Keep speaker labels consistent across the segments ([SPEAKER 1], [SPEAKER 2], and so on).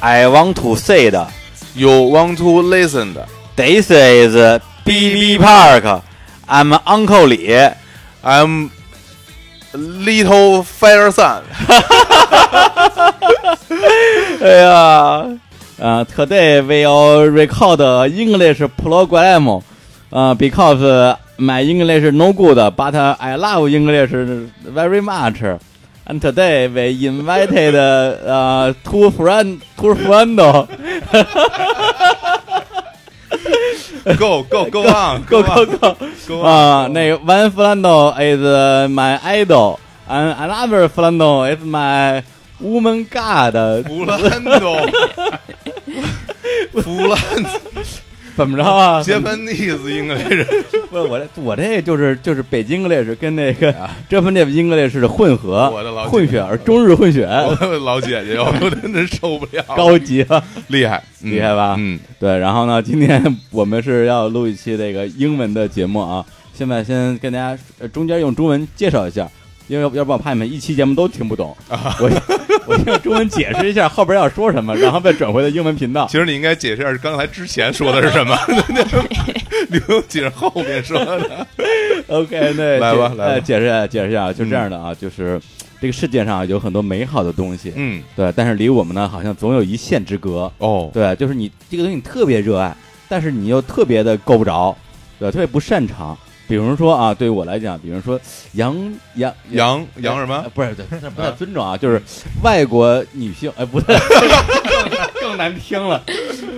[SPEAKER 1] I want to say 的
[SPEAKER 2] ，You want to listen 的
[SPEAKER 1] ，This is BB Park。I'm Uncle 李，
[SPEAKER 2] ，I'm little fire sun。
[SPEAKER 1] 哎呀，呃，Today we all record English program，呃，because my English no good，but I love English very much。And today we invited 呃 two friend two friend。
[SPEAKER 2] Go go go on
[SPEAKER 1] go go go
[SPEAKER 2] go
[SPEAKER 1] 啊！那个 one Flando is uh, my idol and another Flando is my woman god。
[SPEAKER 2] 弗兰 东，弗兰
[SPEAKER 1] 怎么着啊？
[SPEAKER 2] 杰文尼斯应 该是
[SPEAKER 1] 不是我这我这就是就是北京 English 跟那个 这份这 English 的混合，
[SPEAKER 2] 啊我的老姐哦
[SPEAKER 1] 混血儿，中日混血，
[SPEAKER 2] 我老姐姐，我真的受不了，
[SPEAKER 1] 高级啊了。
[SPEAKER 2] 厉害嗯
[SPEAKER 1] 厉害吧
[SPEAKER 2] 嗯，
[SPEAKER 1] 对，然后呢，今天我们是要录一期这个英文的节目啊。现在先跟大家呃中间用中文介绍一下，因为要要不然我怕你们一期节目都听不 懂。
[SPEAKER 2] 啊
[SPEAKER 1] 我 我用中文解释一下后边要说什么，然后再转回到英文频道。
[SPEAKER 2] 其实你应该解释一下刚才之前说的是 什么，你不用解释后面说的。
[SPEAKER 1] OK，那
[SPEAKER 2] 来吧
[SPEAKER 1] 解
[SPEAKER 2] 来吧
[SPEAKER 1] 呃解释解释一下，就这样的啊，就是这个世界上有很多美好的东西，
[SPEAKER 2] 嗯，
[SPEAKER 1] 对，但是离我们呢好像总有一线之隔。
[SPEAKER 2] 哦，
[SPEAKER 1] 对，就是你这个东西你特别热爱，但是你又特别的够不着，对，特别不擅长。比如说啊，对于我来讲，比如说洋洋
[SPEAKER 2] 杨杨什
[SPEAKER 1] 呃
[SPEAKER 2] 么？啊
[SPEAKER 1] 不是，对，这不太尊重啊，就是外国女性，哎，不对，更难听了。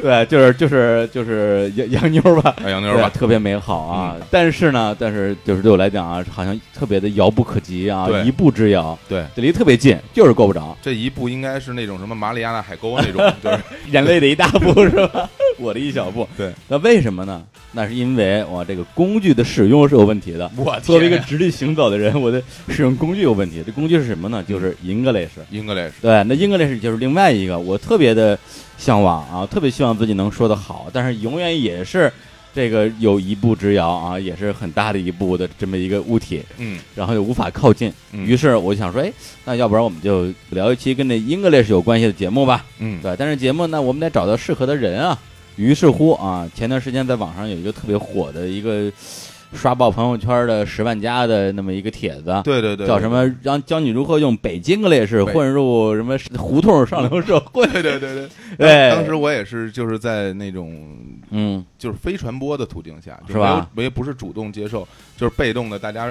[SPEAKER 1] 对，就是就是就是洋洋妞吧，
[SPEAKER 2] 哎，杨妞
[SPEAKER 1] 对
[SPEAKER 2] 吧？嗯
[SPEAKER 1] 特别美好啊。但是呢，但是就是对我来讲啊，好像特别的遥不可及啊，
[SPEAKER 2] 对
[SPEAKER 1] 一步之遥，
[SPEAKER 2] 对，
[SPEAKER 1] 这离特别近，就是够不着。
[SPEAKER 2] 这一部应该是那种什么马里亚纳海沟那种，就是
[SPEAKER 1] 人类的一大 步是吧？我的一小步。
[SPEAKER 2] 对，
[SPEAKER 1] 那为什么呢？那是因为我这个工具的使用是有问题的。
[SPEAKER 2] 我
[SPEAKER 1] 作为一个直立行走的人，我的使用工具有问题。这工具是什么
[SPEAKER 2] 嗯
[SPEAKER 1] 呢？就是 English。
[SPEAKER 2] English，
[SPEAKER 1] 对，那 English 就是另外一个我特别的向往啊，特别希望自己能说得好，但是永远也是这个有一步之遥啊，也是很大的一步的这么一个物体，
[SPEAKER 2] 嗯，
[SPEAKER 1] 然后又无法靠近。
[SPEAKER 2] 嗯
[SPEAKER 1] 于是我就想说，哎，那要不然我们就聊一期跟这 English 有关系的节目吧。
[SPEAKER 2] 嗯，
[SPEAKER 1] 对，但是节目呢，我们得找到适合的人啊。于是乎啊，前段时间在网上有一个特别火的一个刷爆朋友圈的十万加的那么一个帖子，
[SPEAKER 2] 对对对，
[SPEAKER 1] 叫什？么？让教你如何用北京 English
[SPEAKER 2] 北
[SPEAKER 1] 混入什么胡同上流社会？
[SPEAKER 2] 对对对对。
[SPEAKER 1] 对，
[SPEAKER 2] 当时我也是，就是在那种
[SPEAKER 1] 嗯，
[SPEAKER 2] 就是非传播的途径下，就是
[SPEAKER 1] 吧
[SPEAKER 2] 没有？没不是主动接受，就是被动的，大家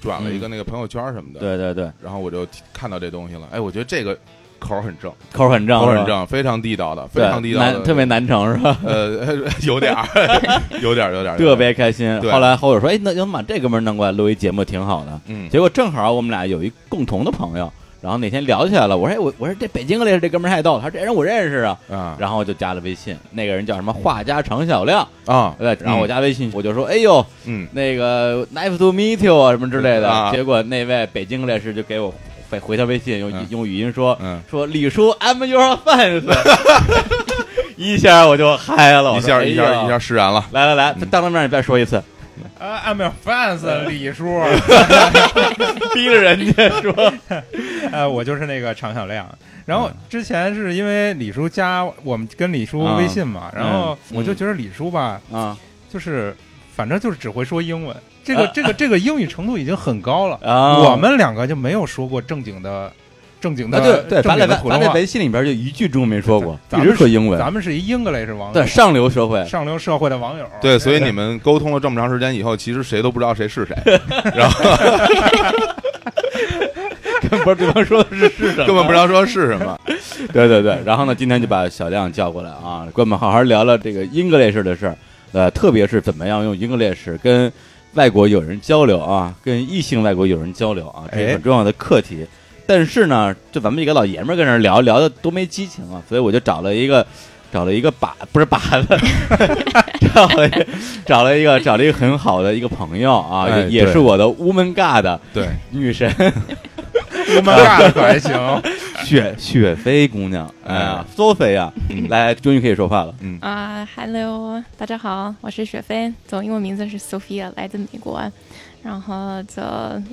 [SPEAKER 2] 转了一个那个朋友圈什么的。，
[SPEAKER 1] 对对对，
[SPEAKER 2] 然后我就看到这东西了，哎，我觉得这个口儿很正，
[SPEAKER 1] 口儿很正，
[SPEAKER 2] 口儿
[SPEAKER 1] 是
[SPEAKER 2] 很
[SPEAKER 1] 吧，
[SPEAKER 2] 正，非常地道的，非
[SPEAKER 1] 对
[SPEAKER 2] 常地道的，
[SPEAKER 1] 难，特别难成是吧？
[SPEAKER 2] 呃， 有点儿， 有点儿，有点儿，
[SPEAKER 1] 特别开心。
[SPEAKER 2] 对
[SPEAKER 1] 后来后友说：“哎，那要把这哥们儿弄过来录一节目挺好的。”
[SPEAKER 2] 嗯，
[SPEAKER 1] 结果正好我们俩有一共同的朋友，然后那天聊起来了。我说：“哎，我我说这北京 English 这哥们儿太逗了，他说这人我认识啊。”
[SPEAKER 2] 啊
[SPEAKER 1] 然后就加了微信，那个人叫什么画家常小亮，
[SPEAKER 2] 啊，
[SPEAKER 1] 对，然后我
[SPEAKER 2] 嗯
[SPEAKER 1] 加微信，我就说，哎呦，
[SPEAKER 2] 嗯，
[SPEAKER 1] 那个 nice to meet you 啊什么之类的，
[SPEAKER 2] 啊
[SPEAKER 1] 结果那位北京烈士就给我回回他微信，用、
[SPEAKER 2] 嗯
[SPEAKER 1] 用语音说、
[SPEAKER 2] 嗯
[SPEAKER 1] 说李叔 I'm your fans，一下我就嗨了，我
[SPEAKER 2] 一
[SPEAKER 1] 说
[SPEAKER 2] 下一
[SPEAKER 1] 哎
[SPEAKER 2] 下
[SPEAKER 1] 呦
[SPEAKER 2] 一下释然了，
[SPEAKER 1] 来来来，
[SPEAKER 2] 嗯
[SPEAKER 1] 当着面你再说一 次，
[SPEAKER 3] 啊，I'm your fans，李叔，
[SPEAKER 1] 逼着人家 说，
[SPEAKER 3] 呃，我就是那个常小亮。然后之前是因为李叔加我们跟李叔
[SPEAKER 1] 啊
[SPEAKER 3] 微信嘛，然后
[SPEAKER 1] 嗯
[SPEAKER 3] 我就觉得李叔吧，
[SPEAKER 1] 啊
[SPEAKER 3] 就是反正就是只会说英文，这个
[SPEAKER 1] 啊
[SPEAKER 3] 这个这个英语程度已经很高了。
[SPEAKER 1] 啊，
[SPEAKER 3] 我们两个就没有说过正经的正经
[SPEAKER 1] 那
[SPEAKER 3] 的
[SPEAKER 1] 就啊对，
[SPEAKER 3] 正
[SPEAKER 1] 咱俩
[SPEAKER 3] 经的
[SPEAKER 1] 咱
[SPEAKER 3] 普
[SPEAKER 1] 咱
[SPEAKER 3] 通
[SPEAKER 1] 俩
[SPEAKER 3] 话，
[SPEAKER 1] 微信里边就一句中文没说过，
[SPEAKER 3] 咱
[SPEAKER 1] 一
[SPEAKER 3] 咱们
[SPEAKER 1] 直说英文，
[SPEAKER 3] 咱们是一 English 网友
[SPEAKER 1] 对，上流社 会，
[SPEAKER 3] 上流社会的网友。
[SPEAKER 2] 对，所以你们沟通了这么长时间以后，其实谁都不知道谁 是谁，然后
[SPEAKER 1] 根本对方说的是 是什么，
[SPEAKER 2] 根本不知道说是什么，
[SPEAKER 1] 对对对，然后呢，今天就把小亮叫过来啊，跟我们好好聊聊这个 English 的事儿，呃，特别是怎么样用 English 跟外国友人交流啊，跟异性外国友人交流啊，这是
[SPEAKER 3] 哎
[SPEAKER 1] 很重要的课题。但是呢，就咱们几个老爷们儿跟这儿聊聊的都没激情啊，所以我就找了一个。找了一 个把不是把子，找了一个找了一个找了一个很好的一个朋友啊，
[SPEAKER 2] 哎
[SPEAKER 1] 也也
[SPEAKER 2] 对
[SPEAKER 1] 是我的 woman god 的
[SPEAKER 2] 对，
[SPEAKER 1] 女神
[SPEAKER 3] 我们俩可还行，
[SPEAKER 1] 雪雪飞姑娘，哎呀
[SPEAKER 2] 哎，
[SPEAKER 1] 索菲亚
[SPEAKER 2] 嗯，
[SPEAKER 1] 来，终于可以说话了。
[SPEAKER 4] 啊、h e l l o 大家好，我是雪飞，总英文名字是 Sophia，来自美国。然后就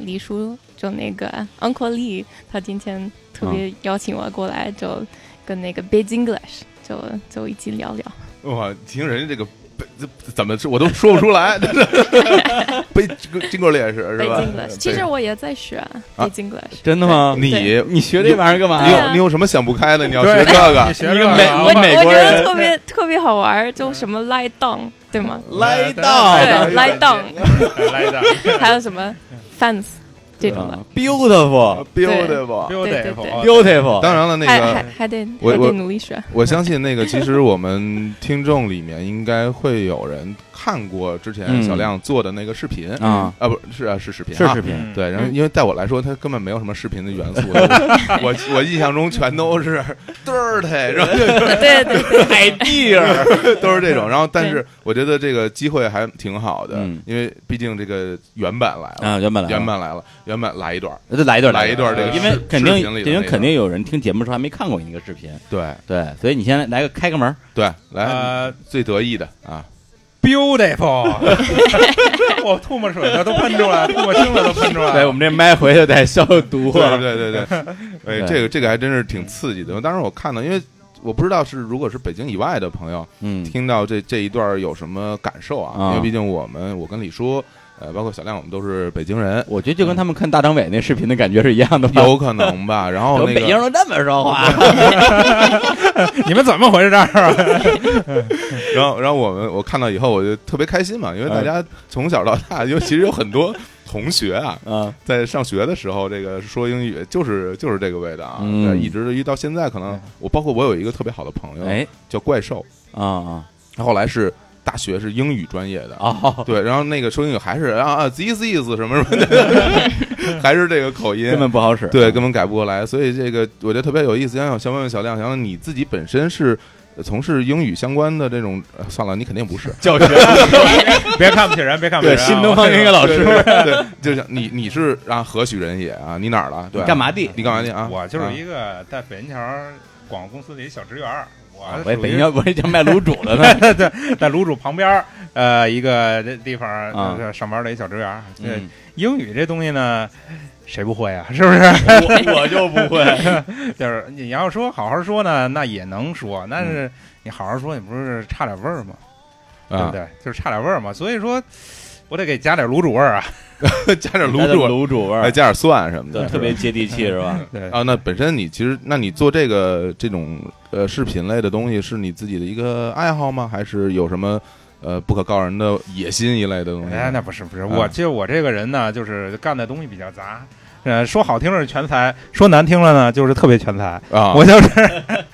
[SPEAKER 4] 李叔，就那个 Uncle Lee，他今天特别邀请我过来，就跟那个 Big English 就就一起聊聊。
[SPEAKER 2] 哇，听人家这个背这怎么说我都说不出来，被经过烈士是
[SPEAKER 4] Big
[SPEAKER 2] 吧？啊
[SPEAKER 4] English，其实我也在学 Big English。
[SPEAKER 1] 真的吗？
[SPEAKER 2] 你
[SPEAKER 4] 对
[SPEAKER 1] 你学这玩意儿干嘛
[SPEAKER 2] 你
[SPEAKER 1] 呀？
[SPEAKER 4] 对
[SPEAKER 2] 有
[SPEAKER 4] 啊
[SPEAKER 2] 你有什么想不开的？你要
[SPEAKER 3] 对
[SPEAKER 2] 学这个
[SPEAKER 3] 你，学这
[SPEAKER 1] 你
[SPEAKER 3] 个
[SPEAKER 1] 美
[SPEAKER 3] 啊
[SPEAKER 4] 我
[SPEAKER 1] 美
[SPEAKER 4] 我
[SPEAKER 1] 国
[SPEAKER 4] 觉
[SPEAKER 1] 人
[SPEAKER 4] 得特别特别好玩儿，就什么
[SPEAKER 2] 嗯
[SPEAKER 4] lie down，对吗？
[SPEAKER 1] 来
[SPEAKER 3] 对
[SPEAKER 1] 到
[SPEAKER 4] 对，lie down，
[SPEAKER 3] 来的
[SPEAKER 4] 还有什么 fans 这种
[SPEAKER 2] 啊
[SPEAKER 4] 的，
[SPEAKER 1] beautiful
[SPEAKER 4] 对
[SPEAKER 2] beautiful。
[SPEAKER 4] 对对
[SPEAKER 3] beautiful，
[SPEAKER 1] beautiful，
[SPEAKER 2] 啊当然了，那
[SPEAKER 4] 还
[SPEAKER 2] 个
[SPEAKER 4] 还还得
[SPEAKER 2] 我
[SPEAKER 4] 还
[SPEAKER 2] 我
[SPEAKER 4] 得努力 学。
[SPEAKER 2] 我相信那个，其实我们听众里面应该会有人看过之前
[SPEAKER 1] 嗯
[SPEAKER 2] 小亮做的那个视频
[SPEAKER 1] 啊
[SPEAKER 2] 啊，不是啊，是视频
[SPEAKER 1] 是
[SPEAKER 2] 啊
[SPEAKER 1] 视频，
[SPEAKER 3] 嗯
[SPEAKER 2] 对，然后因为在我来说，它根本没有什么视频的元素，我 我我印象中全都是 dirty，然后就
[SPEAKER 4] 对对对，
[SPEAKER 1] 海地儿，
[SPEAKER 2] 都是这种。然后，但
[SPEAKER 4] 对
[SPEAKER 2] 是我觉得这个机会还挺好的
[SPEAKER 1] 嗯，
[SPEAKER 2] 因为毕竟这个原版来了，
[SPEAKER 1] 啊，原本来
[SPEAKER 2] 原版来了，原版来一段儿，
[SPEAKER 1] 那就来一段，
[SPEAKER 2] 来一段
[SPEAKER 3] 这个
[SPEAKER 1] 因为
[SPEAKER 2] 视
[SPEAKER 1] 肯
[SPEAKER 2] 视
[SPEAKER 1] 定
[SPEAKER 2] 频里，的
[SPEAKER 1] 因
[SPEAKER 2] 那
[SPEAKER 1] 为
[SPEAKER 2] 个
[SPEAKER 1] 肯定有人听节目的时候还没看过你那个视频，
[SPEAKER 2] 对
[SPEAKER 1] 对，所以你先来个开个门，
[SPEAKER 2] 对，来
[SPEAKER 3] 呃
[SPEAKER 2] 最得意的啊，
[SPEAKER 3] beautiful，我吐沫水了都喷出来，吐沫星子都喷出来
[SPEAKER 1] 对我
[SPEAKER 3] 了。
[SPEAKER 1] 们这麦回去得消毒
[SPEAKER 2] 对
[SPEAKER 1] 啊，
[SPEAKER 2] 对对对，哎，
[SPEAKER 1] 对
[SPEAKER 2] 这个这个还真是挺刺激的。当时我看到，因为我不知道是如果是北京以外的朋友
[SPEAKER 1] 嗯
[SPEAKER 2] 听到这这一段有什么感受啊？
[SPEAKER 1] 啊
[SPEAKER 2] 因为毕竟我们我跟李叔，呃，包括小亮，我们都是北京人，
[SPEAKER 1] 我觉得就跟他们看大张伟那视频的感觉是一样的吧。
[SPEAKER 2] 有可能吧。然后
[SPEAKER 1] 怎么
[SPEAKER 2] 那
[SPEAKER 1] 北京
[SPEAKER 2] 个
[SPEAKER 1] 人都这么说话，
[SPEAKER 3] 你们怎么回事儿？啊
[SPEAKER 2] 然后然后我们我看到以后我就特别开心嘛，因为
[SPEAKER 1] 哎
[SPEAKER 2] 大家从小到大，尤其实有很多同学啊，
[SPEAKER 1] 啊，
[SPEAKER 2] 在上学的时候，这个说英语就是就是这个味道啊，
[SPEAKER 1] 嗯
[SPEAKER 2] 对一直遇到现在，可能我包括我有一个特别好的朋友，
[SPEAKER 1] 哎
[SPEAKER 2] 叫怪兽，
[SPEAKER 1] 啊啊
[SPEAKER 2] 他后来是大学是英语专业的，
[SPEAKER 1] 哦，
[SPEAKER 2] 对，然后那个说英语还是啊啊 this is 什么什么 的，还是这个口音
[SPEAKER 1] 根。本不好使，
[SPEAKER 2] 对，根本改不过来，所以这个我觉得特别有意思。想想想问问小亮，想想你自己本身是呃从事英语相关的这种，呃算了，你肯定不是，
[SPEAKER 3] 教学，别看不起人，别看不
[SPEAKER 1] 对
[SPEAKER 3] 起人啊。
[SPEAKER 1] 新东方音乐老师
[SPEAKER 2] 对，对对就像你你是啊何许人也啊？你哪儿的？对，
[SPEAKER 1] 干？嘛地？
[SPEAKER 2] 你干嘛去啊？
[SPEAKER 3] 我就
[SPEAKER 2] 啊
[SPEAKER 3] 是一个在北京桥广告公司里小职员儿，我
[SPEAKER 1] 啊我也
[SPEAKER 3] 属
[SPEAKER 1] 北
[SPEAKER 3] 于
[SPEAKER 1] 京人，我也叫卖卤煮的呢。
[SPEAKER 3] 对 对，在卤煮旁边儿，呃，一个地方儿、
[SPEAKER 1] 啊
[SPEAKER 3] 呃上班的一小职员儿。对、
[SPEAKER 1] 嗯，
[SPEAKER 3] 英语这东西呢，谁不会啊？是 不是？
[SPEAKER 1] 我我就不会，
[SPEAKER 3] 就是你要说好好说呢，那也能说，但是
[SPEAKER 1] 嗯
[SPEAKER 3] 你好好说，你不是差点味儿吗？对不
[SPEAKER 2] 啊，
[SPEAKER 3] 对？就是差点味儿嘛。所以说，我得给加点卤煮味儿啊。
[SPEAKER 2] 加点
[SPEAKER 1] 卤
[SPEAKER 2] 卤
[SPEAKER 1] 煮哎
[SPEAKER 2] 煮，
[SPEAKER 1] 卤煮味
[SPEAKER 2] 还
[SPEAKER 1] 儿，
[SPEAKER 2] 加点蒜什么
[SPEAKER 1] 对，
[SPEAKER 2] 的，
[SPEAKER 1] 特别接地气是吧？
[SPEAKER 3] 对，
[SPEAKER 2] 啊。那本身你其实，那你做这个这种呃视频类的东西，是你自己的一个爱好吗？还是有什么呃不可告人的野心一类的东西？
[SPEAKER 3] 哎，那不是不是，
[SPEAKER 2] 啊
[SPEAKER 3] 我就我这个人呢，就是干的东西比较杂。呃，说好听是全才，说难听了呢，就是特别全才。
[SPEAKER 2] 啊，
[SPEAKER 3] 我就是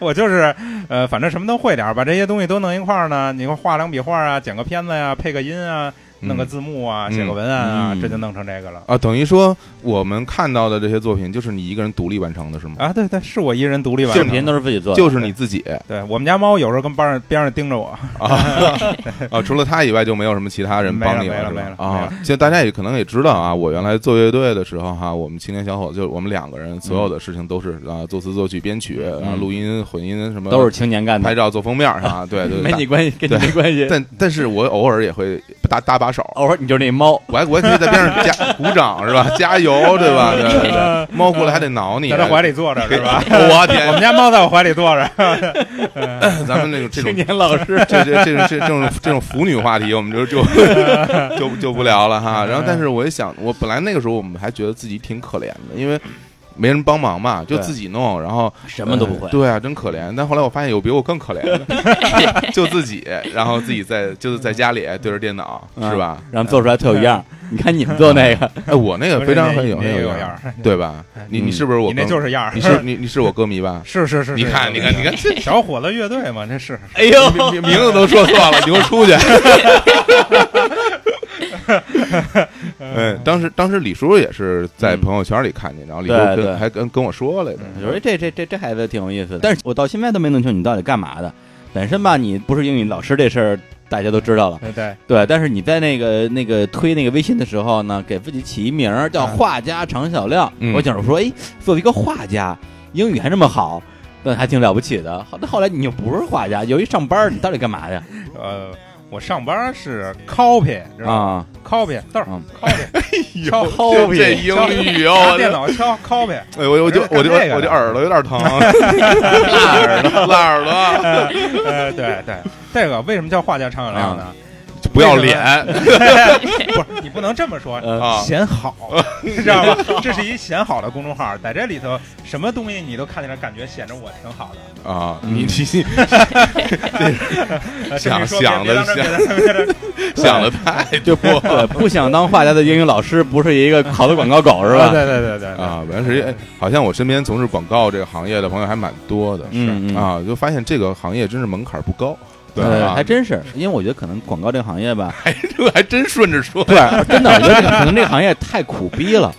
[SPEAKER 3] 我就是呃，反正什么都会点儿，把这些东西都弄一块儿呢。你给我画两笔画啊，剪个片子呀、配个音啊，
[SPEAKER 2] 嗯
[SPEAKER 3] 弄个字幕啊，
[SPEAKER 2] 嗯
[SPEAKER 3] 写个文案啊，
[SPEAKER 1] 嗯
[SPEAKER 3] 这就弄成这个了。
[SPEAKER 2] 啊，等于说我们看到的这些作品，就是你一个人独立完成的，是吗？
[SPEAKER 3] 啊，对对，是我一人独立完
[SPEAKER 1] 视
[SPEAKER 3] 成的。
[SPEAKER 1] 频都是自己做的，
[SPEAKER 2] 就是你自己
[SPEAKER 3] 对我们家猫有时候跟边上边上盯着我，
[SPEAKER 2] 啊， 除了他以外就没有什么其他人帮你
[SPEAKER 3] 没了
[SPEAKER 2] 是吧
[SPEAKER 3] 没了没了
[SPEAKER 2] 啊。现在大家也可能也知道啊，我原来做乐队的时候哈，我们青年小伙子就我们两个
[SPEAKER 3] 嗯
[SPEAKER 2] 人所有的事情都是啊，作词作曲编曲，然后录音混音什么
[SPEAKER 1] 都是青年干
[SPEAKER 2] 拍
[SPEAKER 1] 的，
[SPEAKER 2] 照做封面啥，对对，
[SPEAKER 1] 没你关系，跟你没关系
[SPEAKER 2] 但。但但是我偶尔也会搭搭把手，
[SPEAKER 1] 偶尔你就是那猫，
[SPEAKER 2] 我还我还可以在边上加鼓掌是吧？加油对吧？对对对，猫过来还得挠你，
[SPEAKER 3] 嗯
[SPEAKER 2] 啊
[SPEAKER 3] 在他怀里坐着是吧？
[SPEAKER 2] 我
[SPEAKER 3] 我
[SPEAKER 2] 天
[SPEAKER 3] 们，家猫在我怀里坐着，
[SPEAKER 2] 咱们那种这
[SPEAKER 1] 青
[SPEAKER 2] 种
[SPEAKER 1] 年老师，
[SPEAKER 2] 这这这种这这种这种腐女话题，我们就 就就就不聊了哈。然后，
[SPEAKER 3] 嗯
[SPEAKER 2] 但是我也想，我本来那个时候我们还觉得自己挺可怜的，因为没人帮忙嘛，就
[SPEAKER 1] 对
[SPEAKER 2] 自己弄，然后
[SPEAKER 1] 什么都不
[SPEAKER 2] 呃
[SPEAKER 1] 会。
[SPEAKER 2] 对啊，真可怜。但后来我发现有比我更可怜的， 就自己，然后自己在就是在家里对着电脑，
[SPEAKER 1] 嗯
[SPEAKER 2] 是吧？
[SPEAKER 1] 然后做出来特有样儿。你看你们做那 个，
[SPEAKER 2] 哎，我那个非常很有
[SPEAKER 3] 你
[SPEAKER 2] 很
[SPEAKER 3] 那
[SPEAKER 2] 有
[SPEAKER 3] 有
[SPEAKER 2] 样
[SPEAKER 3] 样
[SPEAKER 2] 儿，
[SPEAKER 3] 儿，
[SPEAKER 2] 对吧？你你
[SPEAKER 1] 嗯
[SPEAKER 2] 是不是我
[SPEAKER 3] 你
[SPEAKER 2] 歌迷？
[SPEAKER 3] 那就是样儿，
[SPEAKER 2] 你是你你是我歌迷吧？
[SPEAKER 3] 是是是，
[SPEAKER 2] 你看你看你看，这
[SPEAKER 3] 看， 小伙子乐队嘛，这是
[SPEAKER 1] 哎呦，
[SPEAKER 2] 名名字都说错了，你给我出去。 嗯，当时当时李叔也是在朋友圈里看见，然后李叔
[SPEAKER 1] 对对
[SPEAKER 2] 跟还跟跟我说来着，
[SPEAKER 1] 我说哎这这这这孩子挺有意思的，但是我到现在都没弄清楚你到底干嘛的。本身吧，你不是英语老师这事儿大家都知道了，
[SPEAKER 3] 对对，
[SPEAKER 1] 对。但是你在那个那个推那个微信的时候呢，给自己起一名儿叫
[SPEAKER 3] 嗯
[SPEAKER 1] 画家常小亮。
[SPEAKER 2] 嗯
[SPEAKER 1] 我想着说，哎，作为一个画家，英语还这么好，嗯那还挺了不起的。好，那后来你又不是画家，由于上班儿，你到底干嘛的？
[SPEAKER 3] 呃，我上班是 copy，知道吗
[SPEAKER 1] 啊，
[SPEAKER 3] ？copy 字
[SPEAKER 2] 哦
[SPEAKER 3] 儿
[SPEAKER 1] 嗯
[SPEAKER 3] copy，
[SPEAKER 2] 哎
[SPEAKER 3] 敲
[SPEAKER 2] 呦
[SPEAKER 1] 抠
[SPEAKER 2] 这
[SPEAKER 1] 鼻
[SPEAKER 2] 这英语哦，
[SPEAKER 3] 拿
[SPEAKER 2] 我
[SPEAKER 3] 电
[SPEAKER 2] 这
[SPEAKER 3] 脑敲 copy，
[SPEAKER 2] 哎，我我就我就
[SPEAKER 3] 干这个
[SPEAKER 2] 我就耳朵有点疼，辣耳朵，辣耳朵，
[SPEAKER 3] 呃，对对，这个为什么叫画家常有亮呢？
[SPEAKER 2] 啊不要脸
[SPEAKER 3] 不是，你不能这么说，
[SPEAKER 1] 呃，
[SPEAKER 2] 啊！
[SPEAKER 3] 显好， 你知道吧？这是一显好的公众号，在这里头什么东西你都看起来，感觉显着我挺好的。
[SPEAKER 2] 啊， 你
[SPEAKER 1] 嗯
[SPEAKER 2] 你你
[SPEAKER 3] 呃
[SPEAKER 2] 想
[SPEAKER 3] 这么一说别
[SPEAKER 2] 想
[SPEAKER 3] 别
[SPEAKER 2] 的
[SPEAKER 3] 当真别当真别当真
[SPEAKER 2] 想的太多
[SPEAKER 1] 对，不想当画家的英语老师不是一个好的广告狗是
[SPEAKER 3] 啊
[SPEAKER 1] 吧？
[SPEAKER 3] 对对对对对
[SPEAKER 2] 啊！本来是哎好像我身边从事广告这个行业的朋友还蛮多的，
[SPEAKER 1] 嗯，嗯，
[SPEAKER 2] 啊，就发现这个行业真是门槛不高，对
[SPEAKER 1] 呃，
[SPEAKER 2] 啊，
[SPEAKER 1] 还真是，因为我觉得可能广告这个行业吧，
[SPEAKER 2] 这 还真顺着说，
[SPEAKER 1] 对， 真的，我觉得这个可能这个行业太苦逼了。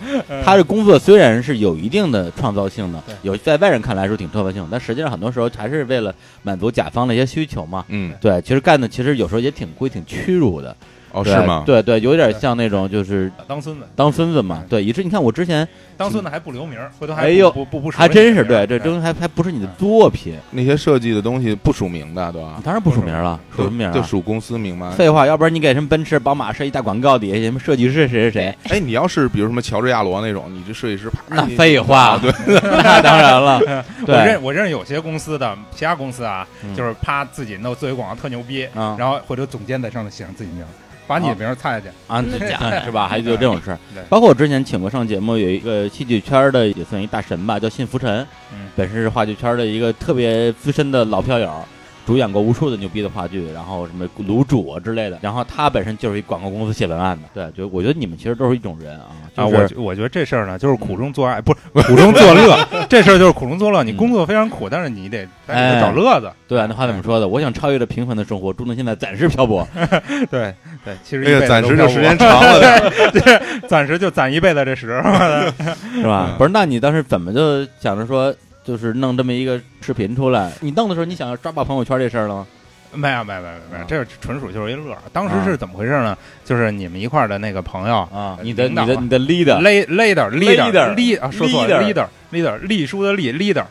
[SPEAKER 1] 他这工作虽然是有一定的创造性的
[SPEAKER 3] 嗯对，
[SPEAKER 1] 有在外人看来是挺创造性的，但实际上很多时候还是为了满足甲方的一些需求嘛。
[SPEAKER 2] 嗯，
[SPEAKER 1] 对，其实干的其实有时候也挺贵、挺屈辱的，
[SPEAKER 2] 哦，
[SPEAKER 1] 对
[SPEAKER 2] 是吗？
[SPEAKER 1] 对对，有点像那种就是
[SPEAKER 3] 当孙子，
[SPEAKER 1] 当孙子嘛。对，以致你看我之前
[SPEAKER 3] 当孙子还不留名儿，回头还
[SPEAKER 1] 哎呦
[SPEAKER 3] 不不不不说
[SPEAKER 1] 还
[SPEAKER 3] 你
[SPEAKER 1] 真是
[SPEAKER 3] 的名儿
[SPEAKER 1] 对，这
[SPEAKER 3] 哎
[SPEAKER 1] 东西还还不是你的作品，啊
[SPEAKER 2] 那些设计的东西不署名的，对吧？
[SPEAKER 1] 当然不署名了，署什么名
[SPEAKER 2] 就
[SPEAKER 1] 啊？
[SPEAKER 2] 署公司名嘛。
[SPEAKER 1] 废话，要不然你给什么奔驰、宝马设计大广告底下什么设计师谁谁谁？
[SPEAKER 2] 哎，你要是比如什么乔治亚罗那种，你这设计师啪，
[SPEAKER 1] 那
[SPEAKER 2] 你
[SPEAKER 1] 废话
[SPEAKER 2] 啊对，
[SPEAKER 1] 那当然了，
[SPEAKER 3] 我
[SPEAKER 1] 对
[SPEAKER 3] 认，我认识有些公司的其他公司啊，就是啪自己弄做一广告特牛逼，
[SPEAKER 1] 嗯
[SPEAKER 3] 然后回头总监在上头写上自己名儿，把你的名儿擦下去。
[SPEAKER 1] 啊，这样是吧？还有这种事儿
[SPEAKER 3] 对，
[SPEAKER 1] 包括我之前请过上节目有一个戏剧圈儿的也算一大神吧，叫信福臣，
[SPEAKER 3] 嗯
[SPEAKER 1] 本身是话剧圈儿的一个特别资深的老票友，主演过无数的牛逼的话剧，然后什么卤煮啊之类的，然后他本身就是一广告公司写文案的，对，就我觉得你们其实都是一种人啊，
[SPEAKER 3] 啊，
[SPEAKER 1] 就
[SPEAKER 3] 我
[SPEAKER 1] 是
[SPEAKER 3] 觉我觉得这事儿呢，就是苦中作爱，不是苦中作乐， 这事儿就是苦中作乐。你工作非常苦，但是你得在里头找乐子。
[SPEAKER 1] 对啊，那话怎么说的？我想超越了平凡的生活，注重现在暂时漂 泊，
[SPEAKER 3] 对对，其实一
[SPEAKER 2] 那个
[SPEAKER 3] 辈子
[SPEAKER 2] 哎暂
[SPEAKER 3] 都
[SPEAKER 2] 时
[SPEAKER 3] 不要
[SPEAKER 2] 就时间
[SPEAKER 3] 我
[SPEAKER 2] 长 了点儿，
[SPEAKER 3] 对，暂时就攒一辈子这时候。
[SPEAKER 1] 是吧？
[SPEAKER 2] 嗯
[SPEAKER 1] 不是，那你当时怎么就想着说，就是弄这么一个视频出来？你弄的时候，你想要抓爆朋友圈这事儿了吗？
[SPEAKER 3] 没有没有没有没
[SPEAKER 1] 啊
[SPEAKER 3] 有，这纯属就是一乐儿。当时是怎么回事呢？就是你们一块儿的那个朋友
[SPEAKER 1] 啊，你的
[SPEAKER 3] 领
[SPEAKER 1] 你
[SPEAKER 3] 导
[SPEAKER 1] 的
[SPEAKER 3] 吧
[SPEAKER 1] 你的 leader，
[SPEAKER 3] leader leader
[SPEAKER 1] Leader
[SPEAKER 3] leader 啊，说错了
[SPEAKER 1] Leader
[SPEAKER 3] leader leader 立书的立 leader，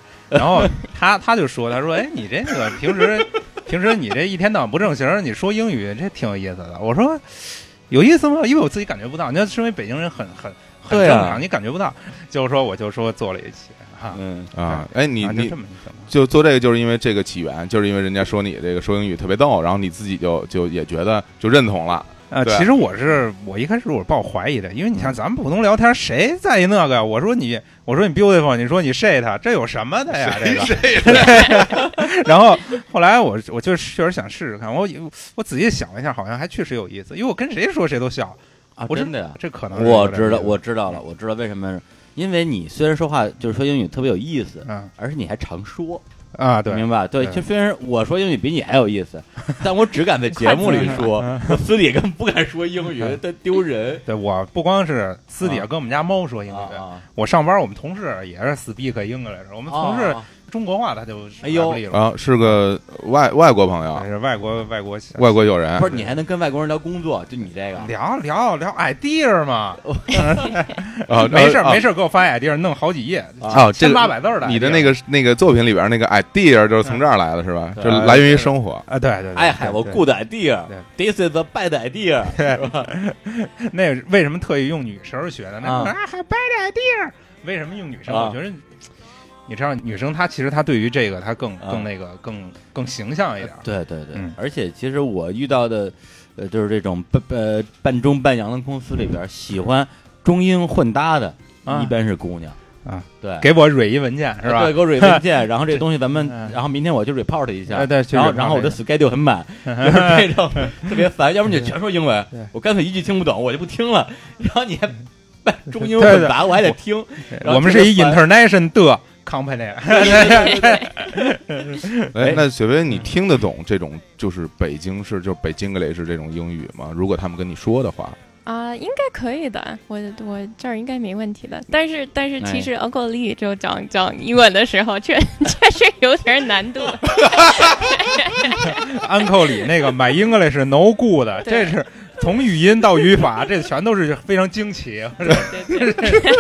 [SPEAKER 3] 然后他他就说他说哎你这个平时平时你这一天到晚不正形儿，你说英语这挺有意思的。我说有意思吗？因为我自己感觉不到，你要身为北京人很很很
[SPEAKER 1] 对
[SPEAKER 3] 正
[SPEAKER 1] 啊
[SPEAKER 3] 常，你感觉不到。就是说我就说做了一期哈，
[SPEAKER 1] 嗯，
[SPEAKER 2] 啊！哎，你
[SPEAKER 3] 啊就
[SPEAKER 2] 你
[SPEAKER 3] 这么一个嘛
[SPEAKER 2] 就做这个，就是因为这个起源，就是因为人家说你这个说英语特别逗，然后你自己就就也觉得就认同了。
[SPEAKER 3] 呃，
[SPEAKER 2] 对啊
[SPEAKER 3] 其实我是我一开始我是抱怀疑的，因为
[SPEAKER 1] 嗯
[SPEAKER 3] 你像咱们普通聊天，谁在意那个呀？我说你，我说你 beautiful，你说你 shit，这有什么的哎呀？这个
[SPEAKER 2] 谁
[SPEAKER 3] 然后后来我我就确实想试试看，我我仔细想了一下，好像还确实有意思，因为我跟谁说谁都笑，
[SPEAKER 1] 啊，
[SPEAKER 3] 我
[SPEAKER 1] 真的呀，
[SPEAKER 3] 这可能是
[SPEAKER 1] 我
[SPEAKER 3] 有点
[SPEAKER 1] 知道，
[SPEAKER 3] 意思
[SPEAKER 1] 我知道了，我知道为什么，因为你虽然说话就是说英语特别有意思，
[SPEAKER 3] 嗯
[SPEAKER 1] 而是你还常说，
[SPEAKER 3] 啊对
[SPEAKER 1] 明白？对，
[SPEAKER 3] 对
[SPEAKER 1] 其实虽然我说英语比你还有意 思，但我只敢在节目里说，我私底下根本不敢说英 语，太丢人。
[SPEAKER 3] 对，我不光是私底下跟我们家猫说英语，
[SPEAKER 1] 啊
[SPEAKER 3] 我上班我们同事也是 speak English，我
[SPEAKER 1] 啊！
[SPEAKER 3] 们同事
[SPEAKER 1] 啊
[SPEAKER 3] 中国话他就
[SPEAKER 1] 哎呦啊
[SPEAKER 3] 来不利了，
[SPEAKER 2] 啊，是个外外国朋友
[SPEAKER 3] 但，是外国外国
[SPEAKER 2] 外国友人
[SPEAKER 1] 不。是你还能跟外国人聊工作，就你这个
[SPEAKER 3] 聊聊聊 idea 嘛，
[SPEAKER 2] 啊，
[SPEAKER 3] 没事
[SPEAKER 2] 啊
[SPEAKER 3] 没。事，给我发 idea，弄好几页，
[SPEAKER 2] 啊，这
[SPEAKER 3] 千
[SPEAKER 2] 个
[SPEAKER 3] 八百字儿的 idea，
[SPEAKER 2] 你的那个那个作品里边那个 idea 就是从这儿来的，是吧？
[SPEAKER 1] 对
[SPEAKER 2] 就来源于生活。
[SPEAKER 3] 啊对对，对
[SPEAKER 1] ，I have a
[SPEAKER 3] 对对
[SPEAKER 1] good idea，this is a bad idea，
[SPEAKER 3] 那为什么特意用女生学的？那
[SPEAKER 1] 啊
[SPEAKER 3] 啊，还 bad idea？为什么用女生？
[SPEAKER 1] 啊
[SPEAKER 3] 我觉得，你知道，女生她其实她对于这个她更
[SPEAKER 1] 啊
[SPEAKER 3] 更那个更更形象一点。
[SPEAKER 1] 对对对，
[SPEAKER 3] 嗯
[SPEAKER 1] 而且其实我遇到的，呃，就是这种半呃半中半洋的公司里边儿，喜欢中英混搭的，
[SPEAKER 3] 啊
[SPEAKER 1] 一般是姑娘
[SPEAKER 3] 啊，
[SPEAKER 1] 对，
[SPEAKER 3] 给我蕊一文件是吧
[SPEAKER 1] 对，？给我 r e 文件，然后这东西咱们
[SPEAKER 3] 嗯，
[SPEAKER 1] 然后明天我就 report 一下，
[SPEAKER 3] 哎对去
[SPEAKER 1] 然后
[SPEAKER 3] report
[SPEAKER 1] 然后我的 schedule 很 满，就是这种特别烦，要不然你就全说英文
[SPEAKER 3] 对，
[SPEAKER 1] 我干脆一句听不懂我就不听了，然后你还半中英
[SPEAKER 3] 对对
[SPEAKER 1] 混搭，我还得 听，然后
[SPEAKER 3] 我们是一
[SPEAKER 1] 特别烦
[SPEAKER 3] international 的 company，
[SPEAKER 2] 哎
[SPEAKER 1] 哎，
[SPEAKER 2] 那雪薇，你听得懂这种就是北京市，就是北京格雷市这种英语吗？如果他们跟你说的话，
[SPEAKER 4] 啊、应该可以的，我我这儿应该没问题的。但是但是，
[SPEAKER 1] 哎
[SPEAKER 4] 其实 Uncle Lee 就讲讲英文的时候，确 确实有点难度。
[SPEAKER 3] uncle 里那个 my English no good，这
[SPEAKER 4] 对
[SPEAKER 3] 是从语音到语法，这全都是非常惊奇。
[SPEAKER 4] 对对对，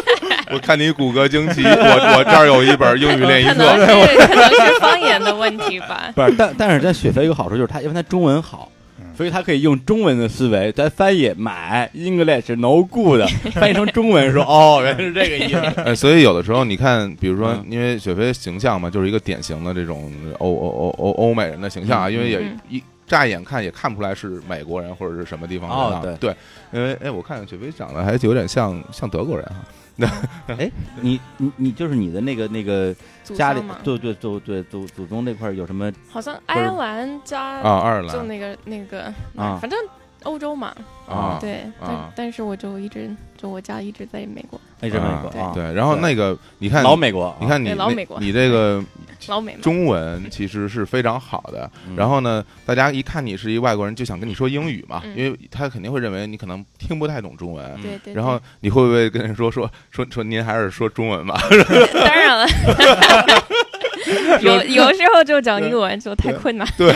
[SPEAKER 2] 我看你骨骼惊奇，我我这儿有一本英语练
[SPEAKER 4] 可
[SPEAKER 2] 习
[SPEAKER 4] 能
[SPEAKER 2] 册，
[SPEAKER 4] 是可能是方言的问题吧。
[SPEAKER 1] 不是，但但是但雪飞有个好处就是他，因为他中文好，
[SPEAKER 3] 嗯
[SPEAKER 1] 所以他可以用中文的思维咱翻译买 English no good，翻译成中文说哦，原来是这个意 思。
[SPEAKER 2] 哎，所以有的时候你看，比如说
[SPEAKER 1] 嗯，
[SPEAKER 2] 因为雪飞形象嘛，就是一个典型的这种欧欧欧欧欧美人的形象啊，
[SPEAKER 1] 嗯
[SPEAKER 2] 因为也
[SPEAKER 4] 嗯
[SPEAKER 2] 一乍一眼看也看不出来是美国人或者是什么地方人啊。
[SPEAKER 1] 哦
[SPEAKER 2] 对，因为哎，我看雪飞长得还有点像像德国人啊。
[SPEAKER 1] 你你你就是你的那个那个
[SPEAKER 4] 祖
[SPEAKER 1] 家里
[SPEAKER 4] 宗嘛，
[SPEAKER 1] 对对祖对祖祖宗那块儿有什么
[SPEAKER 4] 好像爱尔兰加
[SPEAKER 2] 啊，爱尔
[SPEAKER 4] 就
[SPEAKER 2] 兰
[SPEAKER 4] 那个那个
[SPEAKER 1] 啊，
[SPEAKER 4] 反正欧洲嘛，
[SPEAKER 2] 啊，
[SPEAKER 4] 对，
[SPEAKER 2] 啊
[SPEAKER 4] 但但是我就一直就我家一直在美国，
[SPEAKER 1] 哎，这么一个
[SPEAKER 4] 对
[SPEAKER 1] 啊，
[SPEAKER 2] 对，然后那个你看
[SPEAKER 1] 老美国，啊
[SPEAKER 2] 你看你
[SPEAKER 4] 对哎老
[SPEAKER 2] 那
[SPEAKER 4] 美国
[SPEAKER 2] 你这个
[SPEAKER 4] 老美嘛，
[SPEAKER 2] 中文其实是非常好的。
[SPEAKER 1] 嗯
[SPEAKER 2] 然后呢，大家一看你是一外国人，就想跟你说英语嘛，
[SPEAKER 4] 嗯
[SPEAKER 2] 因为他肯定会认为你可能听不太懂中文。
[SPEAKER 4] 对对，
[SPEAKER 2] 然后你会不会跟人说说 说说您还是说中文吧？
[SPEAKER 4] 对当然了。有有时候就讲英文就太困难，
[SPEAKER 2] 对，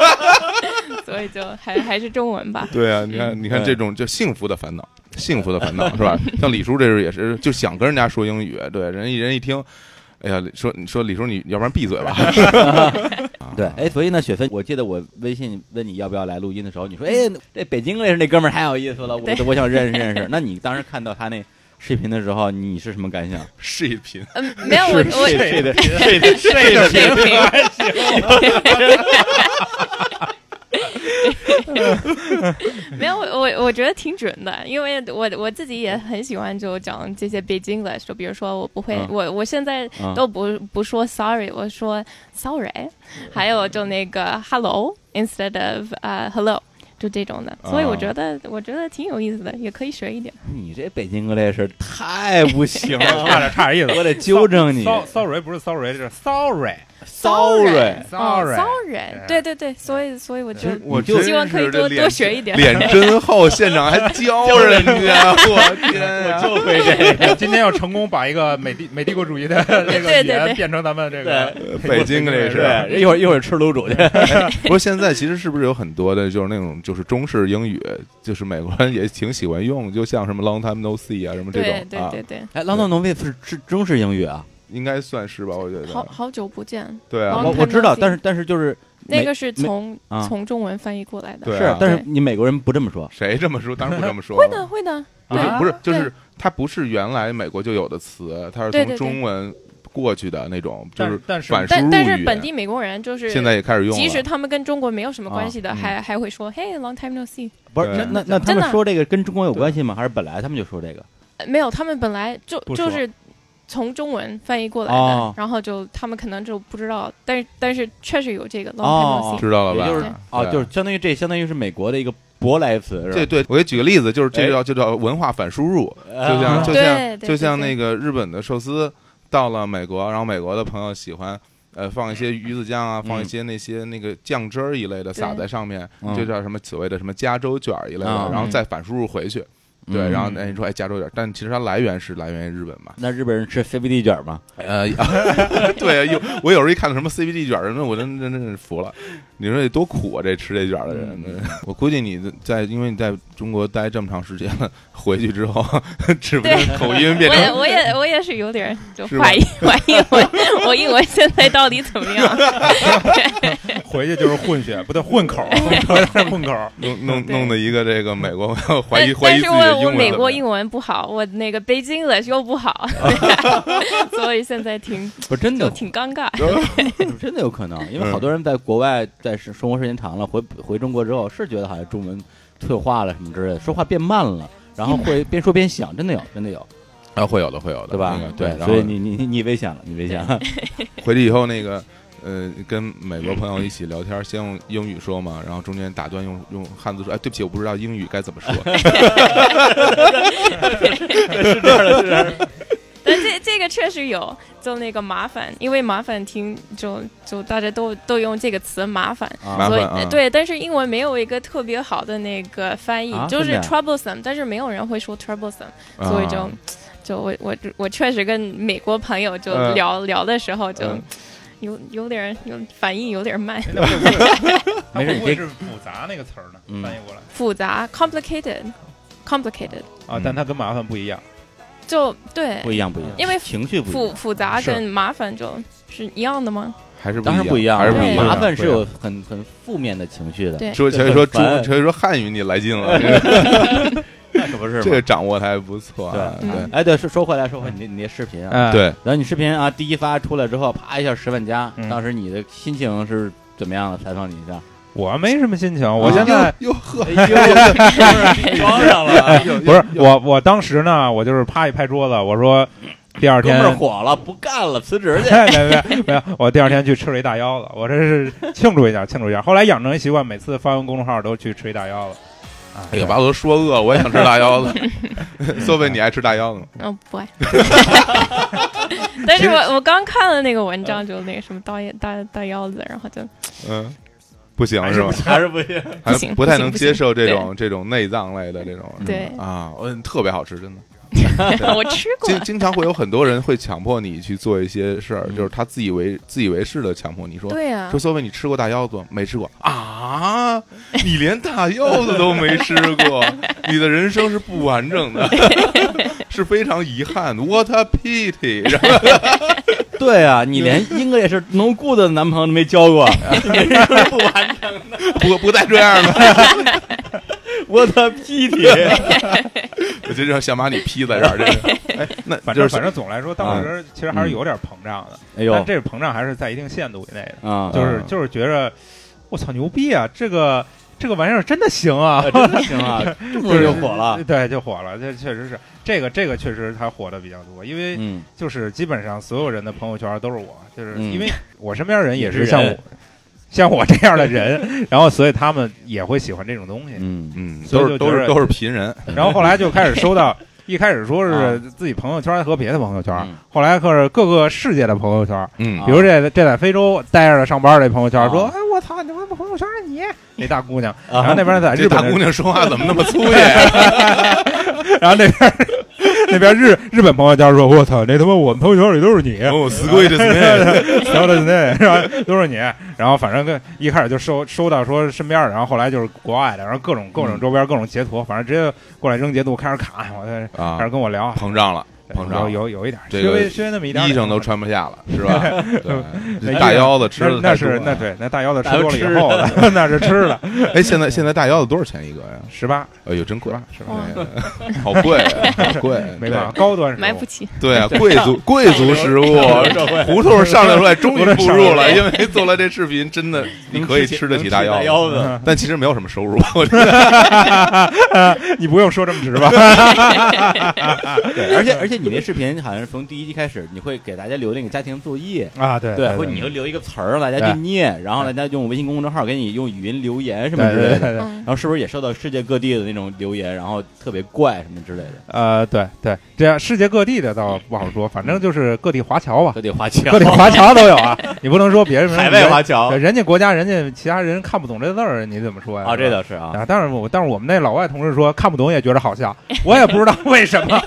[SPEAKER 4] 所以就还还是中文 吧。
[SPEAKER 2] 对啊，你看你看
[SPEAKER 1] 对
[SPEAKER 2] 这种就幸福的烦恼，幸福的烦 恼是吧？像李叔这时候也是就想跟人家说英语，对，人一人一听，哎呀，说你说李叔你要不然闭 嘴吧。啊
[SPEAKER 1] 对，哎，所以呢，雪芬，我记得我微信问你要不要来录音的时候，你说，哎，这北京卫视那哥们儿太有意思了，我
[SPEAKER 4] 对
[SPEAKER 1] 我想认识认识。那你当时看到他那视频的时候，你是什么感想？
[SPEAKER 2] 视频，
[SPEAKER 4] 嗯，没有我我
[SPEAKER 1] 是 是的，是的，是的，
[SPEAKER 4] 这个没有没有，我我我觉得挺准的，因为我我自己也很喜欢就讲这些北京的，就比如说我不会，
[SPEAKER 1] 嗯
[SPEAKER 4] 我我现在
[SPEAKER 1] 嗯
[SPEAKER 4] 都不、不说 sorry，我说 sorry，还有就那个 hello instead of 呃、hello，就这种的，所以我觉得、我觉得挺有意思的，也可以学一点。
[SPEAKER 1] 你这北京卫类是太不行了，
[SPEAKER 3] 差点差点意思。
[SPEAKER 1] 我得纠正你。
[SPEAKER 3] So- sorry 不是 sorry，这是 sorry
[SPEAKER 1] Sorry，
[SPEAKER 4] 哦
[SPEAKER 3] sorry。
[SPEAKER 4] sorry，对对对，所以所以我就
[SPEAKER 1] 其实
[SPEAKER 2] 我
[SPEAKER 1] 就
[SPEAKER 4] 希望可以多多学一点。
[SPEAKER 2] 脸真厚，现场还教人 家，我天呀！
[SPEAKER 1] 就会
[SPEAKER 3] 啊
[SPEAKER 1] 这个。
[SPEAKER 3] 今天要成功把一个美帝美帝国主义 的那个
[SPEAKER 4] 对对
[SPEAKER 3] 语言
[SPEAKER 4] 对
[SPEAKER 3] 变成咱们这个
[SPEAKER 1] 对
[SPEAKER 2] 北京这是
[SPEAKER 3] 对
[SPEAKER 1] 对，一会儿一会儿吃卤煮去。
[SPEAKER 2] 不过现在其实是不是有很多的，就是那种就是中式英语，就是美国人也挺喜欢用，就像什么 long time no see 啊，什么这
[SPEAKER 4] 对
[SPEAKER 2] 种
[SPEAKER 4] 对
[SPEAKER 2] 啊，
[SPEAKER 4] 对对，
[SPEAKER 1] 哎，郎总农费是是中式英语啊？
[SPEAKER 2] 应该算是吧？我觉
[SPEAKER 4] 好
[SPEAKER 2] 得，
[SPEAKER 4] 好久不见，
[SPEAKER 2] 对啊
[SPEAKER 4] 哦，
[SPEAKER 1] 我我知道，但是但是就是
[SPEAKER 4] 那
[SPEAKER 1] 美
[SPEAKER 4] 个是
[SPEAKER 1] 没
[SPEAKER 4] 从
[SPEAKER 1] 啊
[SPEAKER 4] 从中文翻译过来的。
[SPEAKER 2] 对
[SPEAKER 1] 是
[SPEAKER 2] 啊，
[SPEAKER 1] 但是你美国人不这么说。
[SPEAKER 2] 谁这么说？当然不这么说。
[SPEAKER 4] 会的，会的，
[SPEAKER 2] 不是
[SPEAKER 3] 啊
[SPEAKER 2] 不是，就
[SPEAKER 4] 对
[SPEAKER 2] 是它不是原来美国就有的词，它是
[SPEAKER 4] 对
[SPEAKER 2] 从
[SPEAKER 4] 对对
[SPEAKER 2] 中文过去的那种，就
[SPEAKER 3] 但
[SPEAKER 2] 是
[SPEAKER 3] 但是
[SPEAKER 2] 反输
[SPEAKER 4] 但
[SPEAKER 2] 入
[SPEAKER 4] 但是
[SPEAKER 2] 语
[SPEAKER 4] 本
[SPEAKER 2] 言。
[SPEAKER 4] 地美国人就是
[SPEAKER 2] 现在也开始用
[SPEAKER 4] 即使
[SPEAKER 2] 了。
[SPEAKER 4] 他们跟中国没有什么关系的，
[SPEAKER 1] 啊嗯
[SPEAKER 4] 还还会说 “Hey, long time no see”。
[SPEAKER 1] 不是，
[SPEAKER 2] 对
[SPEAKER 1] 那那那他
[SPEAKER 4] 真
[SPEAKER 1] 们
[SPEAKER 4] 的
[SPEAKER 1] 说这个跟中国有关系吗？还是本来他们就说这个？
[SPEAKER 4] 呃没有，他们本来就
[SPEAKER 3] 不说
[SPEAKER 4] 就是从中文翻译过来的
[SPEAKER 1] 哦，
[SPEAKER 4] 然后就他们可能就不知道，但是但是确实有这个 long
[SPEAKER 1] 哦
[SPEAKER 4] time no see。
[SPEAKER 2] 知道了
[SPEAKER 1] 也
[SPEAKER 2] 吧？
[SPEAKER 1] 就是
[SPEAKER 4] 对
[SPEAKER 1] 哦，
[SPEAKER 2] 对啊
[SPEAKER 1] 就是相当于这相当于是美国的一个舶来词，是吧？
[SPEAKER 2] 对对，我给举个例子，就是
[SPEAKER 1] 哎
[SPEAKER 2] 这叫就叫文化反输入，
[SPEAKER 1] 啊
[SPEAKER 2] 就像就
[SPEAKER 4] 对
[SPEAKER 2] 像
[SPEAKER 4] 哦对
[SPEAKER 2] 就
[SPEAKER 4] 对
[SPEAKER 2] 像
[SPEAKER 4] 对
[SPEAKER 2] 那个日本的寿司到了美国，然后美国的朋友喜欢呃放一些鱼子酱啊，放一
[SPEAKER 1] 嗯
[SPEAKER 2] 些那些那个酱汁儿一类的撒
[SPEAKER 4] 对
[SPEAKER 2] 在上面
[SPEAKER 1] 嗯，
[SPEAKER 2] 就叫什么所谓的什么加州卷儿一类
[SPEAKER 1] 啊
[SPEAKER 2] 的，然后
[SPEAKER 4] 嗯
[SPEAKER 2] 再反输入回去。对，
[SPEAKER 1] 嗯
[SPEAKER 2] 然后哎你说哎加州卷儿，但其实它来源是来源于日本嘛。
[SPEAKER 1] 那日本人吃 CBD 卷吗？
[SPEAKER 2] 呃，对，啊有我有时候一看到什么 CBD 卷儿，那我真真真是服了。你说得多苦啊，这吃这卷儿的人。 我估计你在，因为你在中国待这么长时间了，回去之后， 指不定
[SPEAKER 4] 对
[SPEAKER 2] 口音变
[SPEAKER 4] 我也
[SPEAKER 2] 成
[SPEAKER 4] 我也我也是有点就是
[SPEAKER 2] 吧
[SPEAKER 4] 怀疑怀疑我我英文现在到底怎么样？
[SPEAKER 3] 回去就是混血，不对，混口 儿，混口儿混口儿。
[SPEAKER 2] 弄弄
[SPEAKER 4] 对
[SPEAKER 2] 弄的一个这个美国怀
[SPEAKER 4] 但
[SPEAKER 2] 疑怀
[SPEAKER 4] 但
[SPEAKER 2] 疑自
[SPEAKER 4] 是
[SPEAKER 2] 己的英
[SPEAKER 4] 我我
[SPEAKER 2] 文
[SPEAKER 4] 美
[SPEAKER 2] 怎么
[SPEAKER 4] 国
[SPEAKER 2] 样。
[SPEAKER 4] 英文不好，我那个北京 English 又不好， 所以现在挺
[SPEAKER 1] 不是真
[SPEAKER 4] 就
[SPEAKER 1] 的，
[SPEAKER 4] 挺 尴尬。
[SPEAKER 1] 真的有可能，因为好多人在国外在生生活时间长了，回回中国之后是觉得好像中文退化了什么之类的，说话变慢了。然后
[SPEAKER 4] 嗯
[SPEAKER 1] 会边说边想，真的有，真的有，
[SPEAKER 2] 啊，会有的，会有的，
[SPEAKER 1] 嗯对吧
[SPEAKER 2] 那个？对，然后
[SPEAKER 1] 所以你你你你危险了，你危险了。
[SPEAKER 2] 回去以后那个。呃，跟美国朋友一起聊天，先用英语说嘛，然后中间打断用用汉字说，哎，对不起，我不知道英语该怎么说。
[SPEAKER 4] 但这这个确实有，就那个麻烦，因为麻烦听就就大家都都用这个词麻烦，
[SPEAKER 2] 麻
[SPEAKER 1] 啊，
[SPEAKER 4] 所以、
[SPEAKER 2] 烦啊
[SPEAKER 4] 对，但是英文没有一个特别好的那个翻译，
[SPEAKER 1] 啊
[SPEAKER 4] 就
[SPEAKER 1] 真
[SPEAKER 4] 是
[SPEAKER 1] 的啊
[SPEAKER 4] troublesome，但是没有人会说 troublesome，、所以就
[SPEAKER 2] 啊
[SPEAKER 4] 就我我我确实跟美国朋友就
[SPEAKER 2] 呃
[SPEAKER 4] 聊、聊的时候就。
[SPEAKER 2] 嗯
[SPEAKER 4] 有有点有反应有点慢，
[SPEAKER 1] 没事，
[SPEAKER 3] 会
[SPEAKER 1] 你
[SPEAKER 3] 不会
[SPEAKER 1] 这
[SPEAKER 3] 是复杂那个词儿呢？
[SPEAKER 1] 嗯
[SPEAKER 3] 翻译过来
[SPEAKER 4] 复杂 complicated，complicated，
[SPEAKER 2] 嗯
[SPEAKER 3] 啊，但它跟麻烦不一样。
[SPEAKER 4] 就对
[SPEAKER 1] 不一样，不一样，
[SPEAKER 4] 因为
[SPEAKER 1] 情绪不一
[SPEAKER 4] 复
[SPEAKER 1] 样。
[SPEAKER 4] 复杂
[SPEAKER 2] 是
[SPEAKER 4] 跟麻烦就是一样的吗？
[SPEAKER 2] 还是
[SPEAKER 1] 当然
[SPEAKER 2] 不
[SPEAKER 1] 不
[SPEAKER 2] 一
[SPEAKER 1] 一
[SPEAKER 2] 样，
[SPEAKER 1] 样，
[SPEAKER 2] 还是
[SPEAKER 4] 不一样
[SPEAKER 1] 麻烦是有很很负面的情绪的。
[SPEAKER 4] 对
[SPEAKER 2] 所以所以说中
[SPEAKER 1] 很烦
[SPEAKER 2] 所以说汉语你来劲了，这个
[SPEAKER 1] 那可不是
[SPEAKER 2] 这
[SPEAKER 1] 嘛
[SPEAKER 2] 个掌握的还不错啊，
[SPEAKER 1] 对
[SPEAKER 2] 对
[SPEAKER 1] 哎，对，说说回来，说回你你的视频啊，
[SPEAKER 3] 嗯，
[SPEAKER 2] 对，
[SPEAKER 1] 然后你视频啊，第一发出来之后，啪一下十万加，
[SPEAKER 3] 嗯
[SPEAKER 1] 当时你的心情是怎么样的？采访你一 下。
[SPEAKER 3] 我没什么心情，
[SPEAKER 1] 啊
[SPEAKER 3] 我现在
[SPEAKER 2] 又又呵，
[SPEAKER 1] 哎呦，哎装上了，
[SPEAKER 2] 又
[SPEAKER 3] 不是我，我当时呢，我就是啪一拍桌子，我说第二
[SPEAKER 1] 哥们
[SPEAKER 3] 天
[SPEAKER 1] 儿火了，不干了，辞 职 去。
[SPEAKER 3] 没没没有，我第二天去吃了一大腰子，我这是庆祝一下，庆祝一下。后来养成一习惯，每次发完公众号都去吃一大腰子。啊，
[SPEAKER 2] 哎呀，把我都说饿了，我也想吃大腰子。 索菲，你爱吃大腰子吗？
[SPEAKER 4] 嗯、不 爱。但是我我刚看了那个文章，就那个什么大大大腰子，然后就
[SPEAKER 2] 嗯，不行是吧？
[SPEAKER 1] 还是不行，
[SPEAKER 2] 还
[SPEAKER 4] 行
[SPEAKER 2] 不太能
[SPEAKER 4] 不行
[SPEAKER 2] 接受这种这种内脏类的这种。
[SPEAKER 4] 对
[SPEAKER 2] 啊，嗯，特别好吃，真的。啊
[SPEAKER 4] 哦我吃过
[SPEAKER 2] 经，经常会有很多人会强迫你去做一些事儿，
[SPEAKER 1] 嗯
[SPEAKER 2] 就是他自以为自以为是的强迫你说。
[SPEAKER 4] 对啊
[SPEAKER 2] 说，索菲，你吃过大腰子吗？没吃过啊！你连大腰子都没吃过，你的人生是不完整的， 是非常遗憾。What a pity！然 后
[SPEAKER 1] 对啊，你连 English no good 的男朋友都没交 过，人生不完整。
[SPEAKER 2] 不不带这样的，
[SPEAKER 1] 我的屁体，
[SPEAKER 2] 我觉得要想把你劈在这儿，这个，哎，那
[SPEAKER 3] 反
[SPEAKER 2] 就
[SPEAKER 3] 正
[SPEAKER 2] 是
[SPEAKER 3] 反正总来说，当
[SPEAKER 1] 嗯
[SPEAKER 3] 时其实还是有点膨胀的，
[SPEAKER 1] 哎
[SPEAKER 3] 但
[SPEAKER 1] 呦
[SPEAKER 3] 这个膨胀还是在一定限度以内的，
[SPEAKER 1] 啊，
[SPEAKER 3] 就是就是觉着我操牛逼啊，这个这个玩意儿真的行啊，
[SPEAKER 1] 啊真的行啊， 这么就火了。
[SPEAKER 3] 对，就火了，这确实是这个这个确实它火的比较多，因为
[SPEAKER 1] 嗯，
[SPEAKER 3] 就是基本上所有人的朋友圈都是我，就是
[SPEAKER 1] 嗯
[SPEAKER 3] 因为我身边人也
[SPEAKER 1] 你是
[SPEAKER 3] 是像我
[SPEAKER 1] 人
[SPEAKER 3] 像我这样的人，然后所以他们也会喜欢这种东西。
[SPEAKER 1] 嗯，
[SPEAKER 2] 嗯，
[SPEAKER 3] 所以
[SPEAKER 2] 都
[SPEAKER 3] 就
[SPEAKER 2] 都是
[SPEAKER 3] 是觉得
[SPEAKER 2] 都是贫人，
[SPEAKER 3] 然后后来就开始收到， 一开始说
[SPEAKER 1] 啊
[SPEAKER 3] 是自己朋友圈和别的朋友圈，
[SPEAKER 1] 嗯
[SPEAKER 3] 后来可是各个世界的朋友圈。
[SPEAKER 2] 嗯
[SPEAKER 3] 比如这这在非洲待着上班这朋友圈说：“
[SPEAKER 1] 啊
[SPEAKER 3] 哎，我操，你们朋友圈 你那大姑娘。”
[SPEAKER 1] 啊
[SPEAKER 3] 然后那边在
[SPEAKER 2] 这
[SPEAKER 3] 日
[SPEAKER 2] 大
[SPEAKER 3] 本哎的
[SPEAKER 2] 姑娘说话怎么那么 粗野？
[SPEAKER 3] 然后那边 那边日日本朋友圈说：“我操，那他妈我们朋友圈里都是你，
[SPEAKER 2] 哦，死鬼的死
[SPEAKER 3] 哎
[SPEAKER 2] 妹，
[SPEAKER 3] 然后他就那，然后都是你，然后反正跟一开始就收收到说身边儿，然后后来就是国外的，然后各种各
[SPEAKER 2] 嗯
[SPEAKER 3] 种周边各种截图，反正直接过来扔截图，开始卡，我在开
[SPEAKER 2] 啊
[SPEAKER 3] 始，跟我聊，
[SPEAKER 2] 膨胀了，膨胀
[SPEAKER 3] 哎有有有一点，
[SPEAKER 2] 这个
[SPEAKER 3] 稍微稍微那么一点
[SPEAKER 2] 衣
[SPEAKER 3] 点，
[SPEAKER 2] 裳都穿不下了，是 吧？对，
[SPEAKER 3] 那
[SPEAKER 2] 大腰子吃的
[SPEAKER 3] 那那
[SPEAKER 2] 太多
[SPEAKER 3] 是
[SPEAKER 2] 了
[SPEAKER 3] 那对，那大腰子吃
[SPEAKER 1] 大腰
[SPEAKER 3] 多了以
[SPEAKER 1] 吃
[SPEAKER 3] 后了， 那是吃了
[SPEAKER 2] 哎，现在现在大腰子多少钱一个呀？
[SPEAKER 3] 十八
[SPEAKER 2] 哎呦，真贵，
[SPEAKER 3] 是吧？
[SPEAKER 4] 哇
[SPEAKER 2] 对好贵啊，好 贵，
[SPEAKER 3] 没办法，高端食
[SPEAKER 4] 买
[SPEAKER 3] 物
[SPEAKER 4] 不，起。
[SPEAKER 2] 对啊，贵 族贵族食物，
[SPEAKER 1] 社会
[SPEAKER 2] 胡同上来出来终于步入了，
[SPEAKER 3] 胡
[SPEAKER 2] 因为做了这视频，真 的你可以吃得起大
[SPEAKER 1] 腰
[SPEAKER 2] 腰子，
[SPEAKER 1] 子。
[SPEAKER 2] 但其实没有什么收入， 我觉得
[SPEAKER 3] 你不用说这么直 吧？
[SPEAKER 1] 对， 而且而且你那视频好像是从第一集开始，你会给大家留那个家庭作业。
[SPEAKER 3] 啊，对
[SPEAKER 1] 对，或者你就留一个词儿，大家去念，然后大家用微信公众号给你用语音留言什么
[SPEAKER 3] 对
[SPEAKER 1] 之类的。
[SPEAKER 3] 对对
[SPEAKER 2] 啊
[SPEAKER 3] 对。
[SPEAKER 4] 嗯
[SPEAKER 1] 然，后是不是也收到世界各地的那种留言，然后特别怪什么之类的？
[SPEAKER 3] 呃，对对，这样世界各地的倒不好说，反正就是各地华侨吧，
[SPEAKER 1] 各地华侨，
[SPEAKER 3] 各地华侨都有啊，你不能说别人
[SPEAKER 1] 海外华侨
[SPEAKER 3] 对人家国家人家其他人看不懂这字儿，你怎么说呀？
[SPEAKER 1] 啊，这
[SPEAKER 3] 是吧
[SPEAKER 1] 倒是啊，
[SPEAKER 3] 啊，但是我但是我们那老外同事说看不懂也觉得好笑，我也不知道为什么。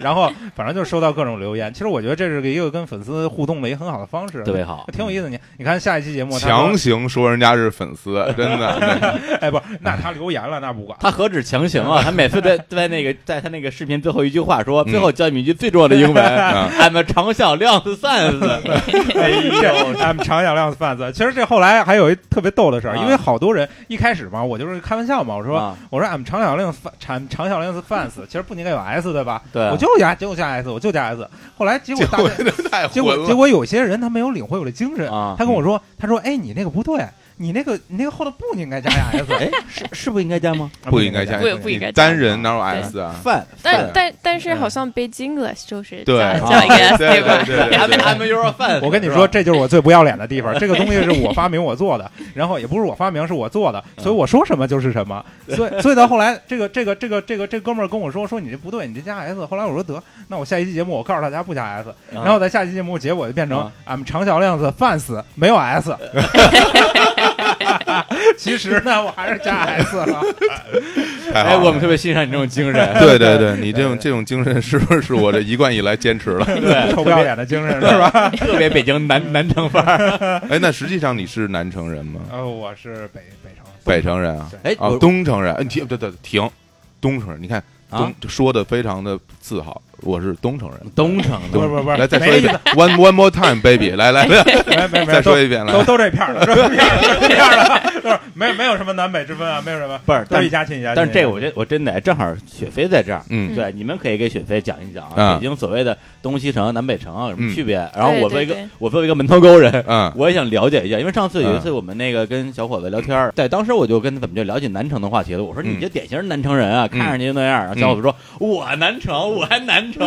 [SPEAKER 3] 然后反正就收到各种留言，其实我觉得这是一个跟粉丝互动的一个很好的方式，
[SPEAKER 1] 特别好，
[SPEAKER 3] 挺有意思。你你看下一期节目，他说
[SPEAKER 2] 强行说人家是粉丝，真 的，
[SPEAKER 3] 哎不，那他留言了 那不管，
[SPEAKER 1] 他何止强行啊！他每次在在那个在他那个视频最后一句话说，
[SPEAKER 2] 嗯
[SPEAKER 1] 最后教你一句最重要的英文
[SPEAKER 2] 啊
[SPEAKER 1] ，I'm 长小亮子 sense。
[SPEAKER 3] 哎呦，他们常小亮贩子。其实这后来还有一特别逗的事儿，
[SPEAKER 1] 啊
[SPEAKER 3] 因为好多人一开始嘛，我就是开玩笑嘛，我说、
[SPEAKER 1] 啊
[SPEAKER 3] 我说俺们常小亮贩产常小亮 fans，其实不应该有 s 对吧？
[SPEAKER 1] 对
[SPEAKER 3] 我就加就加 s，我就加 s。后来结果
[SPEAKER 2] 结
[SPEAKER 3] 大
[SPEAKER 2] 果
[SPEAKER 3] 家
[SPEAKER 2] 太
[SPEAKER 3] 结
[SPEAKER 2] 混
[SPEAKER 3] 果
[SPEAKER 2] 了嗯
[SPEAKER 3] 结。果有些人他没有领会我的精神，
[SPEAKER 1] 啊
[SPEAKER 3] 他跟我说，他说哎你那个不对，你那个你那个后头不应该加 s，
[SPEAKER 1] 哎，是是不应该加吗？
[SPEAKER 2] 啊不应该加，
[SPEAKER 4] 不不应该加
[SPEAKER 2] 单人哪有 S 啊？
[SPEAKER 1] 饭
[SPEAKER 4] 但
[SPEAKER 1] 饭
[SPEAKER 4] 但但是
[SPEAKER 3] 嗯
[SPEAKER 4] 好像 Beijing English 就是
[SPEAKER 2] 对
[SPEAKER 4] 叫
[SPEAKER 1] 啊
[SPEAKER 4] 叫一个 S
[SPEAKER 2] 对
[SPEAKER 4] 吧？
[SPEAKER 2] 对对对
[SPEAKER 1] ，I'm
[SPEAKER 2] 对
[SPEAKER 1] I'm your fan。
[SPEAKER 3] 我跟你
[SPEAKER 1] 是吧
[SPEAKER 3] 说，，这就是我最不要脸的地方。这个东西是我发明我做的，然后也不是我发明，是我做的，
[SPEAKER 2] 嗯
[SPEAKER 3] 所以我说什么就是什么。所以，所以到后来，这个这个这个这个这哥们儿跟我说说你这不对，你这加 s。后来我说得，那我下一期节目我告诉大家不加 s，然
[SPEAKER 1] 嗯
[SPEAKER 3] 后在下期节目结果就变成
[SPEAKER 1] 啊
[SPEAKER 3] 俺们长小亮子 fans 没 有 s。其实呢，我还是加 s 了。
[SPEAKER 2] 太好
[SPEAKER 1] 哎，
[SPEAKER 2] 了
[SPEAKER 1] 我们特别欣赏你这种精神。
[SPEAKER 2] 对对对，你这种这种精神是不是我这一贯以来坚持 了？
[SPEAKER 1] 对，
[SPEAKER 3] 臭不要脸的精神是吧？
[SPEAKER 1] 特别北京南南城范儿。
[SPEAKER 2] 哎，那实际上你是南城人吗？
[SPEAKER 3] 呃，我是北北城。
[SPEAKER 2] 北城人啊？
[SPEAKER 1] 哎，
[SPEAKER 2] 啊，
[SPEAKER 1] 我
[SPEAKER 2] 东城人？哎，停，对对，停，东城人。你看
[SPEAKER 1] 啊
[SPEAKER 2] 东说的非常的自豪，我是东城人。
[SPEAKER 1] 东城
[SPEAKER 3] 不是不是不是，
[SPEAKER 2] 来再
[SPEAKER 3] 没
[SPEAKER 2] 说一
[SPEAKER 3] 意
[SPEAKER 2] 遍
[SPEAKER 3] 思，
[SPEAKER 2] ，one one more time baby，来来来，
[SPEAKER 3] 没没没，
[SPEAKER 2] 再说
[SPEAKER 3] 都
[SPEAKER 2] 一遍
[SPEAKER 3] 都
[SPEAKER 2] 来。
[SPEAKER 3] 都这片 儿的，都这片儿的，都这片儿的，就是没没有什么南北之分啊，没有什么，
[SPEAKER 1] 不是
[SPEAKER 3] 都
[SPEAKER 1] 但
[SPEAKER 3] 一家亲一家亲。
[SPEAKER 1] 但是这我真我真得正好雪飞在这儿，
[SPEAKER 2] 嗯
[SPEAKER 1] 对，你们可以给雪飞讲一讲
[SPEAKER 2] 啊
[SPEAKER 1] 北京所谓的东西城、南北城啊有什么
[SPEAKER 2] 嗯
[SPEAKER 1] 区别。然后我作为
[SPEAKER 4] 对对
[SPEAKER 1] 一个
[SPEAKER 4] 对
[SPEAKER 1] 我作为一个门头沟人，
[SPEAKER 2] 嗯
[SPEAKER 1] 我也想了解一下，因为上次有一
[SPEAKER 2] 嗯
[SPEAKER 1] 次我们那个跟小伙子聊天儿，对，当时我就跟怎么就聊起南城的话题了。我说
[SPEAKER 2] 嗯
[SPEAKER 1] 你这典型南城人啊，
[SPEAKER 2] 嗯
[SPEAKER 1] 看上去就那样儿。然后
[SPEAKER 2] 嗯
[SPEAKER 1] 小伙子说我南城，我还南城，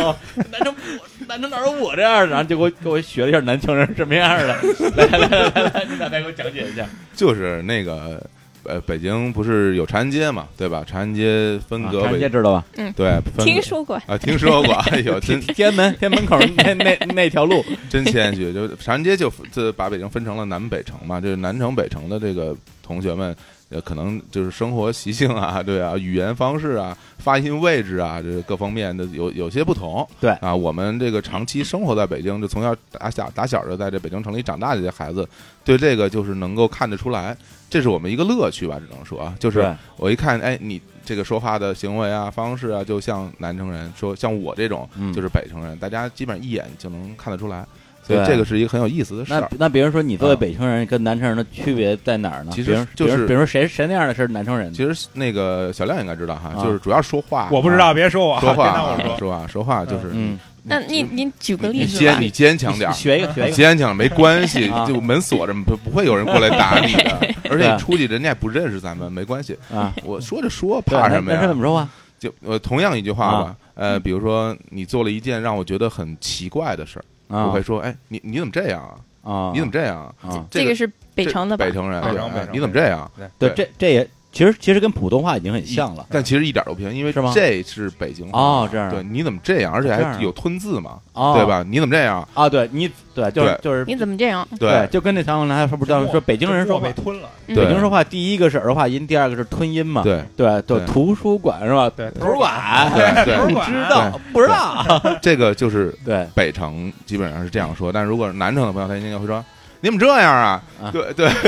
[SPEAKER 1] 南城我南城哪有我这样的？然后就给我给我学了一下南城人是什么样的。来来来来来，你俩再给我讲解一下。
[SPEAKER 2] 嗯就是那个呃，北京不是有长安街嘛，对吧？长安街分隔
[SPEAKER 1] 啊长安街
[SPEAKER 2] 为
[SPEAKER 1] 知道吧？
[SPEAKER 2] 对，分
[SPEAKER 4] 听说过，
[SPEAKER 2] 啊，听说过，哎呦，真
[SPEAKER 1] 天安门天安门口那那那条路，
[SPEAKER 2] 真谦虚，就长安街就就把北京分成了南北城嘛，就是南城北城的这个同学们，呃，可能就是生活习性啊，对啊，语言方式啊，发音位置啊，这各方面的有有些不同。
[SPEAKER 1] 对
[SPEAKER 2] 啊，我们这个长期生活在北京，就从小打小打小就在这北京城里长大的这些孩子，对这个就是能够看得出来，这是我们一个乐趣吧，只能说啊，就是
[SPEAKER 1] 对
[SPEAKER 2] 我一看，哎，你这个说话的行为啊、方式啊，就像南城人说，像我这种
[SPEAKER 1] 嗯
[SPEAKER 2] 就是北城人，大家基本上一眼就能看得出来，所以
[SPEAKER 1] 对
[SPEAKER 2] 这个是一个很有意思的事
[SPEAKER 1] 那
[SPEAKER 2] 儿。
[SPEAKER 1] 那比如说，你作为
[SPEAKER 2] 啊
[SPEAKER 1] 北城人跟南城人的区别在哪儿呢？
[SPEAKER 2] 其实
[SPEAKER 1] 比如
[SPEAKER 2] 就是
[SPEAKER 1] 比如比如说谁谁那样的是南城人？
[SPEAKER 2] 其实那个小亮应该知道哈，
[SPEAKER 1] 啊
[SPEAKER 2] 就是主要说话，
[SPEAKER 3] 我不知道，别说我，
[SPEAKER 2] 说话
[SPEAKER 3] 别拿我
[SPEAKER 2] 啊，
[SPEAKER 3] 说。
[SPEAKER 2] 说话，说话就是
[SPEAKER 1] 嗯，
[SPEAKER 4] 那你你举个
[SPEAKER 2] 你
[SPEAKER 4] 例子吧
[SPEAKER 2] 坚你。坚强 点儿。啊
[SPEAKER 1] 学一个学一
[SPEAKER 2] 你
[SPEAKER 1] 个，
[SPEAKER 2] 坚强没关系
[SPEAKER 1] 啊，
[SPEAKER 2] 就门锁着，不不会有人过来打你的。 而且
[SPEAKER 1] 对
[SPEAKER 2] 你出去人家也不认识咱们，没关系。
[SPEAKER 1] 啊，
[SPEAKER 2] 我说着说，
[SPEAKER 1] 对
[SPEAKER 2] 怕
[SPEAKER 1] 那
[SPEAKER 2] 什么
[SPEAKER 1] 那
[SPEAKER 2] 呀？
[SPEAKER 1] 是怎么说话？
[SPEAKER 2] 就呃，同样一句话吧
[SPEAKER 1] 啊，
[SPEAKER 2] 呃，比如说你做了一件让我觉得很奇怪的事儿，
[SPEAKER 1] 啊
[SPEAKER 2] 我会说，哎，你你怎么这样啊？
[SPEAKER 1] 啊，
[SPEAKER 2] 你怎么这样啊？
[SPEAKER 1] 啊？
[SPEAKER 4] 这个是北
[SPEAKER 2] 这
[SPEAKER 4] 城的吧
[SPEAKER 2] 北？城人，
[SPEAKER 4] 北
[SPEAKER 2] 对
[SPEAKER 3] 城
[SPEAKER 2] 哎
[SPEAKER 3] 北城
[SPEAKER 2] 你怎么这样？
[SPEAKER 1] 对，
[SPEAKER 2] 对
[SPEAKER 1] 这这也其实其实跟普通话已经很像了
[SPEAKER 2] 但其实一点都不行，因为
[SPEAKER 1] 是吗
[SPEAKER 2] 这是北京话
[SPEAKER 1] 哦这样啊
[SPEAKER 2] 对，你怎么这样？而且
[SPEAKER 1] 这样啊
[SPEAKER 2] 还有吞字嘛，
[SPEAKER 1] 哦
[SPEAKER 2] 嗯对？吧？你怎么这样？
[SPEAKER 1] 啊，对你对就是
[SPEAKER 2] 对
[SPEAKER 1] 就是
[SPEAKER 4] 你怎么这样？
[SPEAKER 1] 对，就跟那唐来说不是叫说北京人说
[SPEAKER 3] 说
[SPEAKER 1] 话
[SPEAKER 3] 被，吞了，
[SPEAKER 4] 嗯
[SPEAKER 2] 对
[SPEAKER 1] 北京说话第一个是儿化音，第二个是吞音嘛。
[SPEAKER 2] 对
[SPEAKER 1] 对对，
[SPEAKER 2] 对
[SPEAKER 1] 图书馆是吧？
[SPEAKER 3] 对
[SPEAKER 1] 图书馆
[SPEAKER 2] 对对啊
[SPEAKER 3] 图书
[SPEAKER 1] 不
[SPEAKER 3] 馆
[SPEAKER 1] 知道不知道？
[SPEAKER 2] 这个就是
[SPEAKER 1] 对，
[SPEAKER 2] 北城基本上是这样说，但如果是南城的朋友，他应该会说。你怎么这样啊
[SPEAKER 1] 啊？
[SPEAKER 2] 对对，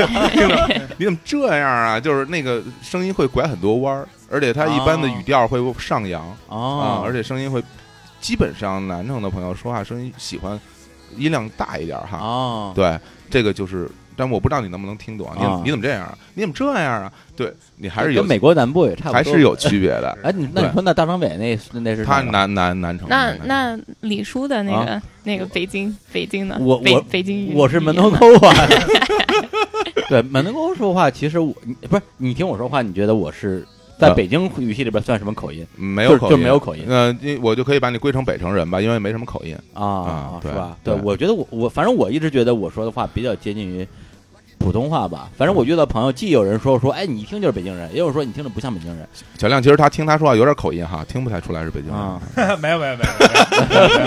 [SPEAKER 2] 听着你怎么这样啊？就是那个声音会拐很多弯儿，而且他一般的
[SPEAKER 1] 哦
[SPEAKER 2] 语调会上扬，啊
[SPEAKER 1] 哦，，
[SPEAKER 2] 而且声音会，基本上南城的朋友说话声音喜欢音量大一点儿哈。
[SPEAKER 1] 哦，
[SPEAKER 2] 对，这个就是，但我不知道你能不能听懂啊。你怎么
[SPEAKER 1] 啊
[SPEAKER 2] 你怎么这样啊？你怎么这样啊？对你还是有
[SPEAKER 1] 跟美国南部也差不多，
[SPEAKER 2] 还是有区别的。
[SPEAKER 1] 哎，你那你
[SPEAKER 2] 对
[SPEAKER 1] 说那大张伟那那是
[SPEAKER 2] 他
[SPEAKER 1] 哪个
[SPEAKER 2] 南南南城，
[SPEAKER 4] 那
[SPEAKER 2] 南城
[SPEAKER 4] 那李叔的那个那个北京北京的
[SPEAKER 1] 啊我
[SPEAKER 4] 北
[SPEAKER 1] 我
[SPEAKER 4] 北京语
[SPEAKER 1] 我是门头
[SPEAKER 4] 语言呢
[SPEAKER 1] 沟啊。 对，门头沟说话，其实我你不是你听我说话，你觉得我是在
[SPEAKER 2] 呃
[SPEAKER 1] 北京语系里边算什么口音
[SPEAKER 2] 没有
[SPEAKER 1] 就
[SPEAKER 2] 口音，
[SPEAKER 1] 就没有口音
[SPEAKER 2] 呃，因为我就可以把你归成北城人吧，因为没什么口音。
[SPEAKER 1] 啊
[SPEAKER 2] 啊？
[SPEAKER 1] 是
[SPEAKER 2] 对
[SPEAKER 1] 吧？
[SPEAKER 2] 对
[SPEAKER 1] 我觉得我我反正我一直觉得我说的话比较接近于普通话吧。反正
[SPEAKER 2] 嗯
[SPEAKER 1] 我遇到朋友，既有人说说哎你一听就是北京人，也有说你听着不像北京人
[SPEAKER 2] 小亮其实他听他说话有点口音哈，听不太出来是北京人。
[SPEAKER 1] 啊。
[SPEAKER 3] 没有没有没有没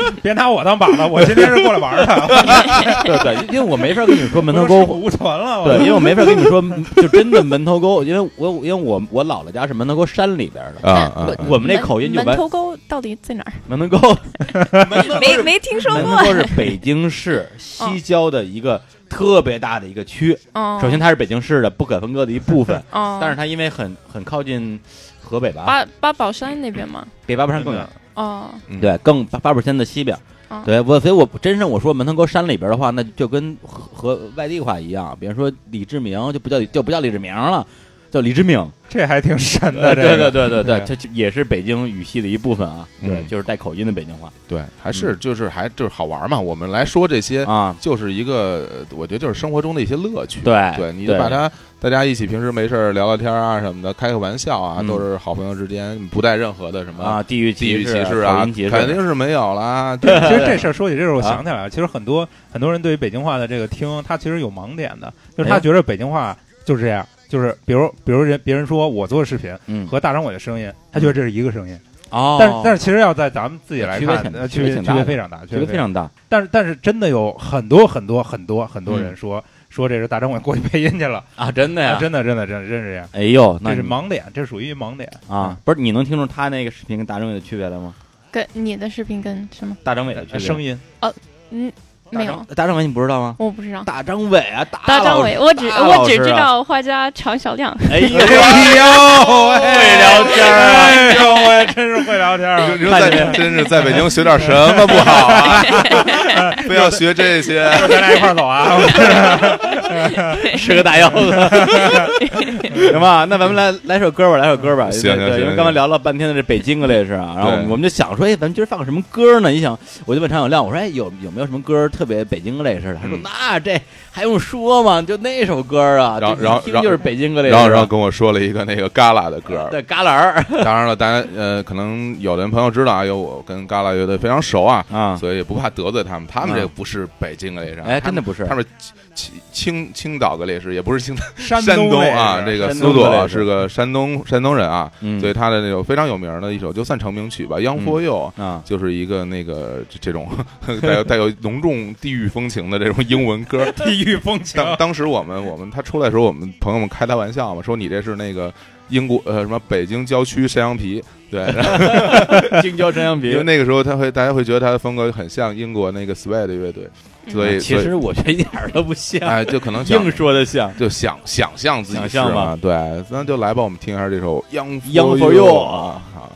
[SPEAKER 3] 有，别拿我当靶子，我今天是过来玩儿的。
[SPEAKER 1] 对对，因为我没法跟你说门头
[SPEAKER 3] 我
[SPEAKER 1] 沟
[SPEAKER 3] 说是无存了，我
[SPEAKER 1] 对，因为我没法跟你说，就真的门头沟，因为我因为我我姥姥家是门头沟山里边的，
[SPEAKER 2] 啊啊！啊
[SPEAKER 1] 我们那口音就
[SPEAKER 4] 门
[SPEAKER 1] 完
[SPEAKER 4] 门头沟到底在哪儿？
[SPEAKER 1] 门头沟，
[SPEAKER 4] 没没听说
[SPEAKER 1] 门
[SPEAKER 4] 过嗯
[SPEAKER 1] 头。沟是北京市西郊的一个特别大的一个区，
[SPEAKER 4] 哦，
[SPEAKER 1] 首先它是北京市的不可分割的一部分，
[SPEAKER 4] 哦，
[SPEAKER 1] 但是它因为很很靠近河北吧，
[SPEAKER 4] 八八宝山那边吗？
[SPEAKER 1] 比八宝山更远，
[SPEAKER 4] 哦，
[SPEAKER 2] 嗯
[SPEAKER 1] 对，更八八宝山的西边
[SPEAKER 4] 哦。
[SPEAKER 1] 对我，所以我真是我说门头沟山里边的话，那就跟和和外地话一样，比如说李志明就不叫就不叫李志明了，叫李志明。
[SPEAKER 3] 这还挺神的，
[SPEAKER 1] 呃
[SPEAKER 3] 这
[SPEAKER 1] 对
[SPEAKER 3] 个
[SPEAKER 1] 对对对对，
[SPEAKER 3] 对
[SPEAKER 1] 它就也是北京语系的一部分啊。对，
[SPEAKER 2] 嗯
[SPEAKER 1] 就是带口音的北京话
[SPEAKER 2] 对，还是就是还就是好玩嘛。我们来说这些，
[SPEAKER 1] 啊。
[SPEAKER 2] 就是一个我觉得就是生活中的一些乐趣。
[SPEAKER 1] 对
[SPEAKER 2] 对，你
[SPEAKER 1] 对
[SPEAKER 2] 把它大家一起平时没事儿聊聊天啊什么的，开个玩笑啊，
[SPEAKER 1] 嗯
[SPEAKER 2] 都是好朋友之间，不带任何的什么
[SPEAKER 1] 啊，地域
[SPEAKER 2] 地域歧
[SPEAKER 1] 视
[SPEAKER 2] 啊
[SPEAKER 1] 口音，歧视
[SPEAKER 2] 肯定是没有啦。
[SPEAKER 1] 对啊
[SPEAKER 3] 其实这事儿说起这事儿，我想起来了，其实很多很多人对于北京话的这个听，他其实有盲点的，就是
[SPEAKER 1] 哎
[SPEAKER 3] 他觉得北京话就是这样，就是比如比如人别人说我做的视频
[SPEAKER 1] 嗯
[SPEAKER 3] 和大张伟的声音，他觉得这是一个声音，
[SPEAKER 1] 哦，
[SPEAKER 3] 但是但是其实要在咱们自己来
[SPEAKER 1] 区别
[SPEAKER 3] 看
[SPEAKER 1] 挺，
[SPEAKER 3] 呃
[SPEAKER 1] 区
[SPEAKER 3] 区
[SPEAKER 1] 别
[SPEAKER 3] 别
[SPEAKER 1] 挺
[SPEAKER 3] 区
[SPEAKER 1] 大的
[SPEAKER 3] 别非常大，
[SPEAKER 1] 这个非常大，
[SPEAKER 3] 但是但是真的有很多很多很多很多人
[SPEAKER 1] 嗯
[SPEAKER 3] 说说这是大张伟过去配音去了，
[SPEAKER 1] 啊，真的
[SPEAKER 3] 啊
[SPEAKER 1] 呀，
[SPEAKER 3] 真的真的真的真是这样，
[SPEAKER 1] 哎呦，那
[SPEAKER 3] 这是
[SPEAKER 1] 你
[SPEAKER 3] 盲点，这属于盲点
[SPEAKER 1] 啊，，不是你能听出他那个视频跟大张伟的区别来吗？哎
[SPEAKER 4] 跟你的视频跟什么？
[SPEAKER 1] 大张伟的
[SPEAKER 3] 呃
[SPEAKER 1] 区别
[SPEAKER 3] 声音
[SPEAKER 4] 嗯，没有，
[SPEAKER 1] 大张伟你不知道吗？
[SPEAKER 4] 我不知道。
[SPEAKER 1] 大张伟啊，
[SPEAKER 4] 大
[SPEAKER 1] 老
[SPEAKER 4] 张伟，我只
[SPEAKER 1] 大老
[SPEAKER 4] 我只
[SPEAKER 1] 师
[SPEAKER 4] 知
[SPEAKER 1] 啊。
[SPEAKER 4] 道画家常小亮，
[SPEAKER 1] 哎呦，
[SPEAKER 3] 哎呦，
[SPEAKER 1] 会聊天儿啊
[SPEAKER 3] 哎呦，我真是会聊天儿
[SPEAKER 2] 你
[SPEAKER 3] 啊。
[SPEAKER 2] 说在
[SPEAKER 1] 看见没
[SPEAKER 2] 真是在北京学点什么不好啊？非要学这些，
[SPEAKER 3] 咱俩一块儿走啊！
[SPEAKER 1] 吃个大腰子， 行吧？那咱们来来首歌吧，来首歌吧。
[SPEAKER 2] 行
[SPEAKER 1] 对
[SPEAKER 2] 行
[SPEAKER 1] 对
[SPEAKER 2] 行
[SPEAKER 1] 因为刚才聊了半天的这北京的这事啊，然后我们
[SPEAKER 2] 对
[SPEAKER 1] 我们就想说，哎，咱们今儿放个什么歌呢？你想，我就问常小亮，我说，哎，有有没有什么歌特别北京类似的？他说，
[SPEAKER 2] 嗯
[SPEAKER 1] 那这还用说吗？就那首歌啊，
[SPEAKER 2] 然后
[SPEAKER 1] 就
[SPEAKER 2] 然后
[SPEAKER 1] 一听就是北京类似的。
[SPEAKER 2] 然后然后跟我说了一个那个旮旯的歌儿，
[SPEAKER 1] 对旮旯儿
[SPEAKER 2] 当然了，大家呃，可能有的朋友知道啊，有我跟旮旯乐队非常熟啊，
[SPEAKER 1] 啊，
[SPEAKER 2] 所以也不怕得罪他们。他
[SPEAKER 1] 嗯
[SPEAKER 2] 们这个不是北京的烈士，
[SPEAKER 1] 哎，
[SPEAKER 2] 他
[SPEAKER 1] 真
[SPEAKER 2] 们
[SPEAKER 1] 的不是
[SPEAKER 2] 他们青青青岛个烈士，也不是青岛
[SPEAKER 3] 山
[SPEAKER 2] 东啊，
[SPEAKER 3] 那
[SPEAKER 2] 这
[SPEAKER 3] 是
[SPEAKER 2] 个
[SPEAKER 1] 山
[SPEAKER 2] 苏
[SPEAKER 1] 东
[SPEAKER 2] 朵
[SPEAKER 1] 的烈
[SPEAKER 2] 啊
[SPEAKER 1] 士
[SPEAKER 2] 是个山东山东人啊，
[SPEAKER 1] 嗯
[SPEAKER 2] 所以他的那首非常有名的一首，就算成名曲吧，《央佛佑》
[SPEAKER 1] 啊，
[SPEAKER 2] 就是一个那个这这种带有带有浓重地域风情的这种英文 歌，
[SPEAKER 3] 地狱风情，
[SPEAKER 2] 当当时我们我们他出来的时候，我们朋友们开他玩笑嘛，说你这是那个英国呃什么北京郊区山羊皮， 对，然后
[SPEAKER 1] 京郊山羊
[SPEAKER 2] 因
[SPEAKER 1] 皮
[SPEAKER 2] 为。那个时候他会大家会觉得他的风格很像英国那个 Sway 的乐队，所
[SPEAKER 4] 嗯
[SPEAKER 2] 以
[SPEAKER 1] 其
[SPEAKER 2] 所以
[SPEAKER 1] 实我觉得一点儿都不 像，
[SPEAKER 2] 哎就可能想
[SPEAKER 1] 硬说的像。
[SPEAKER 2] 就想想象自己
[SPEAKER 1] 想
[SPEAKER 2] 是
[SPEAKER 1] 象
[SPEAKER 2] 嘛
[SPEAKER 1] 吧，
[SPEAKER 2] 对，那就来吧，我们听一下这首《Young
[SPEAKER 1] Young for
[SPEAKER 2] for
[SPEAKER 1] You
[SPEAKER 2] You》啊。好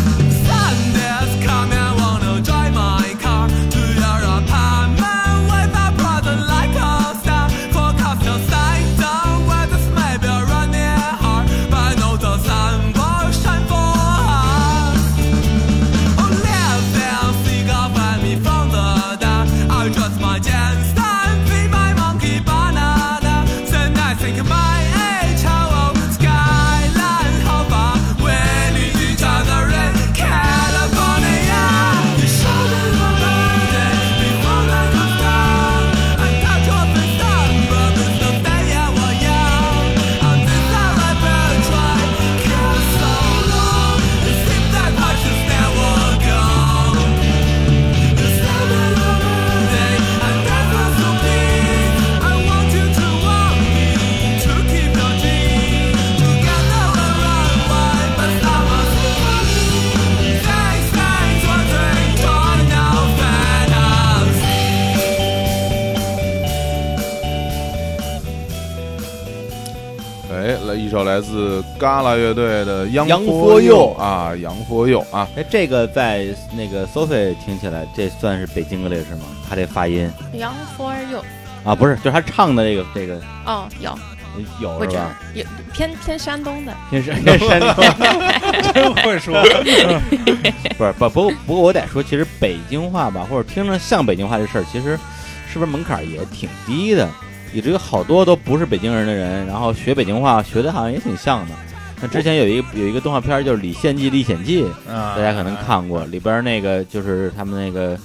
[SPEAKER 5] Sunday's come and wanna drive my car to your apartment with a present like a star. Forecast the signs of weather may be running hard, but I know the sun will shine for us. Oh, let them think of me from the dark. I dress my jeans and be my monkey banana. Then I think my age, how old skyline, how far we need each other in California. You show me the mountain before I come down. I touch your face, but it's the day I was young. I'm the time I will try. Care so long, it seems that I just never go. I want you to want me to keep your dream together and run wild, but I must be Thanks, thanks for drinking our banners.
[SPEAKER 2] 哎，来一首来自嘎啦乐队的《
[SPEAKER 1] Young
[SPEAKER 2] Young
[SPEAKER 1] for You
[SPEAKER 2] for You》啊，《Young for You》啊，
[SPEAKER 1] 哎，这个在那个 Sophie 听起来，这算是北京的类是吗？他这发音
[SPEAKER 4] 杨 for you，
[SPEAKER 1] 啊，不是，就是他唱的这个这个
[SPEAKER 4] 哦，有，
[SPEAKER 1] 有
[SPEAKER 4] 我
[SPEAKER 1] 是
[SPEAKER 4] 知道
[SPEAKER 1] 吧？，
[SPEAKER 4] 有偏偏山东的，
[SPEAKER 1] 天山天山东
[SPEAKER 3] 真 会说。
[SPEAKER 1] 不是不不过不过我得说，其实北京话吧，或者听着像北京话这事儿，其实是不是门槛儿也挺低的？以至于好多都不是北京人的人，然后学北京话学的好像也挺像的。那之前有一个有一个动画片儿就是《李献计历险记》，
[SPEAKER 3] 大
[SPEAKER 1] 大家可能看过，里边儿那个就是他们那个，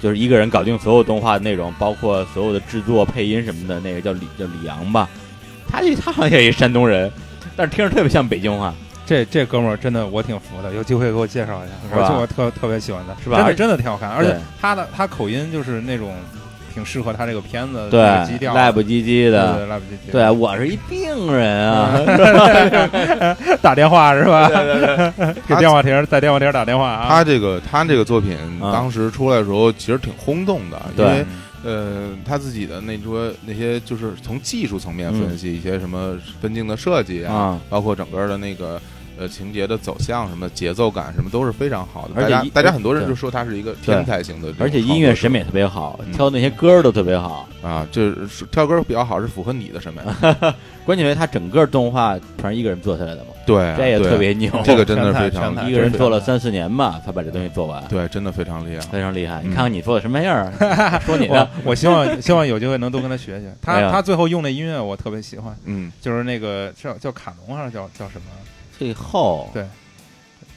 [SPEAKER 1] 就是一个人搞定所有动画的内容，包括所有的制作、配音什么的，那个叫李叫李阳吧，他就他好像也是山东人，但是听着特别像北京话，
[SPEAKER 3] 这这哥们儿真的我挺服的，有机会给我介绍一下，
[SPEAKER 1] 是吧
[SPEAKER 3] 我就我特特别喜欢他，
[SPEAKER 1] 是吧
[SPEAKER 3] 真
[SPEAKER 1] 而
[SPEAKER 3] 的真的挺好看，而且
[SPEAKER 1] 对
[SPEAKER 3] 他的他口音就是那种挺适合他这个片子的
[SPEAKER 1] 对
[SPEAKER 3] 那个呃基，调，啊
[SPEAKER 1] 赖不唧唧的，
[SPEAKER 3] 对赖不唧唧，
[SPEAKER 1] 对啊我是一病人啊，
[SPEAKER 3] 打电话是吧？ 给
[SPEAKER 2] 他
[SPEAKER 3] 电话亭在电话亭打电话啊，
[SPEAKER 2] 他这个他这个作品
[SPEAKER 1] 啊
[SPEAKER 2] 当时出来的时候，其实挺轰动的，因
[SPEAKER 1] 对
[SPEAKER 2] 为呃，他自己的那说那些就是从技术层面分析一些什么分镜的设计啊
[SPEAKER 1] 嗯啊，
[SPEAKER 2] 包括整个的那个呃情节的走向什么节奏感什么都是非常好的。
[SPEAKER 1] 而且
[SPEAKER 2] 大家
[SPEAKER 1] 一
[SPEAKER 2] 大家很多人
[SPEAKER 1] 对
[SPEAKER 2] 就说他是一个天才型的这种
[SPEAKER 1] 而且
[SPEAKER 2] 创作
[SPEAKER 1] 音乐
[SPEAKER 2] 者
[SPEAKER 1] 审美特别好，
[SPEAKER 2] 嗯
[SPEAKER 1] 挑那些歌儿都特别好，
[SPEAKER 2] 啊，就是跳歌比较好，是符合你 的审美。
[SPEAKER 1] 关键为他整个动画全是一个人做下来的嘛，
[SPEAKER 2] 对啊，
[SPEAKER 1] 这也
[SPEAKER 2] 对啊
[SPEAKER 1] 特别牛，
[SPEAKER 2] 这个真的
[SPEAKER 3] 哦全才
[SPEAKER 2] 非常
[SPEAKER 3] 全 才
[SPEAKER 1] 一个人做了
[SPEAKER 3] 对
[SPEAKER 1] 三四年吧，才把这东西做完。
[SPEAKER 2] 对，真的非常厉害。
[SPEAKER 1] 非常厉害，你
[SPEAKER 2] 嗯
[SPEAKER 1] 看看你做的什么玩意儿啊，说你
[SPEAKER 3] 我
[SPEAKER 1] 呢？
[SPEAKER 3] 我希望希望有机会能多跟他学学，他
[SPEAKER 1] 哎呀
[SPEAKER 3] 他最后用的音乐我特别喜欢，
[SPEAKER 2] 嗯，
[SPEAKER 3] 就是那个叫叫卡农还是叫叫什么？
[SPEAKER 1] 最后
[SPEAKER 3] 对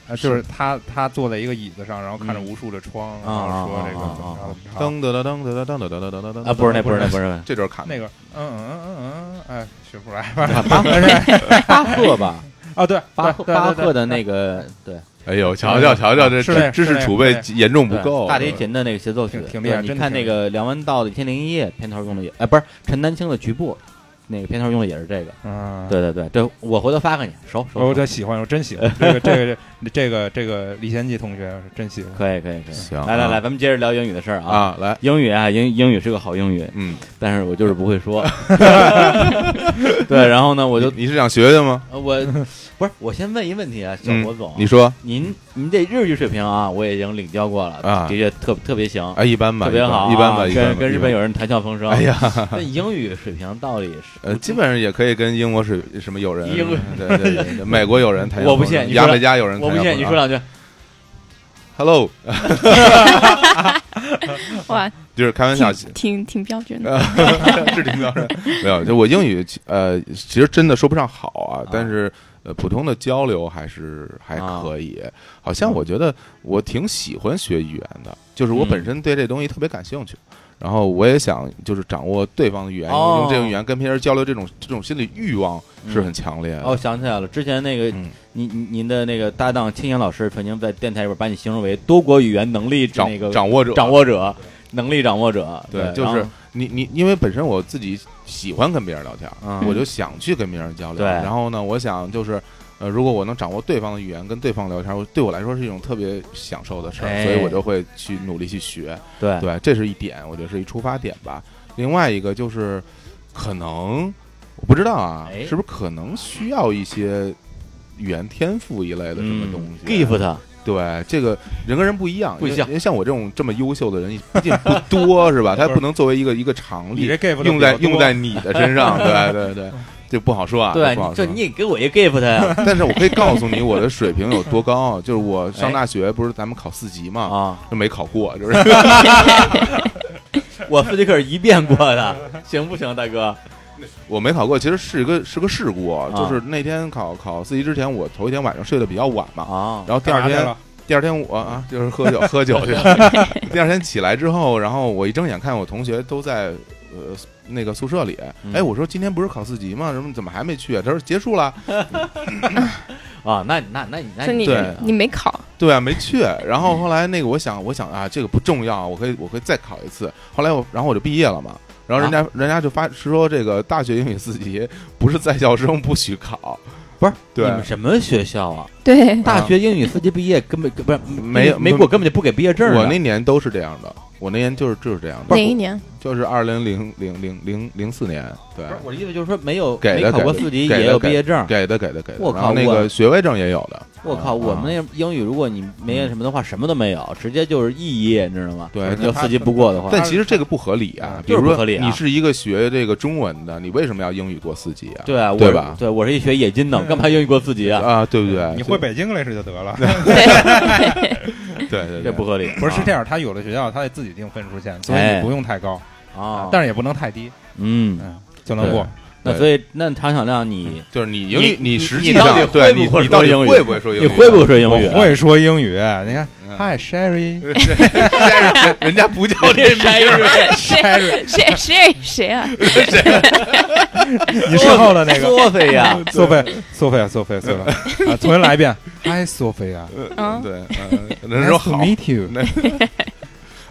[SPEAKER 3] 啊就是他他坐在一个椅子上，然后看着无数的窗，然后说这个怎么着怎么着。
[SPEAKER 2] 噔噔噔噔噔噔噔噔噔噔噔
[SPEAKER 1] 啊，不是那，不是那，不是那
[SPEAKER 2] 这就是卡
[SPEAKER 3] 那
[SPEAKER 2] 个
[SPEAKER 3] 个，嗯嗯嗯嗯，嗯，哎，学不出来吧？
[SPEAKER 1] 巴巴赫吧，
[SPEAKER 3] 啊，对，
[SPEAKER 1] 巴
[SPEAKER 3] 对对
[SPEAKER 1] 巴
[SPEAKER 3] 对
[SPEAKER 1] 赫的那个对
[SPEAKER 2] 哎呦，瞧
[SPEAKER 1] 嗯
[SPEAKER 2] 瞧瞧瞧，这
[SPEAKER 3] 是那
[SPEAKER 2] 知
[SPEAKER 3] 是
[SPEAKER 2] 识
[SPEAKER 3] 那
[SPEAKER 2] 储备
[SPEAKER 3] 对
[SPEAKER 2] 严重不
[SPEAKER 1] 对
[SPEAKER 2] 够。
[SPEAKER 1] 大提琴的那个协奏曲
[SPEAKER 3] 挺，挺
[SPEAKER 1] 对
[SPEAKER 3] 厉害
[SPEAKER 1] 你
[SPEAKER 3] 真
[SPEAKER 1] 看
[SPEAKER 3] 挺
[SPEAKER 1] 那
[SPEAKER 3] 厉害
[SPEAKER 1] 个梁文道的《一千零一夜》片头用的也，哎，不是陈丹青的《局部》，那个片头用的也是这个。
[SPEAKER 3] 嗯，
[SPEAKER 1] 对对对，这我回头发给你，熟熟
[SPEAKER 3] 我
[SPEAKER 1] 熟，
[SPEAKER 3] 这喜欢，我真喜欢这个这个这这个这个李贤记同学是真喜欢。
[SPEAKER 1] 可以可以可以。
[SPEAKER 2] 行
[SPEAKER 1] 来来
[SPEAKER 2] 啊
[SPEAKER 1] 来，咱们接着聊英语的事儿啊。
[SPEAKER 2] 啊，来，
[SPEAKER 1] 英语啊，英英语是个好英语，
[SPEAKER 2] 嗯，
[SPEAKER 1] 但是我就是不会 说。 对，然后呢，我
[SPEAKER 2] 我
[SPEAKER 1] 就
[SPEAKER 2] 你是想学学吗？
[SPEAKER 1] 呃我不是，我先问一问题啊，小
[SPEAKER 2] 嗯
[SPEAKER 1] 火总，
[SPEAKER 2] 你说
[SPEAKER 1] 您您这日语水平啊，我已经领教过了
[SPEAKER 2] 啊
[SPEAKER 1] 的确特特别行，
[SPEAKER 2] 啊，一般吧，
[SPEAKER 1] 特别好啊，
[SPEAKER 2] 一般吧，一般吧
[SPEAKER 1] 跟跟日本，有人谈笑风生。
[SPEAKER 2] 一般吧哎，呀，
[SPEAKER 1] 那英语水平到底是？
[SPEAKER 2] 呃，基本上也可以跟英国是什么友人，
[SPEAKER 1] 英国
[SPEAKER 2] 对对对 对，美国友人谈笑风生，
[SPEAKER 1] 我不信你说
[SPEAKER 2] 牙买加友人，
[SPEAKER 1] 我不信，你说两句。
[SPEAKER 2] ，Hello，
[SPEAKER 1] 嗯
[SPEAKER 4] 哇，
[SPEAKER 2] 就是开 玩笑，
[SPEAKER 4] 挺挺挺标准的。
[SPEAKER 2] 呃是挺标准。没有，就我英语其，呃，其实真的说不上好啊，但是呃，普通的交流还是还可以。好像我觉得我挺喜欢学语言的，就是我
[SPEAKER 1] 嗯
[SPEAKER 2] 本身对这东西特别感兴趣。然后我也想就是掌握对方的语言，
[SPEAKER 1] 哦
[SPEAKER 2] 用这种语言跟别人交流，这种这种心理欲望是很强烈的。
[SPEAKER 1] 哦，我想起来了，之前那个
[SPEAKER 2] 嗯
[SPEAKER 1] 您您您的那个搭档青岩老师曾经在电台里边把你形容为多国语言能力
[SPEAKER 2] 掌
[SPEAKER 1] 那个
[SPEAKER 2] 掌握者，
[SPEAKER 1] 掌握者，能力掌握者。
[SPEAKER 2] 对，
[SPEAKER 1] 然
[SPEAKER 2] 就
[SPEAKER 1] 后
[SPEAKER 2] 是你你，因为本身我自己喜欢跟别人聊天，
[SPEAKER 1] 嗯
[SPEAKER 2] 我就想去跟别人交流。
[SPEAKER 1] 对
[SPEAKER 2] 然后呢，我想就是，呃，如果我能掌握对方的语言，跟对方聊天，我对我来说是一种特别享受的事儿，
[SPEAKER 1] 哎
[SPEAKER 2] 所以我就会去努力去学。
[SPEAKER 1] 对
[SPEAKER 2] 对，这是一点，我觉得是一出发点吧。另外一个就是，可能我不知道啊，
[SPEAKER 1] 哎
[SPEAKER 2] 是不是可能需要一些语言天赋一类的什么东西、
[SPEAKER 1] gift
[SPEAKER 2] 对，这个人跟人不一样，
[SPEAKER 1] 嗯不一
[SPEAKER 2] 因为
[SPEAKER 1] 样
[SPEAKER 2] 因为像我这种这么优秀的人，毕竟不 多是吧？他也不能作为一个一个常
[SPEAKER 3] 你
[SPEAKER 2] 例
[SPEAKER 3] 这 gave 的
[SPEAKER 2] 用在
[SPEAKER 3] 比我多
[SPEAKER 2] 用在你的身上，对对对，这不好说啊，
[SPEAKER 1] 对，
[SPEAKER 2] 这不好
[SPEAKER 1] 你
[SPEAKER 2] 说啊
[SPEAKER 1] 就。你也给我一 gift 呀
[SPEAKER 2] 但是我可以告诉你我的水平有多高，啊就是我上大学不是咱们考四级嘛，
[SPEAKER 1] 哎啊！
[SPEAKER 2] 就没考过，就是
[SPEAKER 1] 我自己可是一遍过 的，行不行，大哥？
[SPEAKER 2] 我没考过，其实是一个是个事故，啊
[SPEAKER 1] 啊
[SPEAKER 2] 就是那天考考四级之前，我头一天晚上睡得比较晚嘛，
[SPEAKER 1] 啊，
[SPEAKER 2] 然后第
[SPEAKER 3] 干
[SPEAKER 2] 二
[SPEAKER 3] 嘛去
[SPEAKER 2] 天
[SPEAKER 3] 了？
[SPEAKER 2] 第二天我啊，就是 喝酒喝酒去。第二天起来之后，然后我一睁眼看我同学都在呃那个宿舍里，
[SPEAKER 1] 嗯
[SPEAKER 2] 哎，我说今天不是考四级吗？什么怎么还没去啊？他说结束了，
[SPEAKER 1] 啊，那那那你那
[SPEAKER 4] 就你
[SPEAKER 2] 对
[SPEAKER 4] 你没考，
[SPEAKER 2] 对啊，没去。然后后来那个我想我想啊，这个不重要，我可以我可以再考一次。后来我然后我就毕业了嘛。然后人家、
[SPEAKER 1] 啊
[SPEAKER 2] 人家就发是说这个大学英语四级不是在校生不许 考，
[SPEAKER 1] 不是
[SPEAKER 2] 对
[SPEAKER 1] 你们什么学校啊？
[SPEAKER 4] 对，
[SPEAKER 1] 大学英语四级毕业根本不是
[SPEAKER 2] 没
[SPEAKER 1] 没过，根本就不给毕业证啊的。
[SPEAKER 2] 我那年都是这样的，我那年就是就是这样
[SPEAKER 4] 哪
[SPEAKER 2] 的，
[SPEAKER 4] 一年？
[SPEAKER 2] 就是二零零零零零零四年，对
[SPEAKER 1] 不，是我的意思就是说没有
[SPEAKER 2] 给的
[SPEAKER 1] 没考过
[SPEAKER 2] 给的
[SPEAKER 1] 四级
[SPEAKER 2] 给的
[SPEAKER 1] 也有毕
[SPEAKER 2] 给的
[SPEAKER 1] 业证。
[SPEAKER 2] 给的给的给的，
[SPEAKER 1] 我
[SPEAKER 2] 然后
[SPEAKER 1] 靠
[SPEAKER 2] 那
[SPEAKER 1] 我
[SPEAKER 2] 个学位证也有的。
[SPEAKER 1] 我靠，我们
[SPEAKER 2] 啊嗯
[SPEAKER 1] 那英语如果你没什么的话，什么都没有，直接就是肄业，你知道吗？
[SPEAKER 2] 对
[SPEAKER 1] 你就
[SPEAKER 3] 他
[SPEAKER 1] 四级不过的话，
[SPEAKER 2] 但其实这个不合理啊，比
[SPEAKER 1] 就是
[SPEAKER 2] 如
[SPEAKER 1] 不
[SPEAKER 2] 说
[SPEAKER 1] 合理啊
[SPEAKER 2] 你是一个学这个中文的，你为什么要英语过四级啊？
[SPEAKER 1] 对啊，我
[SPEAKER 2] 对吧
[SPEAKER 1] 对我是一学冶金的，我干嘛英语过四级 啊？
[SPEAKER 2] 啊，对不对？
[SPEAKER 3] 你
[SPEAKER 2] 所
[SPEAKER 3] 会
[SPEAKER 2] 以
[SPEAKER 3] 北京 English 就得了。
[SPEAKER 2] 对对
[SPEAKER 1] 这
[SPEAKER 2] 对
[SPEAKER 1] 不合理，啊
[SPEAKER 3] 不是是
[SPEAKER 2] 啊
[SPEAKER 3] 这样，他有的学校他得自己定分数线，所以
[SPEAKER 1] 哎
[SPEAKER 3] 你不用太高，
[SPEAKER 2] 哦
[SPEAKER 1] 啊。
[SPEAKER 3] 但是也不能太低，
[SPEAKER 1] 嗯，
[SPEAKER 3] 嗯，就能过。
[SPEAKER 1] 那所以那常小亮你
[SPEAKER 2] 就是嗯你英语，
[SPEAKER 1] 你
[SPEAKER 2] 你实际
[SPEAKER 1] 你到底
[SPEAKER 2] 上对
[SPEAKER 1] 会
[SPEAKER 2] 你
[SPEAKER 1] 不会
[SPEAKER 2] 你到
[SPEAKER 1] 说
[SPEAKER 2] 底
[SPEAKER 1] 英语？
[SPEAKER 2] 会不会说英语？啊
[SPEAKER 1] 你会不会说英语？啊
[SPEAKER 3] 我会说英语，你看
[SPEAKER 2] 嗯
[SPEAKER 3] ，Hi Sherry，
[SPEAKER 2] 人人家不叫这 名儿，
[SPEAKER 4] 谁谁谁谁啊？
[SPEAKER 3] 你身后 的那个啊
[SPEAKER 1] 索菲亚，
[SPEAKER 3] 索菲，索菲亚，啊索菲亚，索菲亚，啊，重新来一遍，Hi 索菲亚
[SPEAKER 4] 嗯
[SPEAKER 2] 对，嗯人家说
[SPEAKER 3] ，Nice to
[SPEAKER 2] 好。
[SPEAKER 3] meet you，Nice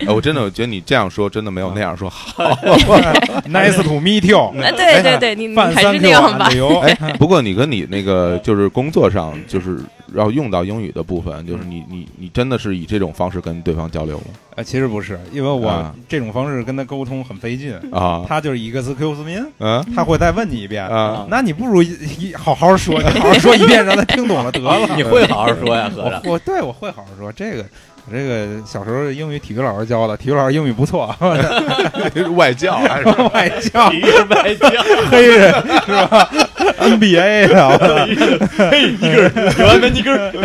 [SPEAKER 2] 哎我真的我觉得你这样说真的没有那样说好。
[SPEAKER 3] to meet you，
[SPEAKER 4] 啊，对对对，
[SPEAKER 2] 嗯
[SPEAKER 4] 你你
[SPEAKER 3] 半
[SPEAKER 4] 还
[SPEAKER 3] 三
[SPEAKER 4] 是那
[SPEAKER 3] Q
[SPEAKER 4] 样吧
[SPEAKER 3] 啊，。油，
[SPEAKER 2] 哎，
[SPEAKER 1] 嗯
[SPEAKER 2] 不过你跟你那个就是工作上就是要用到英语的部分，就是你你你真的是以这种方式跟对方交流吗？
[SPEAKER 3] 呃，其实不是，因为我
[SPEAKER 2] 啊
[SPEAKER 3] 这种方式跟他沟通很费劲，
[SPEAKER 2] 啊，
[SPEAKER 3] 他就是一个 excuse me，
[SPEAKER 2] 嗯
[SPEAKER 3] 他会再问你一遍，
[SPEAKER 2] 啊，
[SPEAKER 3] 那你不如一一好好说，你好好说一遍，让他听懂了得了。
[SPEAKER 1] 你会好好说呀，合
[SPEAKER 3] 我
[SPEAKER 1] 着。
[SPEAKER 3] 我对我会好好说这个。我这个小时候英语体育老师教的，体育老师英语不错，
[SPEAKER 2] 外教 还是
[SPEAKER 3] 外教
[SPEAKER 1] 一个人 白教，
[SPEAKER 3] 黑人是吧？NBA 的，我操
[SPEAKER 1] 嘿，一个人，有完没一个人。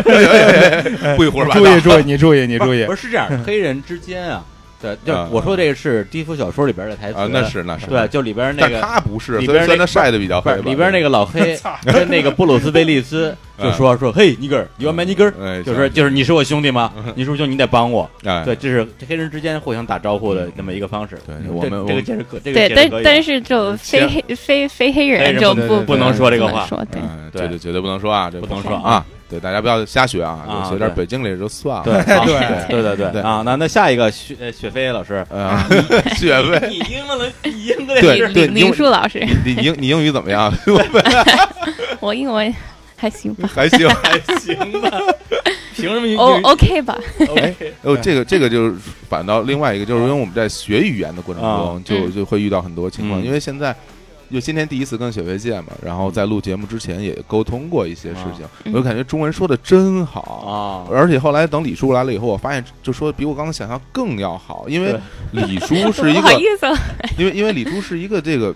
[SPEAKER 2] 哎不许胡说八
[SPEAKER 3] 注
[SPEAKER 2] 道
[SPEAKER 3] 意。注意，你注意你注意
[SPEAKER 1] 不，是是这样，黑人之间啊，对，就是
[SPEAKER 2] 啊
[SPEAKER 1] 我说这个是低俗小说里边的台词，
[SPEAKER 2] 啊，那是那是，
[SPEAKER 1] 对，就里边那
[SPEAKER 2] 但
[SPEAKER 1] 个
[SPEAKER 2] 他不是，
[SPEAKER 1] 里
[SPEAKER 2] 虽
[SPEAKER 1] 边
[SPEAKER 2] 然虽然
[SPEAKER 1] 那
[SPEAKER 2] 他晒的比较
[SPEAKER 1] 不
[SPEAKER 2] 黑
[SPEAKER 1] 是
[SPEAKER 2] 吧，
[SPEAKER 1] 里边那个老 黑跟那个布鲁斯威利斯就
[SPEAKER 2] 嗯
[SPEAKER 1] 说说嘿尼格尔，你要买尼格尔，
[SPEAKER 2] 哎，
[SPEAKER 1] 就是就是你是我兄弟吗？
[SPEAKER 2] 嗯
[SPEAKER 1] 你是不是兄弟？你得帮我。
[SPEAKER 2] 哎，
[SPEAKER 1] 对，这是黑人之间互相打招呼的那么一个方式。
[SPEAKER 2] 对
[SPEAKER 1] 这
[SPEAKER 2] 我们我
[SPEAKER 1] 这个
[SPEAKER 2] 们
[SPEAKER 1] 解释可这个解
[SPEAKER 4] 对，
[SPEAKER 1] 释
[SPEAKER 4] 但
[SPEAKER 1] 可以
[SPEAKER 4] 但是就
[SPEAKER 1] 行
[SPEAKER 4] 非黑非非黑
[SPEAKER 1] 黑
[SPEAKER 4] 人
[SPEAKER 1] 人
[SPEAKER 4] 就
[SPEAKER 1] 不
[SPEAKER 3] 能
[SPEAKER 4] 不
[SPEAKER 3] 不能
[SPEAKER 1] 说这个
[SPEAKER 4] 能
[SPEAKER 1] 话
[SPEAKER 4] 说对，
[SPEAKER 2] 嗯，
[SPEAKER 1] 对
[SPEAKER 2] 这就绝对不能说啊，这
[SPEAKER 1] 不能
[SPEAKER 2] 能
[SPEAKER 1] 说啊。
[SPEAKER 2] 对，大家不要瞎学啊，
[SPEAKER 1] 啊
[SPEAKER 2] 有学点
[SPEAKER 1] 对
[SPEAKER 2] 北京里就算了。
[SPEAKER 1] 啊
[SPEAKER 2] 啊
[SPEAKER 1] 对 好
[SPEAKER 3] 对
[SPEAKER 1] 对对对
[SPEAKER 2] 对
[SPEAKER 1] 啊，那那下一个雪呃雪飞老师，
[SPEAKER 2] 啊，学呗。
[SPEAKER 1] 你英文你英文
[SPEAKER 2] 对
[SPEAKER 4] 林
[SPEAKER 2] 对
[SPEAKER 4] 林
[SPEAKER 2] 因为
[SPEAKER 4] 林树老师，
[SPEAKER 2] 你你英你英语怎么样？
[SPEAKER 4] 我英文还行吧，
[SPEAKER 2] 还行。
[SPEAKER 1] 还行吧？ 凭什么英
[SPEAKER 4] 哦 OK 吧，
[SPEAKER 1] ？OK，
[SPEAKER 2] 哦，这个这个就是反倒另外一个，就是因为我们在学语言的过程中，就
[SPEAKER 4] 嗯
[SPEAKER 2] 就会遇到很多情况，
[SPEAKER 1] 啊嗯
[SPEAKER 2] 因为现在。就今天第一次跟雪飞见嘛，然后在录节目之前也沟通过一些事情，我就感觉中文说的真 好，
[SPEAKER 1] 啊，
[SPEAKER 2] 而且后来等李叔来了以后，我发现就说比我刚才想象更要好，因为李叔是一
[SPEAKER 4] 不好
[SPEAKER 2] 个，
[SPEAKER 4] 意思，
[SPEAKER 2] 因为因为李叔是一个这个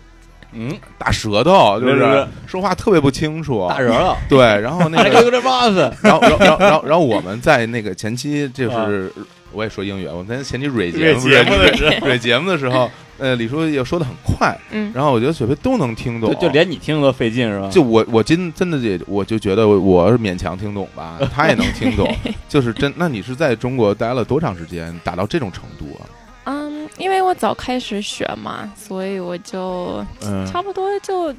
[SPEAKER 1] 嗯，
[SPEAKER 2] 大舌头，就
[SPEAKER 1] 对对
[SPEAKER 2] 是
[SPEAKER 1] 对
[SPEAKER 2] 说话特别不清楚，
[SPEAKER 1] 打人啊了，
[SPEAKER 2] 对，然后那
[SPEAKER 1] 那
[SPEAKER 2] 个
[SPEAKER 1] 个有点 boss，
[SPEAKER 2] 然后，然后，然后，然后，然后我们在那个前期，就是我也说英语，我们在前期蕊节目、
[SPEAKER 1] 啊蕊节目的时
[SPEAKER 2] 时候，蕊节目的时候，呃，李叔也说的很快，
[SPEAKER 4] 嗯，
[SPEAKER 2] 然后我觉得雪飞都能听懂
[SPEAKER 1] 就，就连你听都费劲是吧？
[SPEAKER 2] 就我我今真的也我就觉得我我是勉强听懂吧，他也能听 懂，就是真。那你是在中国待了多长时间，达到这种程度啊？
[SPEAKER 4] 嗯，因为我早开始学嘛，所以我就
[SPEAKER 2] 嗯
[SPEAKER 4] 差不多就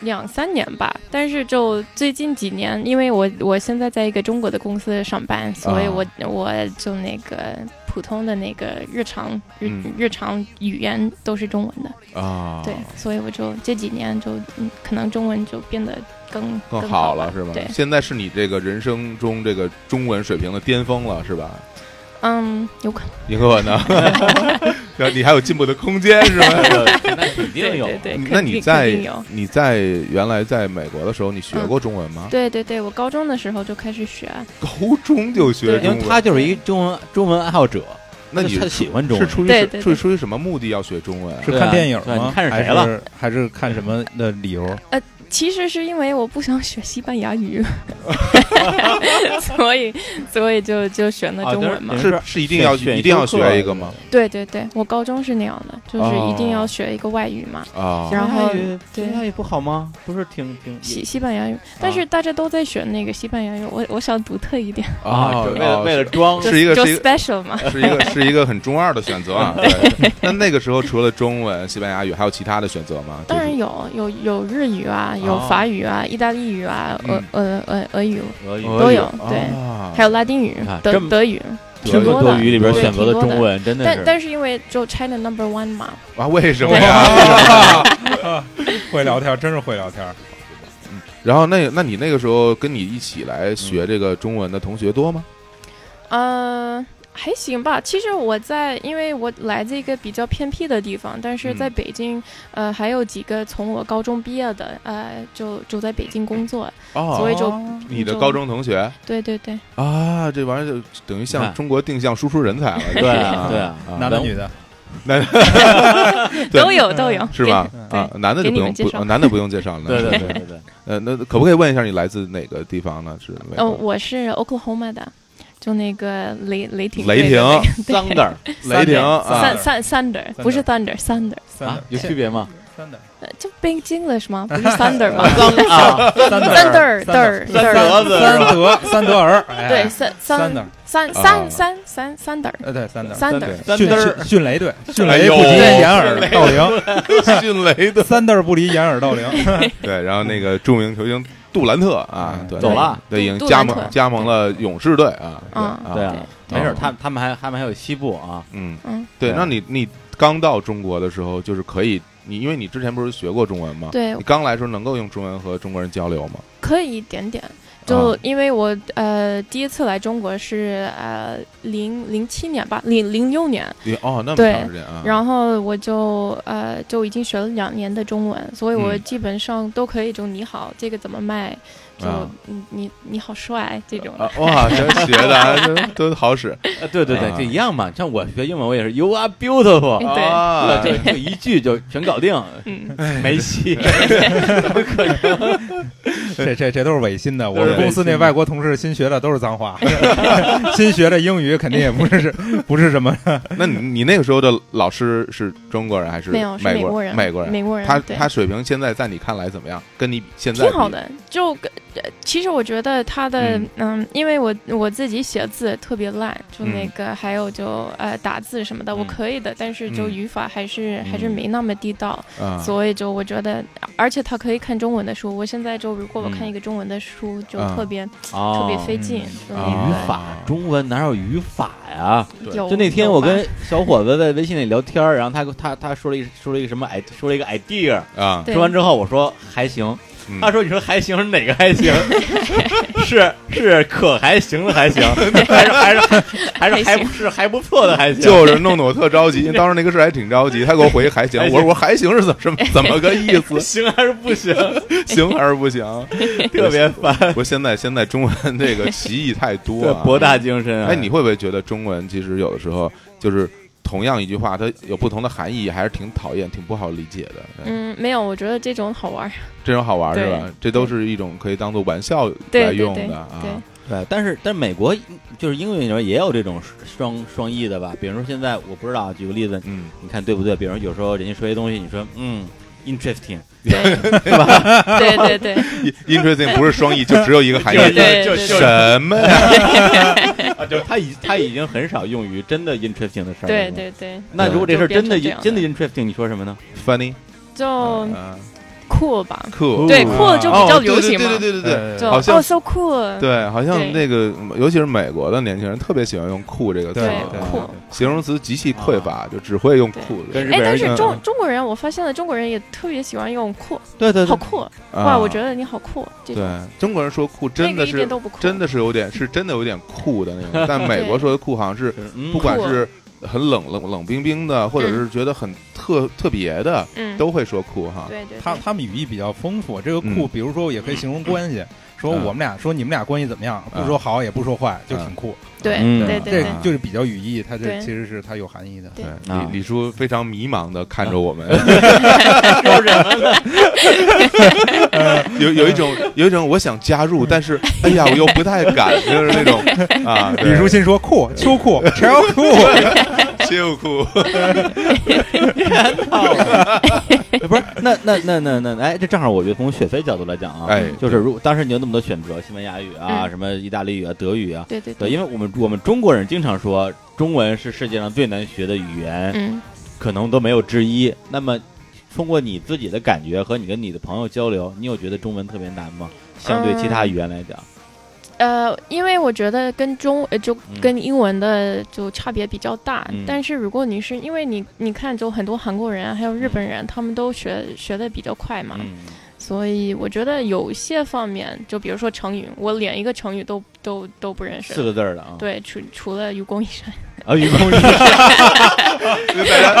[SPEAKER 4] 两三年吧。但是就最近几年，因为我我现在在一个中国的公司上班，所以
[SPEAKER 2] 啊
[SPEAKER 4] 我、我就那个普通的那个日常日、
[SPEAKER 2] 嗯
[SPEAKER 4] 日常语言都是中文的，
[SPEAKER 2] 啊，
[SPEAKER 4] 对，所以我就这几年就、嗯、可能中文就变得更
[SPEAKER 2] 更
[SPEAKER 4] 好
[SPEAKER 2] 了是吧
[SPEAKER 4] 对？，
[SPEAKER 2] 现在是你这个人生中这个中文水平的巅峰了 是吧？
[SPEAKER 4] 嗯，有可能，
[SPEAKER 2] 银河 呢？然后你还有进步的空间是 吧？
[SPEAKER 1] 那肯定
[SPEAKER 4] 对
[SPEAKER 1] 有嗯
[SPEAKER 4] 对对，肯
[SPEAKER 2] 那你
[SPEAKER 4] 定
[SPEAKER 2] 在
[SPEAKER 4] 肯定有。
[SPEAKER 2] 你在原来在美国的时候，你学
[SPEAKER 4] 嗯
[SPEAKER 2] 过中文吗？
[SPEAKER 4] 对对对，我高中的时候就开始学，
[SPEAKER 2] 高中就学
[SPEAKER 4] 对
[SPEAKER 2] 中
[SPEAKER 1] 因
[SPEAKER 2] 文，
[SPEAKER 1] 为他就是一中文中文爱好者，
[SPEAKER 2] 那你
[SPEAKER 1] 他
[SPEAKER 2] 是
[SPEAKER 1] 喜欢中
[SPEAKER 2] 是
[SPEAKER 1] 文，
[SPEAKER 2] 出于
[SPEAKER 4] 对
[SPEAKER 2] 是
[SPEAKER 4] 对
[SPEAKER 2] 出于
[SPEAKER 4] 对
[SPEAKER 2] 出于什么目的要学中文啊？
[SPEAKER 3] 是
[SPEAKER 1] 对啊
[SPEAKER 3] 看电影
[SPEAKER 1] 对啊
[SPEAKER 3] 吗？
[SPEAKER 1] 你看是谁
[SPEAKER 3] 还
[SPEAKER 1] 了
[SPEAKER 3] 是还是看什么的理由？
[SPEAKER 4] 其实是因为我不想学西班牙语，所以所以就就选了中文嘛。
[SPEAKER 1] 啊对
[SPEAKER 2] 是是一定要
[SPEAKER 1] 选选
[SPEAKER 2] 一定要
[SPEAKER 1] 修课
[SPEAKER 2] 学一个吗？
[SPEAKER 4] 对对对，我高中是那样的，就是一定要学一个外语嘛，
[SPEAKER 2] 啊
[SPEAKER 4] 是，然后对
[SPEAKER 1] 西班牙语不好吗？不是挺挺
[SPEAKER 4] 西西班牙语。但是大家都在选那个西班牙语，我我想独特一点，
[SPEAKER 1] 啊？
[SPEAKER 2] 哦
[SPEAKER 1] 为了
[SPEAKER 2] 哦
[SPEAKER 1] 为了装
[SPEAKER 2] 是一个
[SPEAKER 4] 就是
[SPEAKER 2] 一个
[SPEAKER 4] special 嘛。
[SPEAKER 2] 是一个是一个很中二的选择啊。对，那那个时候除了中文、西班牙语，还有其他的选择吗？
[SPEAKER 4] 当然
[SPEAKER 2] 就是
[SPEAKER 4] 有有有日语啊，有
[SPEAKER 1] 哦
[SPEAKER 4] 法语啊，意大利语啊，俄俄俄俄语，
[SPEAKER 1] 俄语
[SPEAKER 2] 俄
[SPEAKER 4] 都
[SPEAKER 2] 语
[SPEAKER 4] 有对
[SPEAKER 2] 啊
[SPEAKER 4] 还有拉丁语
[SPEAKER 1] 你看、
[SPEAKER 4] 德
[SPEAKER 1] 这么
[SPEAKER 4] 德语。
[SPEAKER 1] 这
[SPEAKER 4] 挺
[SPEAKER 1] 么
[SPEAKER 4] 多
[SPEAKER 1] 多
[SPEAKER 4] 的
[SPEAKER 1] 语里边选择
[SPEAKER 4] 对挺多的
[SPEAKER 1] 中文，真的
[SPEAKER 4] 但
[SPEAKER 1] 是
[SPEAKER 4] 但是因为就 China number one 嘛，
[SPEAKER 2] 啊，为什么呀？
[SPEAKER 3] 会聊天，真是会聊天。
[SPEAKER 2] 然后那那你那个时候跟你一起来学这个中文的同学多吗？
[SPEAKER 4] 嗯，还行吧。其实我在，因为我来自一个比较偏僻的地方，但是在
[SPEAKER 2] 嗯
[SPEAKER 4] 北京，呃，还有几个从我高中毕业的，呃，就就在北京工作，
[SPEAKER 2] 哦
[SPEAKER 4] 所以就
[SPEAKER 2] 你的高，中同学，
[SPEAKER 4] 就对对对，
[SPEAKER 2] 啊，这玩意儿就等于
[SPEAKER 1] 你
[SPEAKER 2] 向
[SPEAKER 1] 看
[SPEAKER 2] 中国定向输出人才了，
[SPEAKER 1] 对啊对
[SPEAKER 2] 啊
[SPEAKER 1] 啊，
[SPEAKER 2] 啊
[SPEAKER 3] 男的女的，
[SPEAKER 2] 对
[SPEAKER 4] 都有都有，
[SPEAKER 2] 是吧？
[SPEAKER 4] 对
[SPEAKER 2] 啊，男的就不
[SPEAKER 4] 给你
[SPEAKER 2] 用
[SPEAKER 4] 们介
[SPEAKER 2] 不，
[SPEAKER 4] 绍
[SPEAKER 2] 啊男的不用介绍了。
[SPEAKER 1] 对对
[SPEAKER 2] 男的
[SPEAKER 1] 对对对，
[SPEAKER 2] 呃，那可不可以问一下你来自哪个地方呢？是美
[SPEAKER 4] 对？
[SPEAKER 2] 国
[SPEAKER 4] 嗯、我是 Oklahoma 的，就那个雷雷霆
[SPEAKER 2] 雷
[SPEAKER 4] 队的那
[SPEAKER 2] 霆
[SPEAKER 4] 个
[SPEAKER 1] 脏字儿
[SPEAKER 2] 雷霆啊
[SPEAKER 4] 三三 Thunder 不是 Thunder Thunder，
[SPEAKER 3] 三
[SPEAKER 1] 啊
[SPEAKER 3] 的，
[SPEAKER 1] 有区别吗？
[SPEAKER 3] 三的，
[SPEAKER 4] 呃就北京了是吗？ 不是 Thunder 吗？
[SPEAKER 1] 脏啊，
[SPEAKER 3] 三的，
[SPEAKER 4] 三德德儿德
[SPEAKER 1] 三
[SPEAKER 4] 儿，
[SPEAKER 1] 德子是
[SPEAKER 3] 三
[SPEAKER 1] 吧？
[SPEAKER 3] 德，三德尔，哎
[SPEAKER 4] 对，三
[SPEAKER 3] 三的
[SPEAKER 2] 啊
[SPEAKER 4] 三，三三三三三 Thunder
[SPEAKER 3] 呃，对，三德，
[SPEAKER 4] 三
[SPEAKER 1] 三
[SPEAKER 4] Thunder
[SPEAKER 1] 三
[SPEAKER 3] 迅
[SPEAKER 1] 德
[SPEAKER 3] 迅
[SPEAKER 1] 儿
[SPEAKER 3] 迅雷队，迅
[SPEAKER 2] 哎
[SPEAKER 3] 雷
[SPEAKER 2] 呦
[SPEAKER 3] 不及掩
[SPEAKER 2] 迅
[SPEAKER 3] 耳
[SPEAKER 2] 雷
[SPEAKER 3] 盗铃，
[SPEAKER 2] 迅雷的。
[SPEAKER 3] 三德不离掩耳盗铃。
[SPEAKER 2] 对，然后那个著名球星杜兰特啊，对，
[SPEAKER 1] 走了，
[SPEAKER 2] 对，已经
[SPEAKER 4] 嗯杜
[SPEAKER 2] 加
[SPEAKER 4] 兰特
[SPEAKER 2] 盟加盟了勇士队啊，对
[SPEAKER 4] 嗯
[SPEAKER 1] 对
[SPEAKER 2] 啊，
[SPEAKER 1] 啊，没事儿，
[SPEAKER 2] 哦
[SPEAKER 1] 他他们还他们还有西部啊，
[SPEAKER 2] 嗯
[SPEAKER 4] 嗯
[SPEAKER 2] 对。
[SPEAKER 1] 对
[SPEAKER 2] 那你你刚到中国的时候，就是可以，你因为你之前不是学过中文吗？
[SPEAKER 4] 对
[SPEAKER 2] 你刚来的时候能够用中文和中国人交流吗？
[SPEAKER 4] 可以一点点。就
[SPEAKER 2] 啊
[SPEAKER 4] 因为我呃第一次来中国是呃零零七年吧，零零六年，
[SPEAKER 2] 你哦，那么
[SPEAKER 4] 对
[SPEAKER 2] 长时间啊，
[SPEAKER 4] 然后我就呃就已经学了两年的中文，所以我
[SPEAKER 2] 嗯
[SPEAKER 4] 基本上都可以就你好这个怎么卖，就、
[SPEAKER 2] 啊
[SPEAKER 4] 你你你好帅这种的。
[SPEAKER 2] 啊哇，这学的啊都都好使
[SPEAKER 1] 啊，对对对，
[SPEAKER 2] 啊
[SPEAKER 1] 这一样嘛。像我学英文，我也是 You are beautiful，
[SPEAKER 4] 哎对
[SPEAKER 1] 啊
[SPEAKER 2] 啊！
[SPEAKER 1] 这就一句就全搞定，
[SPEAKER 4] 嗯，
[SPEAKER 3] 哎
[SPEAKER 1] 没 戏。
[SPEAKER 3] 这这这都是违心的。
[SPEAKER 2] 都
[SPEAKER 3] 我
[SPEAKER 2] 是
[SPEAKER 3] 们公司
[SPEAKER 2] 违心
[SPEAKER 3] 那
[SPEAKER 2] 的
[SPEAKER 3] 外国同事新学的都是脏话， 新学的英语肯定也不是不是什么
[SPEAKER 2] 那你你那个时候的老师是中国人还是
[SPEAKER 4] 没有是
[SPEAKER 2] 美
[SPEAKER 4] 国
[SPEAKER 2] 人？
[SPEAKER 4] 人，
[SPEAKER 2] 美
[SPEAKER 4] 美
[SPEAKER 2] 国人。
[SPEAKER 4] 国人，
[SPEAKER 2] 他
[SPEAKER 4] 对
[SPEAKER 2] 他水平现在在你看来怎么样？跟你现在
[SPEAKER 4] 挺好
[SPEAKER 2] 比，
[SPEAKER 4] 的。就呃其实我觉得他的
[SPEAKER 2] 嗯
[SPEAKER 4] 嗯因为我我自己写字特别烂，就
[SPEAKER 2] 嗯
[SPEAKER 4] 那个、还有就呃打字什么的，我
[SPEAKER 2] 嗯
[SPEAKER 4] 可以的，但是就
[SPEAKER 2] 嗯
[SPEAKER 4] 语法还是、还是
[SPEAKER 2] 嗯
[SPEAKER 4] 没那么地道。
[SPEAKER 2] 啊
[SPEAKER 4] 所以就我觉得，而且他可以看中文的书。我现在就如果我
[SPEAKER 2] 嗯
[SPEAKER 4] 看一个中文的书，就特别、特
[SPEAKER 1] 特
[SPEAKER 4] 别费劲。就
[SPEAKER 1] 语
[SPEAKER 4] 那个
[SPEAKER 2] 哦啊
[SPEAKER 1] 法，中文哪有语法呀？
[SPEAKER 2] 对
[SPEAKER 4] 有
[SPEAKER 1] 就那天
[SPEAKER 4] 有
[SPEAKER 1] 我
[SPEAKER 4] 吧
[SPEAKER 1] 跟小伙子在微信里聊天儿，然后他他他说了一说了一个什么 i 说了一个 idea，
[SPEAKER 2] 啊，
[SPEAKER 4] 对
[SPEAKER 1] 说完之后我说还行，
[SPEAKER 2] 嗯
[SPEAKER 1] 他说你说还行是哪个还 行？是是可还行的还 行，还是还是还是还不是还不错的还行？
[SPEAKER 2] 就是弄得我特着急。当时那个事儿还挺着急，他给我回还 行，
[SPEAKER 1] 还行？
[SPEAKER 2] 我说我还行是怎么什么怎么个意思
[SPEAKER 1] 行还是不 行，
[SPEAKER 2] 行还是不行？
[SPEAKER 1] 特别烦。
[SPEAKER 2] 我现在现在中文这个歧义太多
[SPEAKER 1] 对，
[SPEAKER 2] 啊，
[SPEAKER 1] 博大精深啊！
[SPEAKER 2] 哎，你会不会觉得中文其实有的时候就是同样一句话，它有不同的含义，还是挺讨厌、挺不好理解的？对
[SPEAKER 4] 嗯，没有，我觉得这种好玩儿。
[SPEAKER 2] 这种好玩
[SPEAKER 4] 对
[SPEAKER 2] 是吧？这都是一种可以当做玩笑
[SPEAKER 4] 对
[SPEAKER 2] 来
[SPEAKER 4] 对
[SPEAKER 2] 用
[SPEAKER 4] 对
[SPEAKER 2] 的啊。
[SPEAKER 4] 对
[SPEAKER 1] 对，但是但美国就是英语里面也有这种双双义的吧？比如说现在我不知道，举个例子，
[SPEAKER 2] 嗯，
[SPEAKER 1] 你看对不对？比如说有时候人家说些东西，你说嗯，interesting，
[SPEAKER 4] 对 对对对
[SPEAKER 2] interesting 不是双义，就只有一个含义
[SPEAKER 1] 就。
[SPEAKER 4] 对
[SPEAKER 1] 就
[SPEAKER 4] 对
[SPEAKER 1] 就
[SPEAKER 2] 什么呀？
[SPEAKER 1] 啊，就是他已他已经很少用于真的 interesting 的事儿了。
[SPEAKER 4] 对对对，
[SPEAKER 1] 那如果这事儿真的
[SPEAKER 4] 就变成这样的
[SPEAKER 1] 真的 interesting，你说什么呢？
[SPEAKER 2] funny
[SPEAKER 4] 就
[SPEAKER 2] 啊
[SPEAKER 4] 酷吧，
[SPEAKER 2] ，cool
[SPEAKER 4] 对
[SPEAKER 1] 酷
[SPEAKER 4] 酷就比较流行嘛。
[SPEAKER 2] 对对对对对对。
[SPEAKER 4] 就
[SPEAKER 2] 好像
[SPEAKER 4] 哦，so cool，
[SPEAKER 2] 对，好像
[SPEAKER 4] 对
[SPEAKER 2] 那个，尤其是美国的年轻人特别喜欢用“酷”这个词
[SPEAKER 3] 对
[SPEAKER 2] 儿，
[SPEAKER 4] 对
[SPEAKER 2] 啊
[SPEAKER 4] 酷
[SPEAKER 2] 形容词极其匮乏，就只会用“
[SPEAKER 4] 对
[SPEAKER 2] 酷”
[SPEAKER 1] 跟日
[SPEAKER 4] 哎，
[SPEAKER 1] 本
[SPEAKER 4] 但
[SPEAKER 1] 人
[SPEAKER 4] 是
[SPEAKER 2] 嗯
[SPEAKER 4] 中中国人，我发现了中国人也特别喜欢用酷，
[SPEAKER 1] 对对
[SPEAKER 4] 好酷
[SPEAKER 2] 啊
[SPEAKER 4] 哎哇！我觉得你好酷，这种
[SPEAKER 2] 对中国人说“酷”
[SPEAKER 4] 那
[SPEAKER 2] 真
[SPEAKER 4] 个
[SPEAKER 2] 的
[SPEAKER 4] 一点
[SPEAKER 2] 是
[SPEAKER 4] 都不酷，
[SPEAKER 2] 真的是有点是真的有点酷的那种， 但美国说的酷好像是
[SPEAKER 1] 嗯
[SPEAKER 2] 不 管
[SPEAKER 4] 酷
[SPEAKER 2] 是很冷冷冷冰冰的，或者是觉得很特特别的，
[SPEAKER 4] 嗯，
[SPEAKER 2] 都会说酷哈。
[SPEAKER 4] 对对，对
[SPEAKER 3] 他他们语义比较丰富，这个
[SPEAKER 2] 嗯
[SPEAKER 3] 酷，比如说也可以形容关系，说我们俩说你们俩关系怎么样，不说好也不说坏，就挺酷。
[SPEAKER 4] 对
[SPEAKER 1] 嗯
[SPEAKER 4] 对对
[SPEAKER 3] 这
[SPEAKER 4] 对，
[SPEAKER 3] 就是比较语义，它这
[SPEAKER 4] 对
[SPEAKER 3] 其实是它有含义的。
[SPEAKER 4] 对
[SPEAKER 1] 啊
[SPEAKER 2] 李李叔非常迷茫的看着我们，
[SPEAKER 1] 说什 么呢？
[SPEAKER 2] 有有一 种有一种我想加入，但是哎呀，我又不太敢，就是那 种啊，
[SPEAKER 3] 李
[SPEAKER 2] 叔
[SPEAKER 3] 书信说酷，秋裤，超 酷，
[SPEAKER 2] 秋裤，
[SPEAKER 1] 不是，那那那那那，哎，这正好，我觉得从学飞角度来讲啊，
[SPEAKER 2] 哎
[SPEAKER 1] 就是如当时你有那么多选择，西班牙语啊，
[SPEAKER 4] 嗯
[SPEAKER 1] 什么意大利语啊，德语啊，
[SPEAKER 4] 对对
[SPEAKER 1] 对，因为我们我们中国人经常说中文是世界上最难学的语言，
[SPEAKER 4] 嗯
[SPEAKER 1] 可能都没有之一。那么，通过你自己的感觉和你跟你的朋友交流，你有觉得中文特别难吗？相对其他语言来讲，
[SPEAKER 4] 呃，因为我觉得跟中呃就
[SPEAKER 1] 嗯
[SPEAKER 4] 跟英文的就差别比较大，
[SPEAKER 1] 嗯
[SPEAKER 4] 但是如果你是因为你你看就很多韩国人啊还有日本人，他们都学学的比较快嘛，
[SPEAKER 1] 嗯，
[SPEAKER 4] 所以我觉得有些方面，就比如说成语，我连一个成语都都都不认识。
[SPEAKER 1] 四个字儿的啊，
[SPEAKER 4] 对，除除了愚公移山，
[SPEAKER 1] 啊，愚公移
[SPEAKER 2] 就大家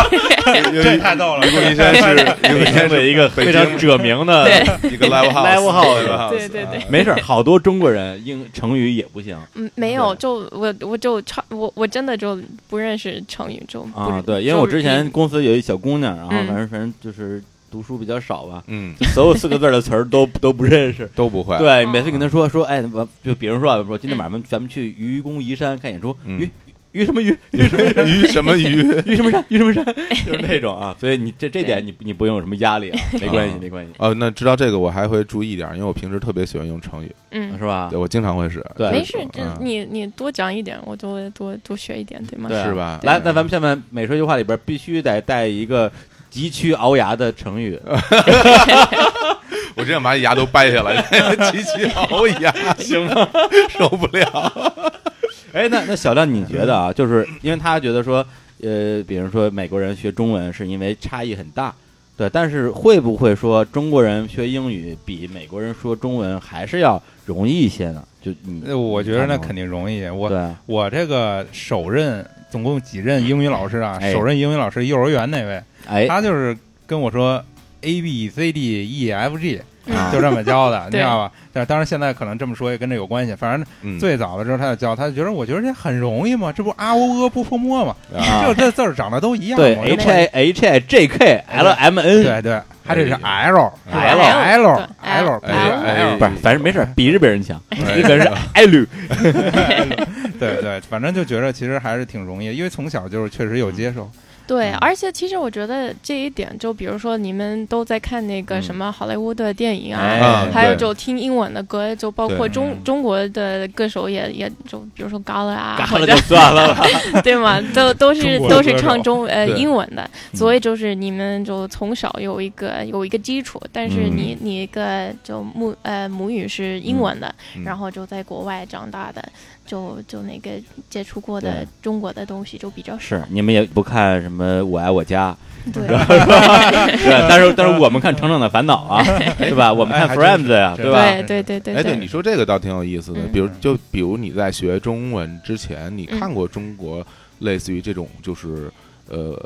[SPEAKER 3] 这太逗了
[SPEAKER 2] 愚。公移山是愚公移山
[SPEAKER 1] 的
[SPEAKER 2] 是
[SPEAKER 1] 一个
[SPEAKER 2] 北
[SPEAKER 1] 非常
[SPEAKER 2] 京
[SPEAKER 1] 者名的，
[SPEAKER 4] 对
[SPEAKER 2] 一个 live
[SPEAKER 1] Live house
[SPEAKER 2] house，live
[SPEAKER 4] 对对对
[SPEAKER 2] 啊
[SPEAKER 1] 没事儿，好多中国人英成语也不行
[SPEAKER 4] 嗯，没有，
[SPEAKER 1] 对
[SPEAKER 4] 就我我就差我我真的就不认识成语，就不
[SPEAKER 1] 啊。
[SPEAKER 4] 是
[SPEAKER 1] 对，因为
[SPEAKER 4] 就
[SPEAKER 1] 我之前
[SPEAKER 4] 嗯
[SPEAKER 1] 公司有一小姑娘，然后
[SPEAKER 4] 嗯
[SPEAKER 1] 反正反正就是读书比较少吧，
[SPEAKER 2] 嗯，
[SPEAKER 1] 所有四个字儿的词儿都 都不认识。
[SPEAKER 2] 都不会，
[SPEAKER 1] 对，
[SPEAKER 4] 哦嗯
[SPEAKER 1] 每次跟她说说，哎，我就比如说啊，说今天晚上咱们去愚公移山看演出，
[SPEAKER 2] 嗯
[SPEAKER 1] 愚愚什么愚，愚什么愚，
[SPEAKER 2] 鱼什
[SPEAKER 1] 愚什么
[SPEAKER 2] 么鱼？
[SPEAKER 1] 山，愚什么山，就是那种啊。所以你这这点你你不用有什么压力啊，没关系，
[SPEAKER 2] 啊
[SPEAKER 1] 没关系，
[SPEAKER 2] 哦，那知道这个我还会注意点儿，因为我平时特别喜欢用成语，
[SPEAKER 4] 嗯
[SPEAKER 1] 是吧
[SPEAKER 2] 对？我经常会使。
[SPEAKER 1] 对
[SPEAKER 4] 没事，这
[SPEAKER 2] 嗯
[SPEAKER 4] 你你多讲一点，我多多多学一点，对吗？
[SPEAKER 1] 对啊
[SPEAKER 2] 是吧
[SPEAKER 1] 来，
[SPEAKER 2] 对
[SPEAKER 1] 那咱们下面每说一句话里边必须得带一个急需熬牙的成语，
[SPEAKER 3] 呃
[SPEAKER 2] 我真想把你牙都掰下来，齐齐熬牙，行吗？受不了。
[SPEAKER 1] 哎，那那小亮，你觉得啊，就是因为他觉得说，呃，比如说美国人学中文是因为差异很大，对，但是会不会说中国人学英语比美国人说中文还是要容易一些呢？就你，
[SPEAKER 3] 呃我觉得那肯
[SPEAKER 1] 定
[SPEAKER 3] 定容易。我
[SPEAKER 1] 对啊，
[SPEAKER 3] 我这个首任总共几任英语老师啊？
[SPEAKER 1] 哎
[SPEAKER 3] 首任英语老师，幼儿园那位，
[SPEAKER 1] 哎，
[SPEAKER 3] 他就是跟我说 A B C D E F G，
[SPEAKER 4] 嗯
[SPEAKER 2] 啊
[SPEAKER 3] 就这么教的，你知
[SPEAKER 4] 对
[SPEAKER 3] 道吧？但当然现在可能这么说也跟这有关系，反正
[SPEAKER 2] 嗯，
[SPEAKER 3] 最早的时候他就教，他就觉得我觉得这很容易嘛，这不啊喔呃不泼摸嘛，
[SPEAKER 2] 啊
[SPEAKER 3] 就这字儿长得都一样嘛，
[SPEAKER 1] 对
[SPEAKER 3] 我就
[SPEAKER 1] ，H I H I J K L M N，
[SPEAKER 3] 对对，还得是 L 是吧
[SPEAKER 1] 嗯 L
[SPEAKER 3] L
[SPEAKER 4] 对
[SPEAKER 3] L
[SPEAKER 2] 哎哎，
[SPEAKER 1] 不是，反正没事儿，比着别人强，
[SPEAKER 2] 哎
[SPEAKER 1] 你可是艾绿，
[SPEAKER 3] 对对，反正就觉得其实还是挺容易，因为从小就是确实有接受，
[SPEAKER 4] 对
[SPEAKER 2] 嗯，
[SPEAKER 4] 而且其实我觉得这一点，就比如说你们都在看那个
[SPEAKER 2] 嗯
[SPEAKER 4] 什么好莱坞的电影啊，
[SPEAKER 1] 哎
[SPEAKER 4] 还有
[SPEAKER 2] 对
[SPEAKER 4] 就听英文的歌，就包
[SPEAKER 2] 对
[SPEAKER 4] 括中
[SPEAKER 3] 嗯
[SPEAKER 4] 中国的歌手也也就比如说高了啊，
[SPEAKER 1] 嘎了就算了吧。
[SPEAKER 4] 对吗？都都是
[SPEAKER 3] 中国的
[SPEAKER 4] 都是
[SPEAKER 3] 歌手
[SPEAKER 4] 唱中呃
[SPEAKER 2] 对
[SPEAKER 4] 英文的，所以就是你们就从小有一个有一个基础，但是你你一个就母呃母语是英文的，
[SPEAKER 2] 嗯
[SPEAKER 4] 然后就在国外长大的，就就那个接触过
[SPEAKER 1] 对
[SPEAKER 4] 的中国的东西就比 较少
[SPEAKER 1] 是，，你们也不看什么《我爱我家
[SPEAKER 4] 对。》，
[SPEAKER 1] 对，但是但是我们看《成长的烦恼》啊，对吧？我们看
[SPEAKER 3] 哎还
[SPEAKER 1] 《
[SPEAKER 3] 真是
[SPEAKER 1] Friends》呀，
[SPEAKER 3] 真
[SPEAKER 1] 对吧？
[SPEAKER 4] 对对对对
[SPEAKER 2] 哎，对，你说这个倒挺有意思的。
[SPEAKER 4] 嗯
[SPEAKER 2] 比如，就比如你在学中文之前，你看过中国类似于这种就是呃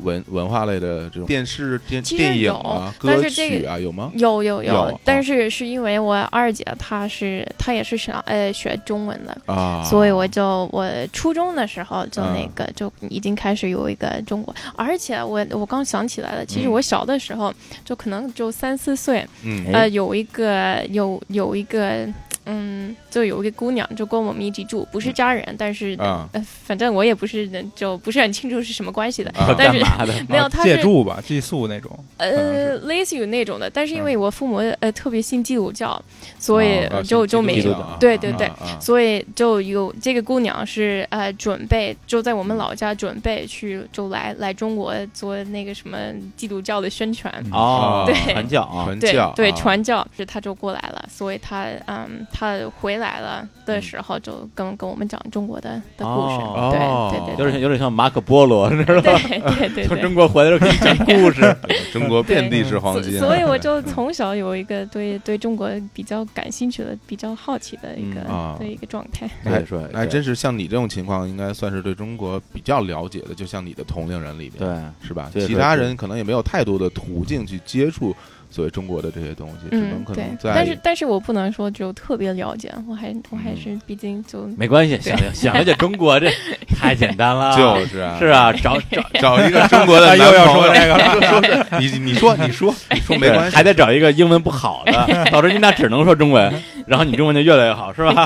[SPEAKER 2] 文文化类的这种电视、电
[SPEAKER 4] 其实
[SPEAKER 2] 电影啊、
[SPEAKER 4] 有但
[SPEAKER 2] 歌
[SPEAKER 4] 是这个
[SPEAKER 2] 曲啊，有吗？
[SPEAKER 4] 有有
[SPEAKER 2] 有
[SPEAKER 4] 但是是因为我二姐她是她也是想呃学中文的，
[SPEAKER 2] 啊，
[SPEAKER 4] 嗯所以我就我初中的时候就
[SPEAKER 2] 啊
[SPEAKER 4] 那个就已经开始有一个中国，而且我我刚想起来了，其实
[SPEAKER 2] 嗯
[SPEAKER 4] 我小的时候就可能就三四岁，
[SPEAKER 2] 嗯
[SPEAKER 1] 哎
[SPEAKER 4] 呃，有一个有有一个嗯，就有一个姑娘就跟我们一起住，不是家人，但是、
[SPEAKER 2] 啊
[SPEAKER 4] 呃、反正我也不是就不是很清楚是什么关系的，
[SPEAKER 2] 啊
[SPEAKER 4] 但
[SPEAKER 1] 干
[SPEAKER 4] 是
[SPEAKER 1] 嘛的？
[SPEAKER 4] 没有
[SPEAKER 3] 啊
[SPEAKER 4] 她
[SPEAKER 3] 借
[SPEAKER 4] 哦是
[SPEAKER 3] 住吧，寄宿那种，
[SPEAKER 4] 呃，类似于那种的，但是因
[SPEAKER 2] 嗯
[SPEAKER 4] 为我父母呃特别信基督教，所以
[SPEAKER 2] 啊
[SPEAKER 4] 就就
[SPEAKER 2] 基
[SPEAKER 4] 没
[SPEAKER 2] 督
[SPEAKER 1] 有
[SPEAKER 2] 教啊
[SPEAKER 4] 对对对
[SPEAKER 2] 啊啊
[SPEAKER 4] 所以就有这个姑娘是呃准备就在我
[SPEAKER 1] 嗯
[SPEAKER 4] 们老家准备去就来来中国做那个什么基督教的宣传，
[SPEAKER 1] 哦，
[SPEAKER 2] 对
[SPEAKER 1] 传教啊，
[SPEAKER 2] 传
[SPEAKER 4] 对
[SPEAKER 2] 教
[SPEAKER 4] 对
[SPEAKER 2] 啊
[SPEAKER 4] 传教，是她就过来了，所以她嗯她回来了的时候就跟跟我们讲中国的的故事，
[SPEAKER 1] 哦
[SPEAKER 4] 对对对，
[SPEAKER 1] 有点像有点像马可波罗，你知道吗？
[SPEAKER 4] 对对对
[SPEAKER 1] 从
[SPEAKER 4] 对。
[SPEAKER 1] 中国回来之后给你讲故 事，
[SPEAKER 2] 中国遍地是黄金啊，
[SPEAKER 4] 所所以我就从小有一个对对中国比较感兴趣的、比较好奇的一个、
[SPEAKER 1] 嗯
[SPEAKER 2] 啊
[SPEAKER 4] 的一个状态。
[SPEAKER 2] 哎
[SPEAKER 1] 对说
[SPEAKER 2] 哎，真是像你这种情况，应该算是对中国比较了解的，就像你的同龄人里边，
[SPEAKER 1] 对，
[SPEAKER 2] 是吧？
[SPEAKER 1] 对对
[SPEAKER 2] 其他人可能也没有太多的途径去接触所谓中国的这些东西，只能
[SPEAKER 4] 嗯，
[SPEAKER 2] 可
[SPEAKER 4] 对
[SPEAKER 2] 能。在
[SPEAKER 4] 但是但是我不能说就特别了解，我还我还是毕竟就
[SPEAKER 1] 没关系，想想了解中国这太简单了，
[SPEAKER 2] 就是啊，
[SPEAKER 1] 是啊，找找
[SPEAKER 2] 找一个中 国的
[SPEAKER 3] 又
[SPEAKER 2] 男
[SPEAKER 3] 要
[SPEAKER 2] 朋
[SPEAKER 3] 说
[SPEAKER 2] 友，
[SPEAKER 3] 这个了，
[SPEAKER 2] 你你说你说你说没关系，
[SPEAKER 1] 还得找一个英文不好的， 导致你俩只能说中文，然后你中文就越来越好，是吧？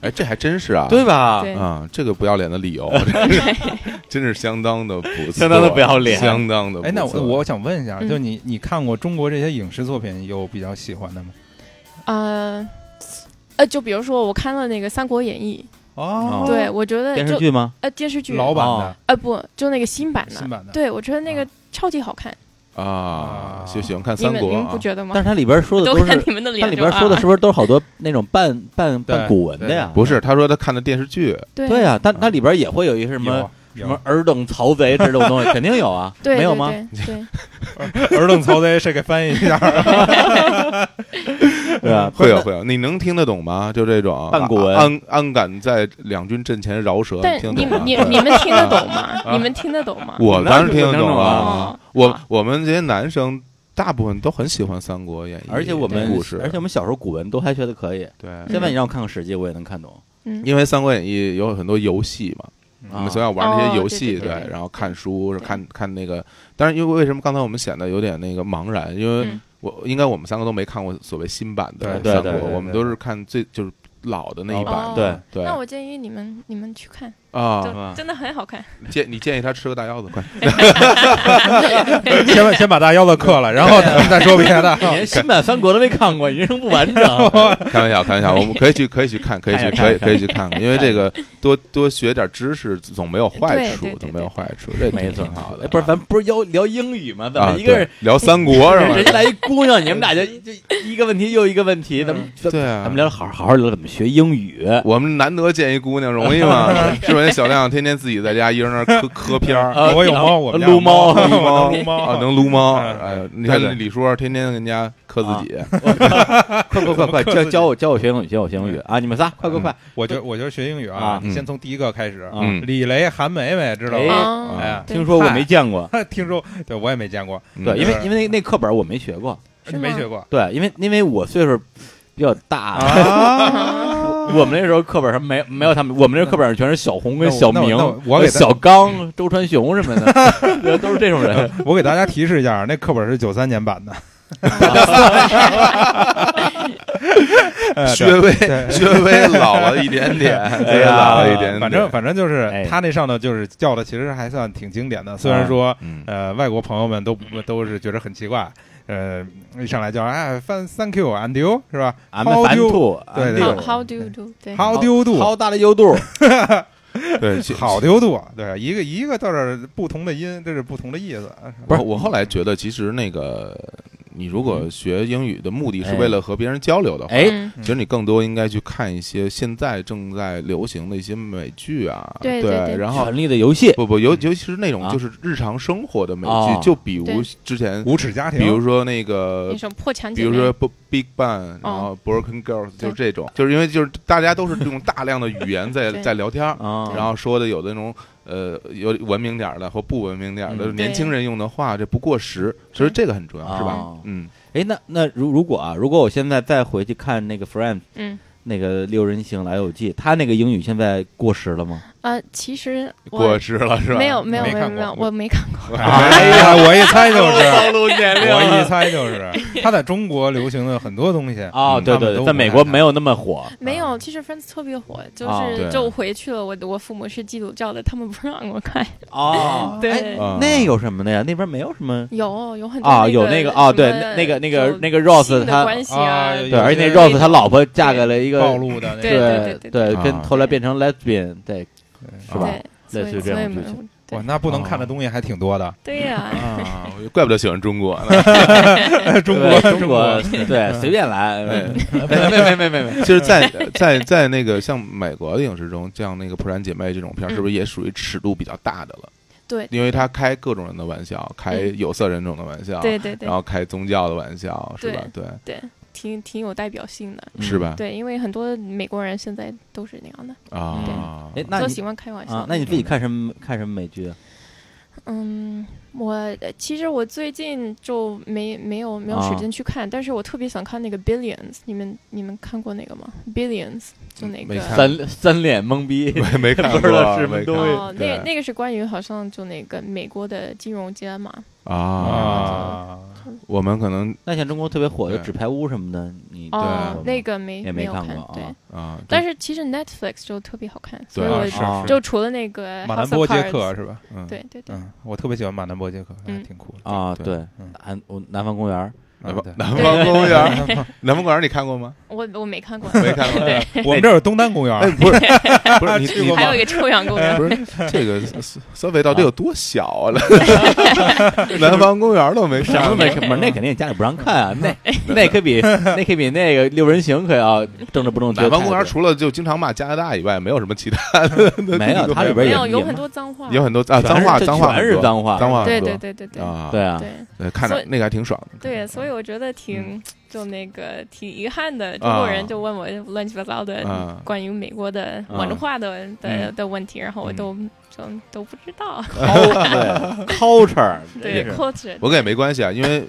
[SPEAKER 2] 哎，这还真是啊，
[SPEAKER 1] 对吧？
[SPEAKER 4] 对
[SPEAKER 2] 啊，这个不要脸的 理由， 真是相当的不错，
[SPEAKER 1] 相当的不要脸
[SPEAKER 2] 相当呃的不错。
[SPEAKER 3] 哎，那我我想问一下，
[SPEAKER 4] 嗯
[SPEAKER 3] 就你你看过中国这些影视作品，有比较喜欢的吗？
[SPEAKER 4] 呃呃，就比如说我看了那个《三国演义》
[SPEAKER 1] 哦
[SPEAKER 4] 对我觉得
[SPEAKER 1] 电视
[SPEAKER 4] 就
[SPEAKER 1] 剧吗？
[SPEAKER 4] 呃电视剧
[SPEAKER 3] 老版
[SPEAKER 1] 哦
[SPEAKER 3] 的
[SPEAKER 4] 呃不就那个新版的，
[SPEAKER 3] 新版的
[SPEAKER 4] 对我觉得那个
[SPEAKER 3] 啊
[SPEAKER 4] 超级好看，
[SPEAKER 2] 啊
[SPEAKER 3] 啊，
[SPEAKER 2] 就喜欢看
[SPEAKER 4] 你
[SPEAKER 2] 三
[SPEAKER 4] 们
[SPEAKER 2] 国
[SPEAKER 4] 你们
[SPEAKER 2] 啊
[SPEAKER 4] 不，觉得吗
[SPEAKER 1] 但？是它里边说的
[SPEAKER 4] 都
[SPEAKER 1] 都
[SPEAKER 4] 看
[SPEAKER 1] 是，
[SPEAKER 4] 你们的
[SPEAKER 1] 它
[SPEAKER 4] 脸
[SPEAKER 1] 里
[SPEAKER 4] 就
[SPEAKER 1] 边说的
[SPEAKER 4] 啊
[SPEAKER 1] 是不是都是好多那种半半半
[SPEAKER 3] 对
[SPEAKER 1] 古文的呀？
[SPEAKER 2] 不是，他说他看的电视剧，
[SPEAKER 4] 对
[SPEAKER 1] 对啊，它它里边也会有一些什么
[SPEAKER 3] 有
[SPEAKER 1] 什么尔等曹贼这种东 西，肯定有啊，
[SPEAKER 4] 对
[SPEAKER 1] 没有
[SPEAKER 4] 对
[SPEAKER 1] 吗？
[SPEAKER 4] 对对，
[SPEAKER 3] 有 尔等曹贼，谁给翻译一下？
[SPEAKER 1] 对啊，
[SPEAKER 2] 会有会有，你能听得懂吗？就这种
[SPEAKER 1] 半古文
[SPEAKER 2] 安安敢在两军阵前饶舌，
[SPEAKER 4] 但
[SPEAKER 2] 听
[SPEAKER 4] 你
[SPEAKER 2] 得懂
[SPEAKER 4] 们
[SPEAKER 2] 吗？
[SPEAKER 4] 你你们听得懂吗？你们听得懂
[SPEAKER 1] 啊
[SPEAKER 4] 吗？
[SPEAKER 2] 我当然听得
[SPEAKER 1] 那就
[SPEAKER 2] 懂
[SPEAKER 1] 能
[SPEAKER 2] 啊
[SPEAKER 4] 啊，
[SPEAKER 2] 我我们这些男生大部分都很喜欢《三国演义》，
[SPEAKER 1] 而且我们
[SPEAKER 2] 故事，
[SPEAKER 1] 而且我们小时候古文都还学的可以。
[SPEAKER 2] 对，
[SPEAKER 1] 现在你让我看看《史记》，我也能看懂。
[SPEAKER 4] 嗯
[SPEAKER 2] 因为《三国演义》有很多游戏嘛，我
[SPEAKER 1] 啊
[SPEAKER 2] 们从小玩那些
[SPEAKER 4] 哦
[SPEAKER 2] 游
[SPEAKER 4] 对
[SPEAKER 2] 戏，
[SPEAKER 4] 对对对
[SPEAKER 2] 然后看书，
[SPEAKER 4] 对
[SPEAKER 2] 看看那个。但是因为为什么刚才我们显得有点那个茫然？因为
[SPEAKER 4] 嗯
[SPEAKER 2] 我应该我们三个都没看过所谓新版的
[SPEAKER 1] 对
[SPEAKER 2] 三
[SPEAKER 1] 对对
[SPEAKER 2] 国，
[SPEAKER 1] 对
[SPEAKER 2] 我们
[SPEAKER 3] 对
[SPEAKER 2] 都是看最就是老的那一
[SPEAKER 4] 哦
[SPEAKER 2] 版。
[SPEAKER 1] 啊对，
[SPEAKER 2] 对
[SPEAKER 4] 那我建议你们你们去看，
[SPEAKER 2] 啊，
[SPEAKER 1] 吧
[SPEAKER 4] 就真的很好看。
[SPEAKER 2] 建你建议他吃个大腰子，快
[SPEAKER 3] 先把先把大腰子刻了，然 后咱们再说别的。
[SPEAKER 1] 你连新版《三国》都没看过，你人生不完整。
[SPEAKER 2] 开玩笑，开玩笑，我们可以去可以去看，可以去
[SPEAKER 1] 看一下
[SPEAKER 2] 可
[SPEAKER 1] 看一
[SPEAKER 2] 以
[SPEAKER 1] 下
[SPEAKER 2] 可以去看看，因为这个多多学点知识总没有坏处
[SPEAKER 4] 对对，对
[SPEAKER 2] 总没有坏处，这
[SPEAKER 1] 没错
[SPEAKER 2] 挺好的
[SPEAKER 1] 哎
[SPEAKER 2] 啊。
[SPEAKER 1] 不是，咱不是要聊英语吗？怎
[SPEAKER 2] 啊
[SPEAKER 1] 么，一个人啊
[SPEAKER 2] 对聊三国 是
[SPEAKER 1] 人家
[SPEAKER 2] 吧？
[SPEAKER 1] 来一姑娘，你们俩就就一个问题又一个问题，咱们
[SPEAKER 2] 对啊，
[SPEAKER 1] 咱们聊好好聊怎么学英语。
[SPEAKER 2] 我们难得见一姑娘，容易 吗？是不是？小亮天天自己在家一人那儿磕磕片儿，
[SPEAKER 1] 呃
[SPEAKER 3] 我有猫，我们家
[SPEAKER 1] 撸
[SPEAKER 3] 有
[SPEAKER 1] 猫
[SPEAKER 3] 我
[SPEAKER 2] 撸猫，
[SPEAKER 3] 能撸猫，
[SPEAKER 2] 啊，能撸猫。
[SPEAKER 3] 嗯
[SPEAKER 2] 哎呦，你
[SPEAKER 1] 对啊对
[SPEAKER 2] 看李叔天天跟人家磕自己，
[SPEAKER 1] 快快快快，教
[SPEAKER 3] 克制
[SPEAKER 1] 教我教我学英语，教我学英语啊！你们仨快快快
[SPEAKER 3] 我觉得我觉得学英语
[SPEAKER 1] 啊
[SPEAKER 3] 啊，
[SPEAKER 2] 嗯
[SPEAKER 3] 你先从第一个开始。
[SPEAKER 1] 啊！
[SPEAKER 2] 嗯
[SPEAKER 3] 李雷、韩梅梅，知道吗？
[SPEAKER 4] 哦
[SPEAKER 3] 哎呀，啊
[SPEAKER 4] 对
[SPEAKER 1] 听说过没见过，
[SPEAKER 3] 听说对我也没见过，
[SPEAKER 2] 嗯
[SPEAKER 1] 对，因为
[SPEAKER 3] 嗯
[SPEAKER 1] 因为那那课本我没学过，
[SPEAKER 4] 是
[SPEAKER 3] 没
[SPEAKER 4] 吗
[SPEAKER 3] 学过
[SPEAKER 1] 对，因为因为我岁数比较大，我们那时候课本上没没有他们，我们那课本上全是小红跟小明
[SPEAKER 3] 那我那我那我给他
[SPEAKER 1] 小刚、周传雄什么的，都是这种人。
[SPEAKER 3] 我给大家提示一下， 那课本是九三年版的， 哎对
[SPEAKER 2] 薛微
[SPEAKER 3] 对
[SPEAKER 2] 薛微老了一点点，
[SPEAKER 1] 哎呀
[SPEAKER 2] 老了一点点，
[SPEAKER 3] 反正反正就是
[SPEAKER 1] 哎
[SPEAKER 3] 他那上头就是叫的，其实还算挺经典的。虽然说
[SPEAKER 2] 嗯，
[SPEAKER 3] 呃外国朋友们都不都是觉得很奇怪，呃一上来叫哎翻 thank you and you 是吧
[SPEAKER 1] 俺们
[SPEAKER 3] How
[SPEAKER 1] 反
[SPEAKER 3] do-
[SPEAKER 1] 兔，
[SPEAKER 3] 对对对
[SPEAKER 4] ，How how do you do？对，
[SPEAKER 3] ？How do you do？
[SPEAKER 1] 好大的优度，
[SPEAKER 2] 对，其
[SPEAKER 3] 好丢度，对，一个一个字儿不同的音，这是不同的意思。
[SPEAKER 2] 不是，我后来觉得，其实那个你如果学英语的目的是为了和别人交流的话，
[SPEAKER 1] 哎，
[SPEAKER 4] 嗯，
[SPEAKER 2] 其实你更多应该去看一些现在正在流行的一些美剧啊，
[SPEAKER 4] 对对对
[SPEAKER 2] 然后
[SPEAKER 1] 权力的游戏，
[SPEAKER 2] 不不，尤尤其是那种
[SPEAKER 1] 啊
[SPEAKER 2] 就是日常生活的美
[SPEAKER 1] 哦
[SPEAKER 2] 剧，就比如
[SPEAKER 4] 对
[SPEAKER 2] 之前，
[SPEAKER 3] 无耻家庭，
[SPEAKER 2] 比如说那
[SPEAKER 1] 呃
[SPEAKER 2] 个
[SPEAKER 4] 那。种破墙
[SPEAKER 2] 比
[SPEAKER 4] 姐妹，
[SPEAKER 2] 如说 B- Big
[SPEAKER 4] 哦
[SPEAKER 2] Bang，然后 Broken Girls，就是这种，就是因为就是大家都是用大量的语言在
[SPEAKER 4] 对
[SPEAKER 2] 在聊天儿，
[SPEAKER 1] 啊，
[SPEAKER 2] 然后说的有的那种呃有文明点儿的或不文明点儿的
[SPEAKER 1] 嗯
[SPEAKER 2] 年轻人用的话，这不过时，所以这个很重要，是吧？
[SPEAKER 1] 哦
[SPEAKER 2] 嗯，
[SPEAKER 1] 哎，那那如如果啊，如果我现在再回去看那个 Friends
[SPEAKER 4] 嗯
[SPEAKER 1] 那个六人行来游记，他那个英语现在过时了吗？
[SPEAKER 4] 呃，其实我
[SPEAKER 2] 过时了是吧？
[SPEAKER 4] 没有没有
[SPEAKER 3] 没
[SPEAKER 4] 没有
[SPEAKER 3] 看
[SPEAKER 4] 没有，
[SPEAKER 3] 过
[SPEAKER 4] 我没看过。
[SPEAKER 3] 哎呀，我一猜 就是，
[SPEAKER 1] 露年
[SPEAKER 3] 我一猜就是，他在中国流行的很多东西嗯
[SPEAKER 1] 啊，对对对，在美国没。有那么火
[SPEAKER 4] 没有，其实 Friends 特别火，就
[SPEAKER 1] 啊
[SPEAKER 4] 是
[SPEAKER 2] 对
[SPEAKER 4] 就回去了。我我父母是基督教的，他们不让 我看。
[SPEAKER 1] 哦
[SPEAKER 4] 对
[SPEAKER 2] 啊
[SPEAKER 1] 那有什么的呀？那边没有什么
[SPEAKER 4] 有有很多
[SPEAKER 1] 啊，有
[SPEAKER 4] 那
[SPEAKER 1] 个啊，对，
[SPEAKER 4] 什么
[SPEAKER 1] 那那个那个
[SPEAKER 4] 就
[SPEAKER 1] 那个 Rose
[SPEAKER 4] 性的
[SPEAKER 1] 他，
[SPEAKER 4] 关系
[SPEAKER 3] 啊
[SPEAKER 4] 啊，
[SPEAKER 3] 有
[SPEAKER 1] 对，而且那
[SPEAKER 3] 些
[SPEAKER 1] Rose 他老婆嫁给了一
[SPEAKER 3] 暴
[SPEAKER 1] 个
[SPEAKER 3] 露的那
[SPEAKER 4] 对
[SPEAKER 3] 个，
[SPEAKER 1] 对
[SPEAKER 4] 对对
[SPEAKER 1] 对，
[SPEAKER 2] 对
[SPEAKER 1] 跟
[SPEAKER 2] 啊
[SPEAKER 1] 后来变成 lesbian，对，是吧
[SPEAKER 4] 对，所
[SPEAKER 1] 类似于
[SPEAKER 4] 以
[SPEAKER 1] 这
[SPEAKER 4] 所以
[SPEAKER 1] 种剧
[SPEAKER 4] 没
[SPEAKER 1] 情
[SPEAKER 4] 有
[SPEAKER 3] 哇，
[SPEAKER 4] 对
[SPEAKER 3] 那不能看的东西还挺多的。
[SPEAKER 4] 对呀，
[SPEAKER 1] 啊，
[SPEAKER 2] 怪不得喜欢中国呢。
[SPEAKER 3] 中
[SPEAKER 1] 对
[SPEAKER 3] 国，
[SPEAKER 1] 中
[SPEAKER 3] 国，
[SPEAKER 1] 对，随便来，
[SPEAKER 2] 哎
[SPEAKER 1] 没没没没没，
[SPEAKER 2] 其实在，在在那个像美国的影视中，像那个《破产姐妹》这种片儿，
[SPEAKER 4] 嗯
[SPEAKER 2] 是不是也属于尺度比较大的了？
[SPEAKER 4] 对
[SPEAKER 2] 因为他开各种人的玩笑，开
[SPEAKER 4] 嗯
[SPEAKER 2] 有色人种的玩笑，
[SPEAKER 4] 对对对
[SPEAKER 2] 然，后开宗教的玩笑，是吧？对，
[SPEAKER 4] 挺挺有代表性
[SPEAKER 1] 嗯
[SPEAKER 4] 的。
[SPEAKER 2] 是吧？
[SPEAKER 4] 对，因为很多美国人现在都是那样的，
[SPEAKER 2] 啊，
[SPEAKER 1] 哎，那
[SPEAKER 4] 都
[SPEAKER 1] 你
[SPEAKER 4] 喜欢开嗯玩笑
[SPEAKER 1] 啊，。那你自己看什么看什么美剧啊？
[SPEAKER 4] 嗯，我呃其实我最近就没没有没有
[SPEAKER 1] 啊
[SPEAKER 4] 时间去看，但是我特别想看那个 Billions，你们你们看过那个吗？Billions 就那
[SPEAKER 2] 没
[SPEAKER 4] 个
[SPEAKER 2] 看
[SPEAKER 1] 三三脸懵 逼，
[SPEAKER 2] 没没看过，
[SPEAKER 1] 不知道是什么
[SPEAKER 2] 没看
[SPEAKER 1] 东西
[SPEAKER 2] 过
[SPEAKER 4] 哦，那个那个是关于好像就那个美国的金融街嘛，
[SPEAKER 1] 哦
[SPEAKER 2] 啊，
[SPEAKER 3] 啊，
[SPEAKER 2] 我们可能
[SPEAKER 1] 那像中国特别火的
[SPEAKER 2] 对
[SPEAKER 1] 纸牌屋什么的，你
[SPEAKER 4] 哦，
[SPEAKER 1] 对
[SPEAKER 4] 那个没
[SPEAKER 1] 也没
[SPEAKER 4] 没有
[SPEAKER 1] 看
[SPEAKER 4] 看
[SPEAKER 1] 过啊
[SPEAKER 4] 对，
[SPEAKER 2] 啊，
[SPEAKER 4] 但是其实 Netflix 就特别好看，所以
[SPEAKER 2] 对
[SPEAKER 4] 我
[SPEAKER 3] 啊是
[SPEAKER 1] 哦
[SPEAKER 3] 是
[SPEAKER 4] 就除了那个
[SPEAKER 3] 马
[SPEAKER 4] House
[SPEAKER 3] 南
[SPEAKER 4] of
[SPEAKER 3] 波杰
[SPEAKER 4] Cards
[SPEAKER 3] 克是吧？
[SPEAKER 2] 嗯，
[SPEAKER 4] 对对对，
[SPEAKER 3] 嗯，我特别喜欢马南波杰克，还
[SPEAKER 4] 嗯
[SPEAKER 3] 挺酷的。
[SPEAKER 1] 啊，
[SPEAKER 2] 对
[SPEAKER 1] 对
[SPEAKER 3] 嗯，
[SPEAKER 1] 南我南方公园儿，
[SPEAKER 2] 南
[SPEAKER 3] 啊
[SPEAKER 2] 方
[SPEAKER 3] 对
[SPEAKER 2] 南
[SPEAKER 4] 对
[SPEAKER 2] 方
[SPEAKER 4] 对
[SPEAKER 2] 公园， 南方公园你看过吗？
[SPEAKER 4] 我我没看过，
[SPEAKER 2] 没看过。
[SPEAKER 3] 我们这儿有东单公园
[SPEAKER 2] 哎，
[SPEAKER 3] 儿，
[SPEAKER 2] 不是不是你你
[SPEAKER 4] 还有一个臭氧公园，
[SPEAKER 2] 哎不是这个苏苏菲到底有多小啊？ 南方公园都没
[SPEAKER 1] 什么
[SPEAKER 2] 上
[SPEAKER 1] 没看？不是那肯定家里不让看 啊，那那可比那可比那个六人行可要正着不正确。
[SPEAKER 2] 南方公园除了就经常骂加拿大以外，没有什么其他的
[SPEAKER 1] 没有它里边
[SPEAKER 4] 没
[SPEAKER 1] 也
[SPEAKER 4] 有有
[SPEAKER 1] 也
[SPEAKER 4] 很多脏话，
[SPEAKER 2] 有很多
[SPEAKER 1] 全
[SPEAKER 2] 啊
[SPEAKER 1] 是
[SPEAKER 2] 脏话，
[SPEAKER 1] 这
[SPEAKER 2] 脏话
[SPEAKER 1] 全
[SPEAKER 2] 很
[SPEAKER 1] 是
[SPEAKER 2] 多
[SPEAKER 1] 脏话
[SPEAKER 2] 脏话
[SPEAKER 4] 对
[SPEAKER 2] 很多
[SPEAKER 4] 对对对对
[SPEAKER 2] 啊，
[SPEAKER 1] 对啊，
[SPEAKER 4] 对
[SPEAKER 2] 呃，看
[SPEAKER 4] 所
[SPEAKER 2] 着
[SPEAKER 4] 以
[SPEAKER 2] 那个还挺爽的。
[SPEAKER 4] 对，所以我觉得挺就那个挺遗憾的，中国人就问我乱七八糟的
[SPEAKER 2] 啊
[SPEAKER 4] 关于美国的文化的的的问题，然后我都就都不知道，
[SPEAKER 1] 对 culture，这
[SPEAKER 4] 对
[SPEAKER 1] 是
[SPEAKER 4] culture，
[SPEAKER 2] 我跟也没关系啊，因为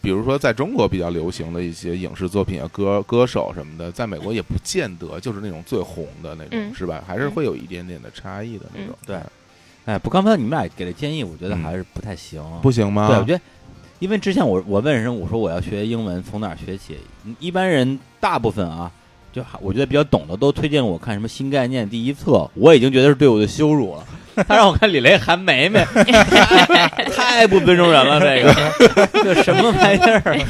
[SPEAKER 2] 比如说在中国比较流行的一些影视作品啊、歌歌手什么的，在美国也不见得就是那种最红的那种，
[SPEAKER 4] 嗯
[SPEAKER 2] 是吧？还是会有一点点的差异的那种。
[SPEAKER 1] 对， 哎，不，刚才你们俩给的建议，我觉得
[SPEAKER 2] 嗯
[SPEAKER 1] 还是不太行。
[SPEAKER 2] 不行吗？
[SPEAKER 1] 对，我觉得，因为之前我我问人，我说我要学英文，从哪儿学起？一般人大部分啊，就还我觉得比较懂的都推荐我看什么《新概念》第一册，我已经觉得是对我的羞辱 了。他让我看李雷韩梅梅，太不尊重人了，这个 这什么玩意儿？ 啊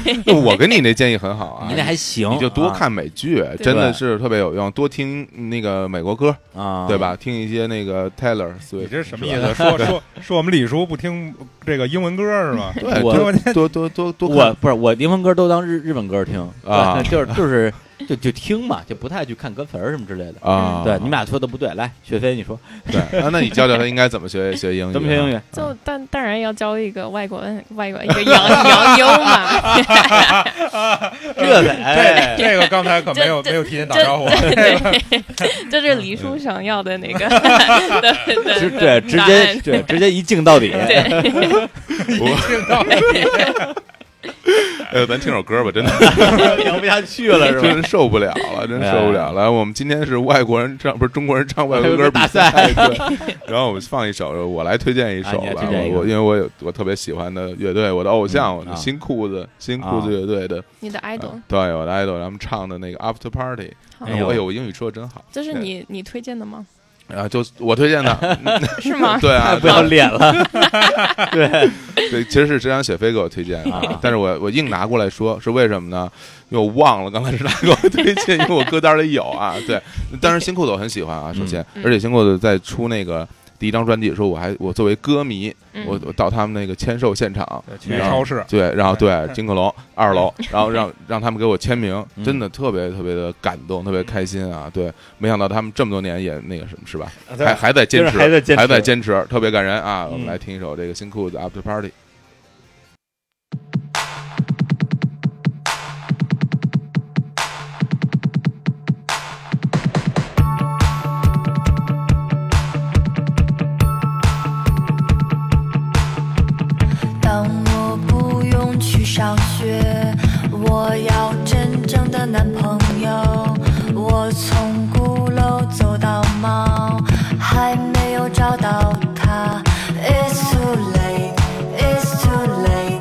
[SPEAKER 2] 我跟你那建议很好啊，
[SPEAKER 1] 你那还行，
[SPEAKER 2] 哎你就多
[SPEAKER 1] 啊
[SPEAKER 2] 看美剧，真的是特别有用。多听那个美国歌，
[SPEAKER 1] 啊，
[SPEAKER 2] 对？吧？听一些那个 Taylor Swift，
[SPEAKER 3] 你这是什么意
[SPEAKER 2] 吧
[SPEAKER 3] 思？说说说我们李叔不听这个英文歌是吗？
[SPEAKER 2] 对，
[SPEAKER 1] 我
[SPEAKER 2] 多多多多多
[SPEAKER 1] 我
[SPEAKER 2] 看
[SPEAKER 1] 不是我英文歌都当日日本歌听
[SPEAKER 2] 啊
[SPEAKER 1] 对就是就是就就听嘛，就不太去看歌词儿什么之类的。
[SPEAKER 2] 啊，
[SPEAKER 1] 对，你们俩说的不对，来，雪飞你说
[SPEAKER 2] 对，啊那你教教他应该怎么学学英语？啊
[SPEAKER 1] 怎么学英
[SPEAKER 2] 语？
[SPEAKER 1] 语？
[SPEAKER 4] 就当当然要教一个外国外国一个洋洋妞嘛，
[SPEAKER 1] 这得哎
[SPEAKER 3] 这这个刚才可没有没有提前打招呼，啊
[SPEAKER 4] 这是李叔想要的那个 的
[SPEAKER 1] 直
[SPEAKER 4] 的
[SPEAKER 1] 对
[SPEAKER 4] 的
[SPEAKER 1] 直
[SPEAKER 4] 答
[SPEAKER 1] 接
[SPEAKER 4] 案。
[SPEAKER 1] 对直接一镜到底，
[SPEAKER 4] 对，
[SPEAKER 2] 我
[SPEAKER 3] 听到
[SPEAKER 2] 哎呦，咱听首歌吧，真的。
[SPEAKER 1] 聊不下去了是吧？哎
[SPEAKER 2] 真受不了了，真受不了了。我们今天是外国人唱，不是中国人唱外国歌比
[SPEAKER 1] 还
[SPEAKER 2] 赛，对。然后我们放一首，我来推荐一首
[SPEAKER 1] 啊你来
[SPEAKER 2] 吧。
[SPEAKER 1] 推荐一个
[SPEAKER 2] 我我因为我有我特别喜欢的乐队，我的偶像，
[SPEAKER 1] 嗯
[SPEAKER 2] 我的
[SPEAKER 1] 啊
[SPEAKER 2] 新裤子，新裤子乐队的，
[SPEAKER 4] 你的 idol，、
[SPEAKER 2] 呃对，我的 idol，他们唱的那个 After Party。
[SPEAKER 4] 好
[SPEAKER 1] 哎呦
[SPEAKER 2] 哎呦，我英语说的真好。
[SPEAKER 4] 这是你你推荐的吗？
[SPEAKER 2] 对，啊，就我推荐 的，
[SPEAKER 4] 是吗？
[SPEAKER 2] 对啊
[SPEAKER 1] 太，不要脸了，对，
[SPEAKER 2] 对，其实是真阳雪飞给我推荐
[SPEAKER 1] 啊
[SPEAKER 2] 的，但是我我硬拿过来说，是为什么呢？因为我忘了刚才是他给我推荐，因为我歌单里有啊。对，当然新裤子我很喜欢啊，首先，
[SPEAKER 4] 嗯
[SPEAKER 2] 而且新裤子在出那个第一张专辑的时候，我还我作为歌迷，
[SPEAKER 4] 嗯
[SPEAKER 2] 我我到他们那个签售现场，
[SPEAKER 3] 对去
[SPEAKER 1] 然后
[SPEAKER 3] 超市，
[SPEAKER 2] 对，然后对
[SPEAKER 3] 嗯
[SPEAKER 2] 金克龙二 楼，然后让让他们给我签名
[SPEAKER 1] 嗯，
[SPEAKER 2] 真的特别特别的感动，特别开心啊！对，没想到他们这么多年也那个什么是吧？还还在坚
[SPEAKER 1] 啊就是
[SPEAKER 2] 持，
[SPEAKER 1] 还在坚持
[SPEAKER 2] 还在坚持，特别感人啊！我
[SPEAKER 1] 嗯
[SPEAKER 2] 们来听一首这个新裤子 After Party。
[SPEAKER 6] 当我不用去上学，我要真正的男朋友。我从鼓楼走到猫，还没有找到他。It's too late, it's too late，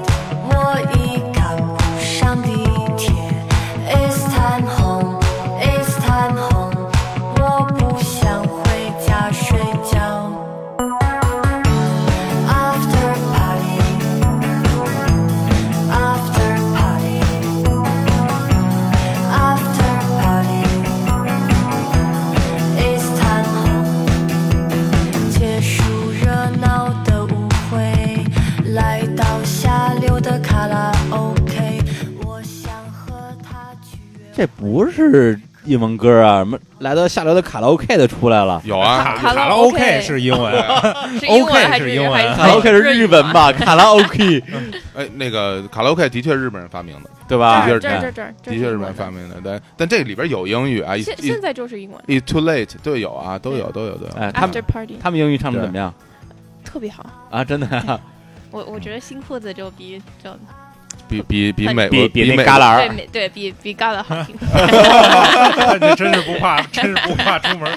[SPEAKER 6] 我已赶不上地铁。It's time home, it's time home，我不想回家睡觉。After party, after party, after party, it's time home. 结束热闹的舞会，来到下流的卡拉 OK，我想和他去约会。
[SPEAKER 1] 这不是英文歌啊，什么来到下流的卡拉 OK 的出来 了。
[SPEAKER 2] 有啊，
[SPEAKER 4] 卡拉
[SPEAKER 3] 拉
[SPEAKER 4] OK
[SPEAKER 3] OK 是英文，
[SPEAKER 4] 是英文
[SPEAKER 3] OK
[SPEAKER 4] 还
[SPEAKER 3] 是
[SPEAKER 4] 是
[SPEAKER 3] 英文
[SPEAKER 4] 还是
[SPEAKER 1] 卡拉 OK 是
[SPEAKER 4] 哎日
[SPEAKER 1] 日文？吧？卡拉 OK
[SPEAKER 2] 哎，那个卡拉 OK 的确是日本人发明的，
[SPEAKER 1] 对
[SPEAKER 4] 这
[SPEAKER 1] 吧？
[SPEAKER 4] 儿
[SPEAKER 2] 的
[SPEAKER 4] 这
[SPEAKER 2] 确是
[SPEAKER 4] 儿这儿这儿，这
[SPEAKER 2] 的确
[SPEAKER 4] 儿
[SPEAKER 2] 是日本
[SPEAKER 4] 英文
[SPEAKER 2] 人
[SPEAKER 4] 的
[SPEAKER 2] 发明的，但但这里边有英语啊，一
[SPEAKER 4] 现
[SPEAKER 2] 一
[SPEAKER 4] 现在就是英文
[SPEAKER 2] 一 too late，对，有啊，都有都有都有。
[SPEAKER 1] 哎，他们
[SPEAKER 4] ，After Party
[SPEAKER 1] 他们英语唱的怎么样
[SPEAKER 4] 特别好。
[SPEAKER 1] 啊？真的啊
[SPEAKER 4] 我我觉得新裤子就比就
[SPEAKER 2] 比比比 美
[SPEAKER 1] 比
[SPEAKER 2] 国
[SPEAKER 1] 比那
[SPEAKER 2] 美
[SPEAKER 1] 旮旯
[SPEAKER 4] 对
[SPEAKER 1] 儿，
[SPEAKER 4] 没对比比 g a l 好听。
[SPEAKER 3] 这真是不怕，真是不怕出门。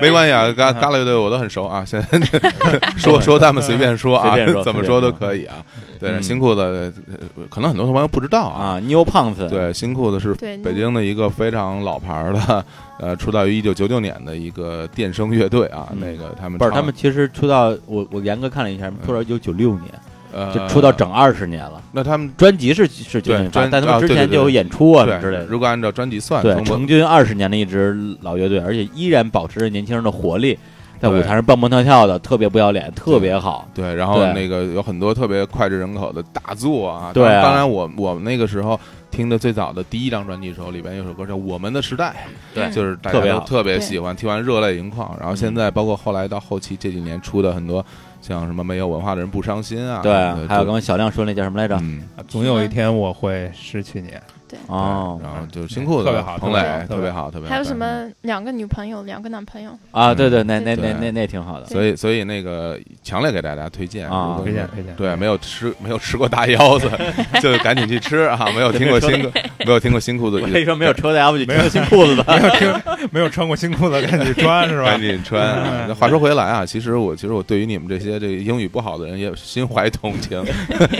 [SPEAKER 2] 没关系啊，嘎
[SPEAKER 1] 嗯
[SPEAKER 2] 嘎啦乐队我都很熟啊，现在 说说他们随便说啊
[SPEAKER 1] 随便，说
[SPEAKER 2] 怎么说都可以啊。对，
[SPEAKER 1] 嗯
[SPEAKER 2] 新裤子呃可能很多朋友不知道啊。
[SPEAKER 1] 啊，妞胖子，
[SPEAKER 2] 对，新裤子是
[SPEAKER 4] 对
[SPEAKER 2] 北京的一个非常老牌儿的，呃，出道于一九九九年的一个电声乐队啊。
[SPEAKER 1] 嗯
[SPEAKER 2] 那个他们
[SPEAKER 1] 不是
[SPEAKER 2] 唱嗯
[SPEAKER 1] 他们其实出道，我我严格看了一下，出道一九九六年，
[SPEAKER 2] 呃
[SPEAKER 1] 就出道整二十年了。
[SPEAKER 2] 那他们
[SPEAKER 1] 专辑是是九
[SPEAKER 2] 对
[SPEAKER 1] 九年发，
[SPEAKER 2] 专
[SPEAKER 1] 但他
[SPEAKER 2] 啊
[SPEAKER 1] 们
[SPEAKER 2] 对
[SPEAKER 1] 之
[SPEAKER 2] 对
[SPEAKER 1] 前
[SPEAKER 2] 对
[SPEAKER 1] 就有演出啊什
[SPEAKER 2] 对
[SPEAKER 1] 么之类的。
[SPEAKER 2] 如果按照专辑算，
[SPEAKER 1] 对，
[SPEAKER 2] 从我
[SPEAKER 1] 成军二十年的一支老乐队，而且依然保持着年轻人的活力，在舞
[SPEAKER 2] 对
[SPEAKER 1] 台上蹦蹦跳跳的，特别不要脸，特别好。
[SPEAKER 2] 对，然后
[SPEAKER 1] 对
[SPEAKER 2] 那个有很多特别脍炙人口的大作啊。
[SPEAKER 1] 对啊
[SPEAKER 2] 当然我我们那个时候听的最早的第一张专辑的时候，里边有首歌叫《我们的时代》，
[SPEAKER 4] 对
[SPEAKER 2] 就是大
[SPEAKER 1] 特别
[SPEAKER 2] 家都
[SPEAKER 1] 好
[SPEAKER 2] 特别喜欢，听完热泪盈眶。然后
[SPEAKER 4] 嗯
[SPEAKER 2] 现在包括后来到后期这几年出的很多，像什么没有文化的人不伤心啊，
[SPEAKER 1] 对，还有刚
[SPEAKER 2] 就
[SPEAKER 1] 刚小亮说那叫什么来着？
[SPEAKER 2] 嗯，
[SPEAKER 3] 啊总有一天我会失去你，
[SPEAKER 1] 哦
[SPEAKER 2] 对然后就是新裤子
[SPEAKER 3] 特别好
[SPEAKER 2] 彭
[SPEAKER 3] 特别
[SPEAKER 2] 磊
[SPEAKER 3] 好
[SPEAKER 2] 特别好，特别好。
[SPEAKER 4] 还有什？么两个女朋友，两个男朋友？
[SPEAKER 1] 啊，对对，那那
[SPEAKER 4] 对
[SPEAKER 1] 那
[SPEAKER 2] 嗯对
[SPEAKER 1] 那那挺好的。
[SPEAKER 2] 所以所以那个强烈给大家推荐
[SPEAKER 1] 啊
[SPEAKER 2] 如果
[SPEAKER 3] 推荐
[SPEAKER 2] 你
[SPEAKER 3] 推荐。
[SPEAKER 2] 对，没有吃没有吃过大腰子， 就赶紧去吃啊！没有听过新裤，没有听过新裤子，
[SPEAKER 1] 我跟你说，没有车的 F 就穿新裤子 的，
[SPEAKER 3] 没有听，没有穿过新裤子赶紧穿是吧
[SPEAKER 2] 赶？紧穿
[SPEAKER 1] 嗯
[SPEAKER 2] 啊。那话说回来啊，其实我其实我对于你们这些这个英语不好的人也心怀同 情，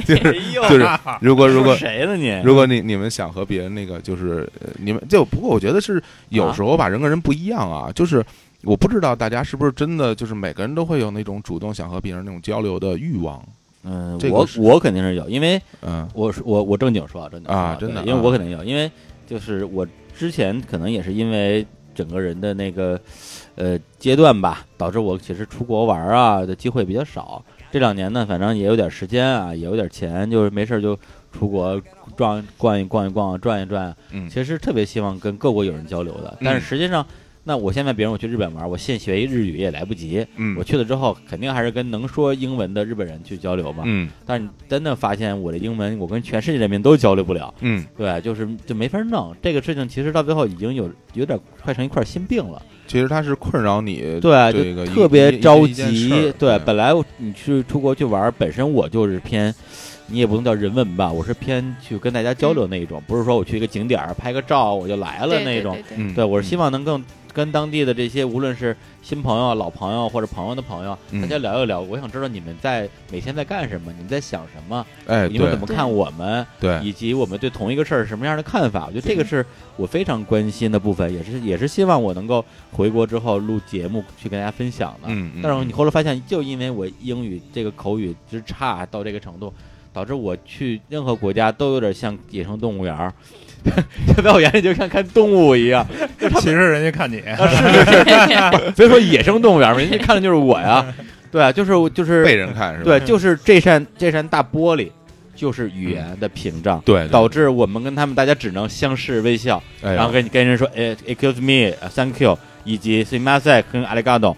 [SPEAKER 2] 就是就是，如果如
[SPEAKER 1] 说
[SPEAKER 2] 果
[SPEAKER 1] 谁呢你？
[SPEAKER 2] 如果你你们想和别人那个，就是呃你们就不过我觉得是
[SPEAKER 1] 啊
[SPEAKER 2] 有时候吧，人跟人不一样啊，就是。我不知道大家是不是真的，就是每个人都会有那种主动想和别人那种交流的欲望，
[SPEAKER 1] 嗯，
[SPEAKER 2] 这个
[SPEAKER 1] 我
[SPEAKER 2] 是
[SPEAKER 1] 我肯定是有，因为
[SPEAKER 2] 嗯
[SPEAKER 1] 我是我我正经说，正经说
[SPEAKER 2] 啊
[SPEAKER 1] 对
[SPEAKER 2] 真的
[SPEAKER 1] 因为
[SPEAKER 2] 啊
[SPEAKER 1] 我肯定有，因为就是我之前可能也是因为整个人的那个呃阶段吧，导致我其实出国玩啊的机会比较少。这两年呢，反正也有点时间啊，也有点钱，就是没事儿就出国转逛一逛一逛，转一转。
[SPEAKER 2] 嗯
[SPEAKER 1] 其实特别希望跟各国友人交流的，但是实际上，那我现在比如我去日本玩，我现学一日语也来不及。
[SPEAKER 2] 嗯
[SPEAKER 1] 我去了之后，肯定还是跟能说英文的日本人去交流嘛。
[SPEAKER 2] 嗯
[SPEAKER 1] 但是你真的发现我的英文，我跟全世界人民都交流不了，
[SPEAKER 2] 嗯，
[SPEAKER 1] 对，就是就没法弄。这个事情其实到最后已经有有点快成一块心病了，
[SPEAKER 2] 其实它是困扰你
[SPEAKER 1] 对，
[SPEAKER 2] 这个
[SPEAKER 1] 就
[SPEAKER 2] 一
[SPEAKER 1] 特别着
[SPEAKER 2] 一件一件事
[SPEAKER 1] 急
[SPEAKER 2] 儿。
[SPEAKER 1] 对，
[SPEAKER 2] 嗯
[SPEAKER 1] 本来我你去出国去玩，本身我就是偏你也不能叫人文吧，我是偏去跟大家交流那一种，不是说我去一个景点儿拍个照我就来了
[SPEAKER 4] 对
[SPEAKER 1] 那
[SPEAKER 4] 对
[SPEAKER 1] 种
[SPEAKER 4] 对。对
[SPEAKER 2] 嗯，
[SPEAKER 1] 对，我是希望能更跟当地的这些，无论是新朋友啊、老朋友或者朋友的朋友，
[SPEAKER 2] 嗯
[SPEAKER 1] 大家聊一聊。我想知道你们在每天在干什么，你们在想什么，
[SPEAKER 2] 哎，
[SPEAKER 1] 你们
[SPEAKER 2] 对
[SPEAKER 1] 怎么看我们，
[SPEAKER 2] 对，
[SPEAKER 1] 以及我们对同一个事儿是什么样的看法。我觉得这个是我非常关心的部分，也是也是希望我能够回国之后录节目去跟大家分享的。
[SPEAKER 2] 嗯，嗯
[SPEAKER 1] 但是你后来发现，就因为我英语这个口语之差到这个程度，导致我去任何国家都有点像野生动物园儿， 就在我眼里就像看动物一样。
[SPEAKER 3] 其实人家看你，
[SPEAKER 1] 所以说野生动物园嘛，人家看的就是我呀。对啊，就是就是
[SPEAKER 2] 被人看是吧？
[SPEAKER 1] 对，就是这扇这扇大玻璃，就是语言的屏障。
[SPEAKER 2] 对，对
[SPEAKER 1] 导致我们跟他们大家只能相视微笑，
[SPEAKER 2] 哎
[SPEAKER 1] 然后
[SPEAKER 2] 呀，
[SPEAKER 1] 跟跟人说，哎，excuse me，thank you，以及 s i m a s e 跟 arigato，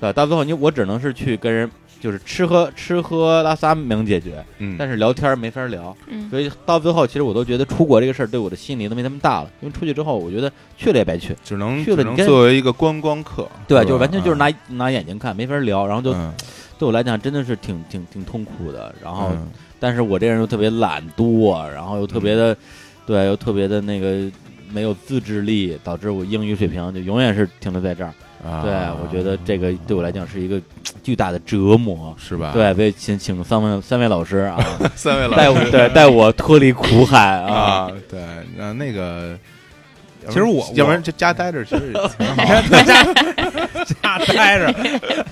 [SPEAKER 1] 对吧，到最后你我只能是去跟人就是吃喝吃喝拉撒能解决，
[SPEAKER 2] 嗯，
[SPEAKER 1] 但是聊天没法聊，
[SPEAKER 4] 嗯，
[SPEAKER 1] 所以到最后其实我都觉得出国这个事儿对我的心理都没那么大了，因为出去之后我觉得去了也白去，
[SPEAKER 2] 只能
[SPEAKER 1] 去了
[SPEAKER 2] 只
[SPEAKER 1] 你
[SPEAKER 2] 能
[SPEAKER 1] 跟
[SPEAKER 2] 作为一个观光客，
[SPEAKER 1] 对吧，啊
[SPEAKER 2] 吧
[SPEAKER 1] 就完全就是拿
[SPEAKER 2] 嗯
[SPEAKER 1] 拿眼睛看，没法聊，然后就
[SPEAKER 2] 嗯
[SPEAKER 1] 对我来讲真的是挺挺挺痛苦的。然后，
[SPEAKER 2] 嗯
[SPEAKER 1] 但是我这人又特别懒惰，然后又特别
[SPEAKER 3] 嗯
[SPEAKER 1] 的，对，又特别的那个没有自制力，导致我英语水平就永远是停留在这儿。
[SPEAKER 2] 啊
[SPEAKER 1] 对，我觉得这个对我来讲是一个巨大的折磨。
[SPEAKER 2] 是
[SPEAKER 3] 啊
[SPEAKER 2] 吧？，
[SPEAKER 1] 对，所以请请三位三位老师 啊，
[SPEAKER 2] 三位老
[SPEAKER 1] 带我
[SPEAKER 2] 师
[SPEAKER 1] 对带我脱离苦海啊
[SPEAKER 2] 啊，，对，那那个。
[SPEAKER 3] 其实我
[SPEAKER 2] 要不
[SPEAKER 3] 我
[SPEAKER 2] 然这家待着其实也 挺好。
[SPEAKER 3] 在家家待着。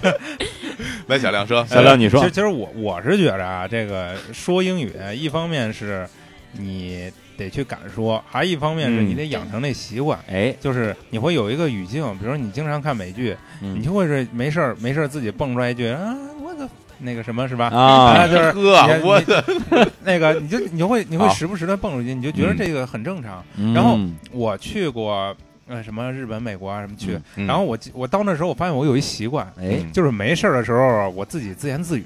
[SPEAKER 2] 来，小亮说，
[SPEAKER 1] 小亮你说
[SPEAKER 3] 呃其实其实我我是觉着啊，这个说英语，一方面是你得去敢说，还一方面是
[SPEAKER 1] 嗯
[SPEAKER 3] 你得养成那习惯。
[SPEAKER 1] 哎，
[SPEAKER 3] 就是你会有一个语境，比如说你经常看美剧，你
[SPEAKER 1] 嗯
[SPEAKER 3] 就会是没事儿没事儿自己蹦出来一句啊，我的那个什么是吧？
[SPEAKER 1] 啊，
[SPEAKER 3] 就是
[SPEAKER 2] 呵，
[SPEAKER 3] 你
[SPEAKER 2] 我
[SPEAKER 3] 你
[SPEAKER 2] 的
[SPEAKER 3] 那个你就你就会你会
[SPEAKER 1] 啊
[SPEAKER 2] 好
[SPEAKER 3] 时不时的蹦出去，你就觉得这个很正常。
[SPEAKER 1] 嗯
[SPEAKER 3] 然后我去过呃什么日本、美国啊什么去，
[SPEAKER 2] 嗯
[SPEAKER 3] 然后我记我到那时候我发现我有一习惯，
[SPEAKER 1] 哎，
[SPEAKER 3] 就是没事儿的时候我自己自言自语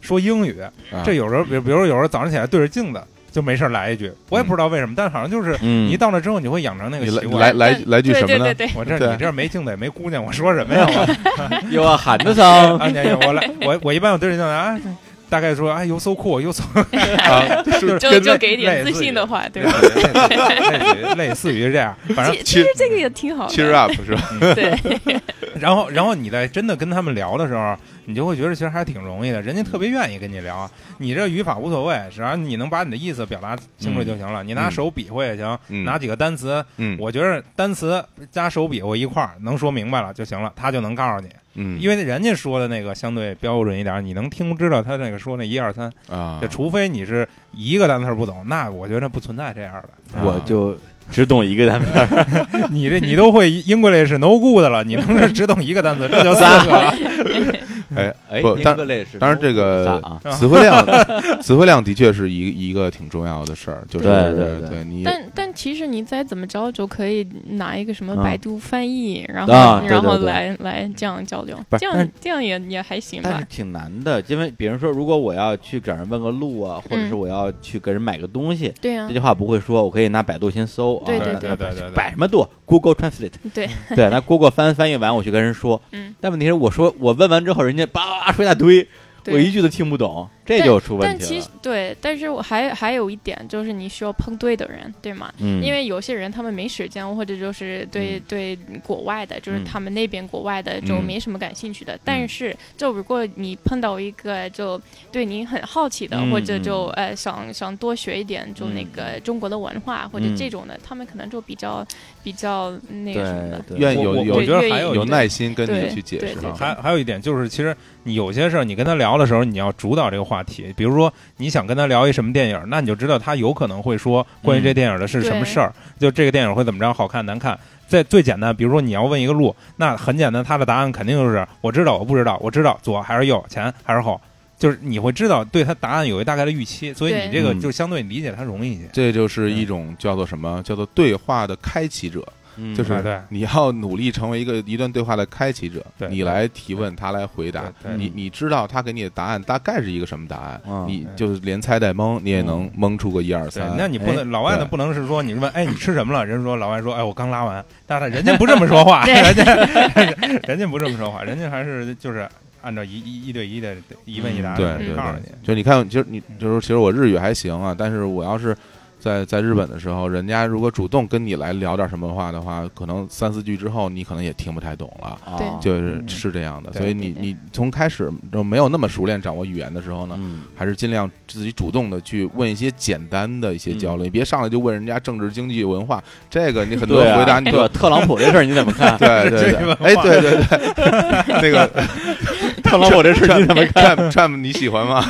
[SPEAKER 3] 说英语。
[SPEAKER 2] 啊
[SPEAKER 3] 这有时候比如比如有时候早上起来对着镜子就没事儿来一
[SPEAKER 2] 嗯
[SPEAKER 3] 句，我也不知道为什么，但好像就是
[SPEAKER 1] 嗯
[SPEAKER 3] 你一到那之后你会养成那个
[SPEAKER 2] 你
[SPEAKER 3] 习
[SPEAKER 2] 来来
[SPEAKER 3] 惯。
[SPEAKER 2] 来来句
[SPEAKER 4] 对
[SPEAKER 2] 什么呢
[SPEAKER 4] 对 对？对，
[SPEAKER 3] 我这
[SPEAKER 2] 对
[SPEAKER 3] 你这没镜子也没姑娘，我说什么呀？ 我
[SPEAKER 1] 又要喊 得上
[SPEAKER 3] 啊，你我来我我一般我对着镜子啊，大概说啊，有 so cool，有 so
[SPEAKER 2] 啊，是
[SPEAKER 4] 就
[SPEAKER 2] 跟
[SPEAKER 4] 就
[SPEAKER 2] 那
[SPEAKER 4] 给一点
[SPEAKER 3] 类
[SPEAKER 4] 自
[SPEAKER 3] 似于
[SPEAKER 4] 信的话，对吧？
[SPEAKER 3] 类似于类似于这样，反正
[SPEAKER 4] 其其实这个也挺好
[SPEAKER 2] cheer
[SPEAKER 4] 的，
[SPEAKER 2] up 是吧？
[SPEAKER 4] 对，
[SPEAKER 3] 然后，然后你在真的跟他们聊的时候，你就会觉得其实还挺容易的，人家特别愿意跟你聊。你这语法无所谓，只要你能把你的意思表达清楚就行了。你拿手比划也行，
[SPEAKER 2] 嗯
[SPEAKER 3] 拿几个单词，
[SPEAKER 2] 嗯，
[SPEAKER 3] 我觉得单词加手比划一块儿能说明白了就行了，他就能告诉你，
[SPEAKER 2] 嗯，
[SPEAKER 3] 因
[SPEAKER 2] 为
[SPEAKER 3] 为人家说的那个相对标准一点，你能听知道他那个说那一二三。
[SPEAKER 2] 啊
[SPEAKER 3] 就，除非你是一个单词儿不懂，那我觉得不存在这样的。啊
[SPEAKER 1] 我就只懂一个单词儿，
[SPEAKER 3] 你这你都会英 n g 是 no good 了，你能是只懂一个单词，这就三个了。
[SPEAKER 2] 哎
[SPEAKER 1] 哎
[SPEAKER 2] 不，当当然这个
[SPEAKER 1] 啊，
[SPEAKER 2] 词汇量，词汇量的确是一一个挺重要的事儿，就是
[SPEAKER 1] 对对对
[SPEAKER 2] 对，你
[SPEAKER 4] 但但其实你再怎么着，就可以拿一个什么
[SPEAKER 1] 嗯
[SPEAKER 4] 百度翻译，然后、
[SPEAKER 1] 啊对
[SPEAKER 4] 然后
[SPEAKER 1] 对对
[SPEAKER 4] 来来这样交流
[SPEAKER 1] 不，是
[SPEAKER 4] 这
[SPEAKER 1] 但
[SPEAKER 4] 样
[SPEAKER 1] 是
[SPEAKER 4] 这样也也还行
[SPEAKER 1] 但
[SPEAKER 4] 吧
[SPEAKER 1] 是。挺难的，因为比如说，如果我要去找人问个路啊，或者是
[SPEAKER 4] 嗯
[SPEAKER 1] 我要去给人买个东西，
[SPEAKER 4] 对啊呀、
[SPEAKER 1] 这句话不会说，我可以拿百度先搜啊，
[SPEAKER 4] 对
[SPEAKER 3] 对
[SPEAKER 1] 吧
[SPEAKER 3] 对对对对
[SPEAKER 1] 百什么度，Google Translate，
[SPEAKER 4] 对，
[SPEAKER 1] 对，拿 Google 翻翻译完，我去跟人说，
[SPEAKER 4] 嗯，
[SPEAKER 1] 但问题是，我说我问完之后，人家叭叭叭说一大堆，
[SPEAKER 4] 对啊
[SPEAKER 1] 我一句都听不懂，这就出问
[SPEAKER 4] 但
[SPEAKER 1] 题
[SPEAKER 4] 其
[SPEAKER 1] 了
[SPEAKER 4] 实。对，但是我还还有一点就是你需要碰对的人，对吗？
[SPEAKER 1] 嗯，
[SPEAKER 4] 因为有些人他们没时间，或者就是对、对国外的，就是
[SPEAKER 1] 嗯
[SPEAKER 4] 他们那边国外的就
[SPEAKER 2] 嗯
[SPEAKER 4] 没什么感兴趣的。但是，就如果你碰到一个就对你很好奇的，
[SPEAKER 1] 嗯
[SPEAKER 4] 或者就呃想想多学一点就那个中国的文化、或者
[SPEAKER 1] 嗯
[SPEAKER 4] 这种的，他们可能就比较比较那
[SPEAKER 1] 对
[SPEAKER 4] 个什么的。
[SPEAKER 1] 对，
[SPEAKER 2] 愿意
[SPEAKER 3] 我
[SPEAKER 2] 有
[SPEAKER 3] 我
[SPEAKER 2] 有
[SPEAKER 3] 我觉得
[SPEAKER 4] 对
[SPEAKER 3] 还有
[SPEAKER 2] 有
[SPEAKER 3] 一点
[SPEAKER 2] 耐心跟
[SPEAKER 4] 对
[SPEAKER 2] 你去解
[SPEAKER 4] 对
[SPEAKER 2] 释
[SPEAKER 4] 对
[SPEAKER 2] 啊，
[SPEAKER 3] 还还有一点就是，其实你有些事儿，你跟他聊的时候，你要主导这个话题。比如说，你想跟他聊一什么电影，那你就知道他有可能会说关于这电影的是什么事儿，就这个电影会怎么着，好看难看。再最简单，比如说你要问一个路，那很简单，他的答案肯定就是我知道，我不知道，我知道左还是右，前还是后，就是你会知道对他答案有一大概的预期，所以
[SPEAKER 4] 对
[SPEAKER 3] 你这个
[SPEAKER 1] 嗯
[SPEAKER 3] 就相对理解他容易一些。
[SPEAKER 2] 这就是一种叫做什么？叫做对话的开启者，
[SPEAKER 1] 嗯
[SPEAKER 2] 就
[SPEAKER 3] 哎
[SPEAKER 2] 是
[SPEAKER 3] 对
[SPEAKER 2] 你要努力成为一个一段对话的开启者，
[SPEAKER 3] 对
[SPEAKER 2] 你来提问，他来回答，
[SPEAKER 3] 对对嗯
[SPEAKER 2] 你你知道他给你的答案大概是一个什么答案，
[SPEAKER 1] 嗯
[SPEAKER 2] 你就是连猜带蒙，你也能蒙出个一二
[SPEAKER 3] 嗯对
[SPEAKER 2] 三，。哎
[SPEAKER 3] 那你不能老外呢，
[SPEAKER 2] 对
[SPEAKER 3] 不能是说你 问，哎，你吃什么了？人说老外说，哎，我 刚拉完，但是人家不这么说话，
[SPEAKER 4] 对
[SPEAKER 3] 人家人家不这么说话，人家还是就是按照一一一对一的一问一答
[SPEAKER 2] 嗯对
[SPEAKER 3] 的
[SPEAKER 2] 对
[SPEAKER 3] 嗯告诉
[SPEAKER 2] 对
[SPEAKER 3] 你。
[SPEAKER 2] 就你看，就是你就是其实我日语还行啊，但是我要是在在日本的时候，人家如果主动跟你来聊点什么话的话，可能三四句之后，你可能也听不太懂了。
[SPEAKER 4] 对
[SPEAKER 1] 啊，
[SPEAKER 2] 就是
[SPEAKER 3] 嗯
[SPEAKER 2] 是这样的，
[SPEAKER 3] 对
[SPEAKER 2] 所以你
[SPEAKER 4] 对对
[SPEAKER 2] 你从开始就没有那么熟练掌握语言的时候呢，
[SPEAKER 1] 嗯，
[SPEAKER 2] 还是尽量自己主动的去问一些简单的一些交流，你别上来就问人家政治、经济、文化，这个你很多
[SPEAKER 1] 对啊
[SPEAKER 2] 回答你
[SPEAKER 1] 对
[SPEAKER 2] 都。？
[SPEAKER 1] 特朗普这事儿你怎么看
[SPEAKER 2] 对对
[SPEAKER 3] 这个
[SPEAKER 2] 对，哎，对对对， 那个
[SPEAKER 1] 特朗普这事儿你怎么看？
[SPEAKER 2] Trump Trump 你喜欢吗？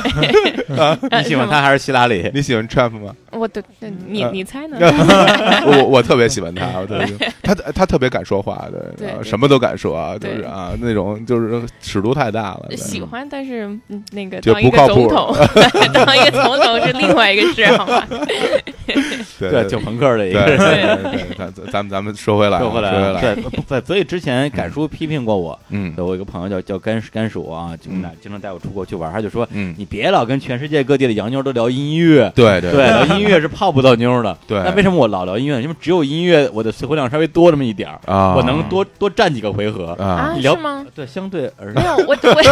[SPEAKER 1] 你喜欢他还是希拉里？
[SPEAKER 2] 你喜欢 Trump 吗？
[SPEAKER 4] 我的呃你
[SPEAKER 1] 呃
[SPEAKER 4] 你 猜呢？
[SPEAKER 2] 我我特别喜欢他，我特别喜欢他他他特别敢说话的，
[SPEAKER 4] 对
[SPEAKER 2] 啊什么都敢说啊，就
[SPEAKER 4] 对
[SPEAKER 2] 是啊那种就是尺度太大了。对
[SPEAKER 4] 喜欢，但是嗯那个
[SPEAKER 2] 就
[SPEAKER 4] 当一
[SPEAKER 2] 不
[SPEAKER 4] 个
[SPEAKER 2] 靠
[SPEAKER 4] 总
[SPEAKER 2] 谱
[SPEAKER 4] 统，当一个总统是另外一个事，好吗？
[SPEAKER 2] 对
[SPEAKER 1] 对，
[SPEAKER 2] 对
[SPEAKER 1] 挺朋克的一
[SPEAKER 2] 对
[SPEAKER 1] 个
[SPEAKER 2] 对
[SPEAKER 1] 人。
[SPEAKER 2] 对，对咱咱们咱们说回来啊，
[SPEAKER 1] 说回来啊，
[SPEAKER 2] 说回来，
[SPEAKER 1] 对不不，所以之前敢叔批评过我，
[SPEAKER 2] 嗯
[SPEAKER 1] 对我有个朋友叫叫甘甘薯啊，就我们俩经常带我出国去玩，他就说
[SPEAKER 2] 嗯，
[SPEAKER 1] 你别老跟全世界各地的洋妞都聊音乐。
[SPEAKER 2] 对对
[SPEAKER 1] 对，聊音乐是泡不到妞的。
[SPEAKER 2] 对
[SPEAKER 1] 那为什么我老聊音乐？因为只有音乐，我的词汇量稍微多那么一点儿，
[SPEAKER 2] 啊，
[SPEAKER 1] 我能多多占几个回合。
[SPEAKER 2] 啊
[SPEAKER 4] 啊，
[SPEAKER 1] 聊
[SPEAKER 4] 是吗？
[SPEAKER 1] 对，相对而
[SPEAKER 4] 没有，我我没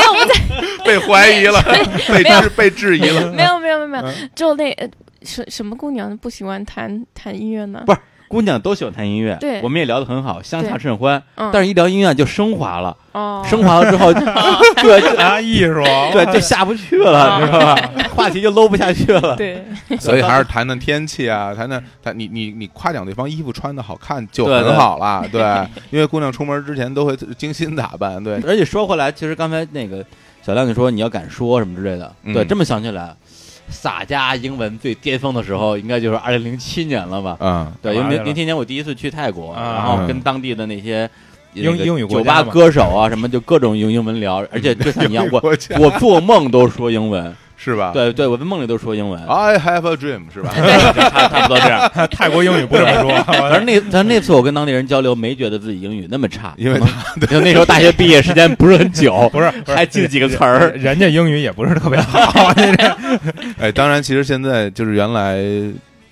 [SPEAKER 4] 有我在
[SPEAKER 2] 被怀疑了，被
[SPEAKER 4] 没有
[SPEAKER 2] 质被质疑 了。
[SPEAKER 4] 没有没有没有没有，就那呃什什么姑娘不喜欢弹弹音乐呢
[SPEAKER 1] 不？姑娘都喜欢谈音乐，
[SPEAKER 4] 对
[SPEAKER 1] 我们也聊得很好，相
[SPEAKER 4] 对
[SPEAKER 1] 谈甚欢。
[SPEAKER 4] 嗯
[SPEAKER 1] 但是，一聊音乐就升华了，
[SPEAKER 4] 哦，
[SPEAKER 1] 升华了之后， 对就
[SPEAKER 3] 啊，艺术，
[SPEAKER 1] 对，就下不去了，
[SPEAKER 4] 哦
[SPEAKER 1] 你知道吧？话题就搂不下去了。
[SPEAKER 4] 对，
[SPEAKER 2] 所以还是谈谈天气啊，谈谈谈你你你夸奖对方衣服穿的好看就
[SPEAKER 1] 对对
[SPEAKER 2] 很好了，对，因为姑娘出门之前都会精心打扮，对，
[SPEAKER 1] 而且说回来，其实刚才那个小亮就说你要敢说什么之类的，
[SPEAKER 2] 嗯
[SPEAKER 1] 对，这么想起来，洒家英文最巅峰的时候，应该就是二零零七年了吧？
[SPEAKER 2] 嗯
[SPEAKER 1] 对，因
[SPEAKER 3] 干
[SPEAKER 1] 为零
[SPEAKER 3] 嘛去了
[SPEAKER 1] 零七年我第一次去泰国，
[SPEAKER 3] 啊
[SPEAKER 1] 然后跟当地的那些。
[SPEAKER 3] 英
[SPEAKER 1] 那个
[SPEAKER 3] 英语国
[SPEAKER 1] 酒
[SPEAKER 3] 家
[SPEAKER 1] 吧
[SPEAKER 3] 嘛
[SPEAKER 1] 歌手啊，什么就各种用英文聊，而且就像你一样，我
[SPEAKER 2] 国家
[SPEAKER 1] 我做梦都说英文，
[SPEAKER 2] 是
[SPEAKER 3] 啊
[SPEAKER 2] 吧？
[SPEAKER 1] 对对，我在梦里都说英文，
[SPEAKER 2] ，I have a dream 是吧？
[SPEAKER 1] 差差不多这 样。
[SPEAKER 3] 泰国英语不这么 说，
[SPEAKER 1] 而那但那次我跟当地人交流，没觉得自己英语那么差，
[SPEAKER 2] 因为
[SPEAKER 1] 可能就那时候大学毕业时间不是很
[SPEAKER 2] 哦
[SPEAKER 1] 久，
[SPEAKER 3] 不是不是
[SPEAKER 1] 还记得几个词儿，
[SPEAKER 3] 人家英语也不是特 别好，你这
[SPEAKER 2] 哎，当然，其实现在就是原来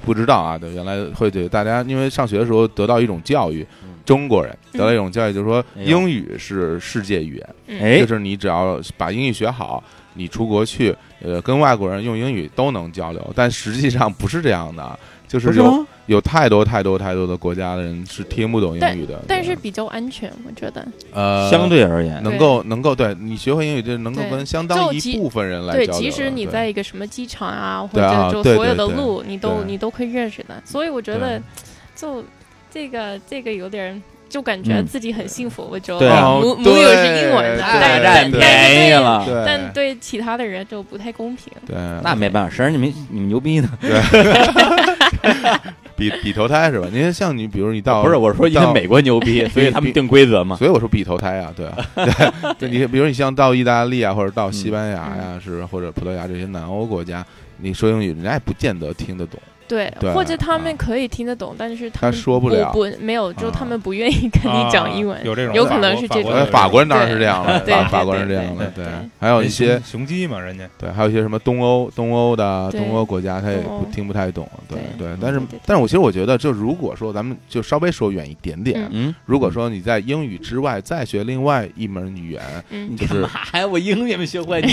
[SPEAKER 2] 不知道啊，对，原来会对大家，因为上学的时候得到一种教育
[SPEAKER 1] 嗯，
[SPEAKER 2] 中国人得到一种教育，就是说
[SPEAKER 1] 哎呦
[SPEAKER 2] 英语是世界语言，
[SPEAKER 1] 哎
[SPEAKER 2] 就，是你只要把英语学好，你出国去，呃，跟外国人用英语都能交流。但实际上不是这样的啊，就是有
[SPEAKER 1] 吗？
[SPEAKER 2] 有太多太多太多的国家的人是听不懂英语的，
[SPEAKER 4] 但
[SPEAKER 2] 对啊
[SPEAKER 4] 是比较安全，我觉得。
[SPEAKER 2] 呃
[SPEAKER 1] 相。对而言，
[SPEAKER 2] 能够能够对你学会英语，就能够
[SPEAKER 4] 对
[SPEAKER 2] 跟相当
[SPEAKER 4] 就
[SPEAKER 2] 一
[SPEAKER 4] 即
[SPEAKER 2] 部分人来交
[SPEAKER 4] 对，
[SPEAKER 2] 流了。
[SPEAKER 4] 即使你
[SPEAKER 2] 对
[SPEAKER 4] 在一个什么机场啊，或
[SPEAKER 2] 对啊
[SPEAKER 4] 者就
[SPEAKER 2] 对
[SPEAKER 4] 所有
[SPEAKER 2] 对
[SPEAKER 4] 的
[SPEAKER 2] 对
[SPEAKER 4] 路，你都
[SPEAKER 2] 对
[SPEAKER 4] 你都会认识的。所以我觉得，就这个这个有点儿，就感觉
[SPEAKER 1] 嗯
[SPEAKER 4] 自己很幸福。我觉
[SPEAKER 1] 对
[SPEAKER 4] 得
[SPEAKER 1] 啊
[SPEAKER 4] 母
[SPEAKER 2] 哦
[SPEAKER 4] 母语是
[SPEAKER 2] 对
[SPEAKER 4] 英文的，啊
[SPEAKER 2] 对
[SPEAKER 4] 但是
[SPEAKER 1] 占
[SPEAKER 4] 但但是
[SPEAKER 1] 便宜
[SPEAKER 4] 对
[SPEAKER 1] 了。
[SPEAKER 2] 对，
[SPEAKER 4] 但对其他的人就不太公平。
[SPEAKER 2] 对，
[SPEAKER 1] 那没办法，谁让你们你们牛逼 呢？
[SPEAKER 2] 比比投胎是吧？您像你，比如你到
[SPEAKER 1] 不是，我说因为
[SPEAKER 2] 到
[SPEAKER 1] 美国牛逼，所以 他们定规则嘛。
[SPEAKER 2] 所以我说比投胎啊， 对啊，对，你比如你像到意大利啊，或者
[SPEAKER 1] 嗯
[SPEAKER 2] 到西班牙呀、是或者葡萄牙这些南欧国家，你说英语，人家也不见得听得懂，
[SPEAKER 4] 对
[SPEAKER 2] 对，
[SPEAKER 4] 或者他
[SPEAKER 2] 啊
[SPEAKER 4] 们可以听得懂，但是他
[SPEAKER 2] 他
[SPEAKER 4] 们
[SPEAKER 2] 说不
[SPEAKER 4] 不
[SPEAKER 2] 了。
[SPEAKER 4] 不没有，就
[SPEAKER 2] 啊
[SPEAKER 4] 他们不愿意跟 你讲英文。
[SPEAKER 3] 有这种，
[SPEAKER 4] 有可能是这种
[SPEAKER 2] 呃，法国人当然是这样了，
[SPEAKER 4] 对
[SPEAKER 2] 法
[SPEAKER 4] 对
[SPEAKER 2] 法国人是这样的，
[SPEAKER 4] 对对对
[SPEAKER 2] 还有一些
[SPEAKER 3] 雄鸡嘛，人家
[SPEAKER 2] 对，还有一些什么东欧、东欧的
[SPEAKER 4] 对
[SPEAKER 2] 东欧国家，他也
[SPEAKER 4] 东
[SPEAKER 2] 不
[SPEAKER 4] 欧
[SPEAKER 2] 听不太懂，对
[SPEAKER 4] 对
[SPEAKER 2] 对。但是
[SPEAKER 4] 对对对，
[SPEAKER 2] 但是我其实我觉得，就如果说咱们就稍微说远一点点
[SPEAKER 4] 嗯，
[SPEAKER 1] 嗯，
[SPEAKER 2] 如果说你在英语之外再学另外一门语言，
[SPEAKER 4] 嗯
[SPEAKER 1] 你
[SPEAKER 2] 就
[SPEAKER 1] 干
[SPEAKER 2] 是
[SPEAKER 1] 嘛呀？我英语也没学会， 你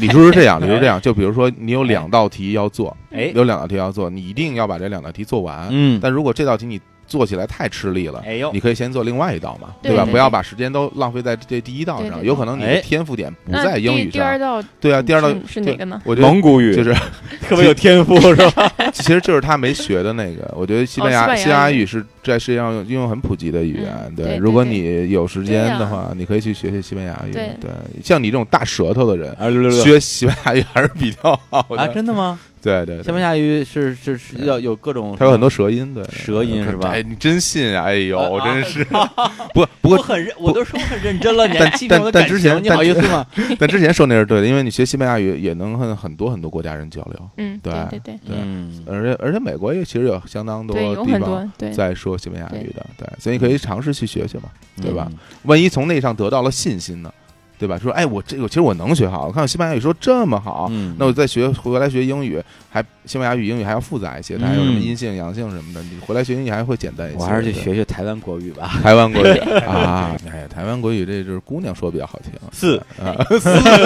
[SPEAKER 2] 李叔是这样，李叔是这样，就比如说你有两道题要做，
[SPEAKER 1] 哎，
[SPEAKER 2] 有两道题要做，你一定要把这两道题做完。
[SPEAKER 1] 嗯，
[SPEAKER 2] 但如果这道题你做起来太吃力了，
[SPEAKER 1] 哎呦
[SPEAKER 2] 你，可以先做另外一道嘛，
[SPEAKER 4] 对
[SPEAKER 2] 吧？
[SPEAKER 4] 对
[SPEAKER 2] 不要把时间都浪费在这第一道
[SPEAKER 4] 对对
[SPEAKER 2] 上，
[SPEAKER 4] 对
[SPEAKER 2] 有可能你
[SPEAKER 1] 哎
[SPEAKER 2] 的天赋点不
[SPEAKER 4] 那
[SPEAKER 2] 在英
[SPEAKER 4] 第
[SPEAKER 2] 语
[SPEAKER 4] 第二
[SPEAKER 2] 上。
[SPEAKER 4] 道
[SPEAKER 2] 对啊，第二道
[SPEAKER 4] 是是哪个呢？
[SPEAKER 2] 我觉得
[SPEAKER 1] 蒙古语
[SPEAKER 2] 就是
[SPEAKER 1] 特别有天赋是 吧？
[SPEAKER 2] 其实就是他没学的那个。我觉得西班
[SPEAKER 4] 哦西
[SPEAKER 2] 牙
[SPEAKER 4] 班牙
[SPEAKER 2] 西班牙语是在世界上应用很普及的语言。
[SPEAKER 4] 嗯对对
[SPEAKER 2] 如果
[SPEAKER 4] 对
[SPEAKER 2] 你有时间的
[SPEAKER 4] 对啊
[SPEAKER 2] 话，你可以去学学西班牙语。
[SPEAKER 4] 对
[SPEAKER 2] 对，像你这种大舌头的人，
[SPEAKER 1] 啊，六六六
[SPEAKER 2] 学西班牙语还是比较好
[SPEAKER 1] 啊，
[SPEAKER 2] 的。
[SPEAKER 1] 真的吗？
[SPEAKER 2] 对对，对
[SPEAKER 1] 西班牙语是是是要有各种，
[SPEAKER 2] 它有很多舌音，对，
[SPEAKER 1] 舌音是吧
[SPEAKER 2] 哎，你真信啊？哎呦，
[SPEAKER 1] 啊
[SPEAKER 2] 真 是。不不
[SPEAKER 1] 我
[SPEAKER 2] 过，
[SPEAKER 1] 很认，我都说我很认真了，你还
[SPEAKER 2] 但
[SPEAKER 1] 欺骗我的
[SPEAKER 2] 但
[SPEAKER 1] 感
[SPEAKER 2] 之
[SPEAKER 1] 情
[SPEAKER 2] 前
[SPEAKER 1] 你好
[SPEAKER 2] 但
[SPEAKER 1] 意思吗？
[SPEAKER 2] 但之前说那是对的，因为你学西班牙语也能和很多很多国家人交流，
[SPEAKER 4] 嗯，
[SPEAKER 2] 对
[SPEAKER 4] 对对对
[SPEAKER 2] 对
[SPEAKER 1] 嗯，
[SPEAKER 2] 而且而且美国也其实有相当多
[SPEAKER 4] 对，有
[SPEAKER 2] 地
[SPEAKER 4] 很
[SPEAKER 2] 方
[SPEAKER 4] 多对
[SPEAKER 2] 在说西班 牙语的，对，所以你可以尝试去学学嘛，对吧
[SPEAKER 1] 嗯？
[SPEAKER 2] 万一从那上得到了信心呢，对吧？说哎，我这个其实我能学好，我看我西班牙语说这么好，
[SPEAKER 1] 嗯
[SPEAKER 2] 那我再学回来学英语，还西班牙语、英语还要复杂一些，它还有什么
[SPEAKER 1] 嗯
[SPEAKER 2] 阴性、阳性什么的，你回来学英语还会简单一些。
[SPEAKER 1] 我还是去
[SPEAKER 2] 对
[SPEAKER 1] 学学台湾国语吧。
[SPEAKER 2] 台湾国语 啊！哎呀，台湾国语这就是姑娘说比较好听。
[SPEAKER 1] 是
[SPEAKER 2] 啊，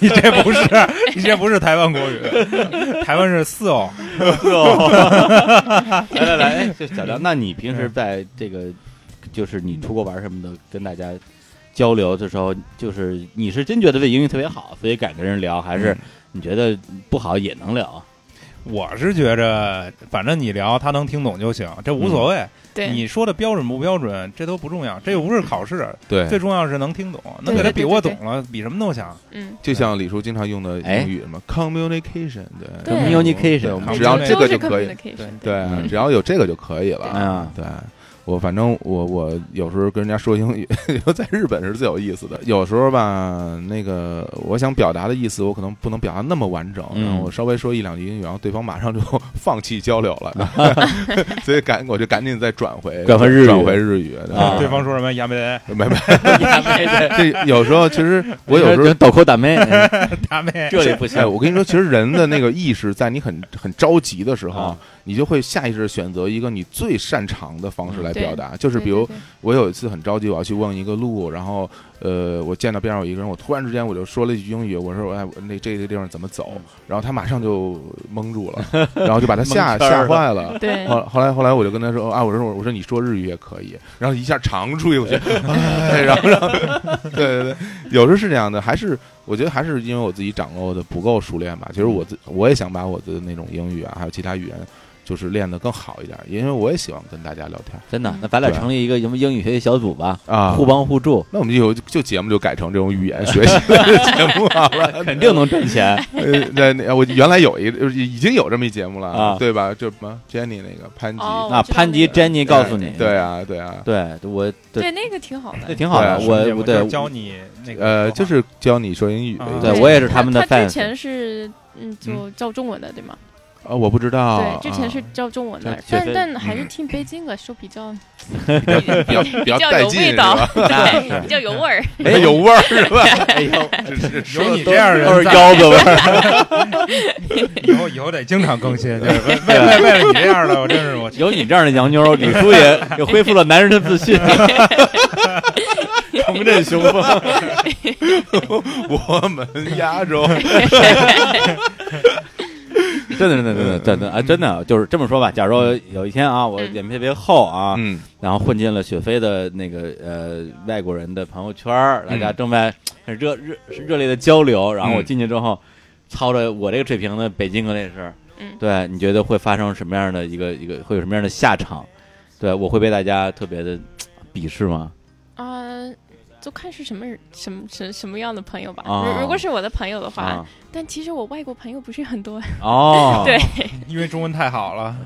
[SPEAKER 3] 你这不是，你这不是台湾国语， 台湾是四哦，
[SPEAKER 1] 哦，来来来，哎这小梁，那你平时在这个就是你出国玩什么的，跟大家交流的时候，就是你是真觉得这英语特别好，所以敢跟人聊，还是
[SPEAKER 2] 嗯
[SPEAKER 1] 你觉得不好也能聊？
[SPEAKER 3] 我是觉着，反正你聊他能听懂就行，这无所谓。
[SPEAKER 4] 嗯对，嗯
[SPEAKER 3] 你说的标准不标准，这都不重要，这又不是考试，
[SPEAKER 2] 对，
[SPEAKER 3] 最重要是能听懂，能给
[SPEAKER 4] 对
[SPEAKER 3] 他
[SPEAKER 4] 对
[SPEAKER 3] 比
[SPEAKER 4] 对
[SPEAKER 3] 划
[SPEAKER 4] 对
[SPEAKER 3] 懂了，比什么都强。
[SPEAKER 4] 嗯，
[SPEAKER 2] 就像李叔经常用的
[SPEAKER 1] 哎
[SPEAKER 2] 英语什么 communication，对
[SPEAKER 4] 对
[SPEAKER 1] Communication
[SPEAKER 2] 对我们
[SPEAKER 3] 对
[SPEAKER 2] 只要
[SPEAKER 3] 对
[SPEAKER 2] 这个
[SPEAKER 4] 啊都
[SPEAKER 2] 就是可以，
[SPEAKER 4] communication，
[SPEAKER 3] 对
[SPEAKER 2] 对
[SPEAKER 1] 嗯，
[SPEAKER 2] 只要有这个就可以了。
[SPEAKER 1] 哎呀，
[SPEAKER 2] 对我反正我我有时候跟人家说英语， 在日本是最有意思的。有时候吧，那个我想表达的意思，我可能不能表达那么完整，
[SPEAKER 1] 嗯
[SPEAKER 2] 然后我稍微说一两句英语，然后对方马上就放弃交流了， 所以赶我就赶紧再转回
[SPEAKER 1] 转回日语
[SPEAKER 2] 转回日语。对
[SPEAKER 1] 啊
[SPEAKER 3] 对方说什么亚美得
[SPEAKER 2] 没没，
[SPEAKER 1] 对，
[SPEAKER 2] 这有时候其实我有 时候。
[SPEAKER 1] 抖抠打妹，哎
[SPEAKER 3] 大妹，
[SPEAKER 1] 这里不行
[SPEAKER 2] 哎，。我跟你说，其实人的那个意识，在你很很着急的时候
[SPEAKER 1] 啊，
[SPEAKER 2] 你就会下意识地选择一个你最擅长的方式来
[SPEAKER 4] 嗯对
[SPEAKER 2] 表达，就是
[SPEAKER 4] 对
[SPEAKER 2] 比如
[SPEAKER 4] 对对
[SPEAKER 2] 我有一次很着急，我要去问一个路，然后呃，我见到边上有一个人，我突然之间我就说了一句英语，我说哎，我那这个地方怎么走？然后他马上就蒙住了，然后就把他吓
[SPEAKER 1] 蒙圈
[SPEAKER 2] 吓
[SPEAKER 1] 儿了
[SPEAKER 2] 坏了。
[SPEAKER 4] 对
[SPEAKER 2] 后后来后来我就跟他说啊，我说我说你说日语也可以，然后一下长出去，我觉得，哎，然后然后，对对对，有时候是这样的，还是我觉得还是因为我自己掌握的不够熟练吧。其实我自我也想把我的那种英语啊，还有其他语言，就是练得更好一点，因为我也喜欢跟大家聊天
[SPEAKER 1] 真的，那咱俩成立一个什么英语学习小组吧，
[SPEAKER 2] 啊，
[SPEAKER 1] 互帮互助，
[SPEAKER 2] 那我们就有就节目就改成这种语言学习 的节目好了。
[SPEAKER 1] 肯定能赚钱。
[SPEAKER 2] 呃，对，那我原来有一个已经有这么一节目了，
[SPEAKER 1] 啊
[SPEAKER 2] 对吧？就什么 Jenny 那个潘吉，
[SPEAKER 4] 哦
[SPEAKER 1] 那潘吉、Jenny 告诉你，
[SPEAKER 2] 对啊，对啊，
[SPEAKER 1] 对，我对
[SPEAKER 4] 对那个挺好
[SPEAKER 1] 这
[SPEAKER 4] 的。
[SPEAKER 1] 挺好的，
[SPEAKER 2] 对啊
[SPEAKER 1] 我我对
[SPEAKER 3] 就教你那个
[SPEAKER 2] 呃，
[SPEAKER 3] 说话
[SPEAKER 2] 就是教你说英语
[SPEAKER 3] 啊
[SPEAKER 2] 的一个。
[SPEAKER 1] 哦对
[SPEAKER 4] 对
[SPEAKER 1] 我也是他们的
[SPEAKER 4] 他
[SPEAKER 1] fans
[SPEAKER 4] 之。前是嗯，就教中文的对吗？
[SPEAKER 2] 啊，我不知道，
[SPEAKER 4] 对，之前是教中文
[SPEAKER 1] 啊
[SPEAKER 4] 的，
[SPEAKER 1] 学
[SPEAKER 4] 但
[SPEAKER 1] 费
[SPEAKER 4] 但还是
[SPEAKER 2] 嗯
[SPEAKER 4] 听北京的说比较
[SPEAKER 2] 啊比较比较带劲，是吧？
[SPEAKER 1] 对
[SPEAKER 4] 比较有味儿。
[SPEAKER 1] 哎
[SPEAKER 2] 有味儿是吧？
[SPEAKER 1] 哎呦，
[SPEAKER 3] 有你这样的
[SPEAKER 1] 都是
[SPEAKER 3] 人在，
[SPEAKER 1] 腰子味 儿。
[SPEAKER 3] 以后以后得经常更新，就是为为为了你这样的，我真 是我
[SPEAKER 1] 有你这样的洋妞儿，李叔 也也恢复了男人的自 信，重振雄风。
[SPEAKER 2] 我们亚洲，
[SPEAKER 1] 真的，真的，真的，真的啊，真的就是这么说吧。假如
[SPEAKER 4] 嗯
[SPEAKER 1] 有一天啊，我脸皮特别厚啊，
[SPEAKER 2] 嗯，
[SPEAKER 1] 然后混进了雪飞的那个呃外国人的朋友圈儿，大
[SPEAKER 4] 嗯
[SPEAKER 1] 家正在很热热热烈的交流，然后我进去之后，操着我这个水平的北京格雷士，
[SPEAKER 4] 嗯
[SPEAKER 1] 对，你觉得会发生什么样的一个一个会有什么样的下场？对我会被大家特别的鄙视吗？
[SPEAKER 4] 啊，就看是什么人什么什什么样的朋友吧。
[SPEAKER 1] 啊
[SPEAKER 4] 如如果是我的朋友的话
[SPEAKER 1] 啊，，
[SPEAKER 4] 但其实我外国朋友不是很多。
[SPEAKER 1] 哦，
[SPEAKER 4] 对，
[SPEAKER 3] 因为中文太好了，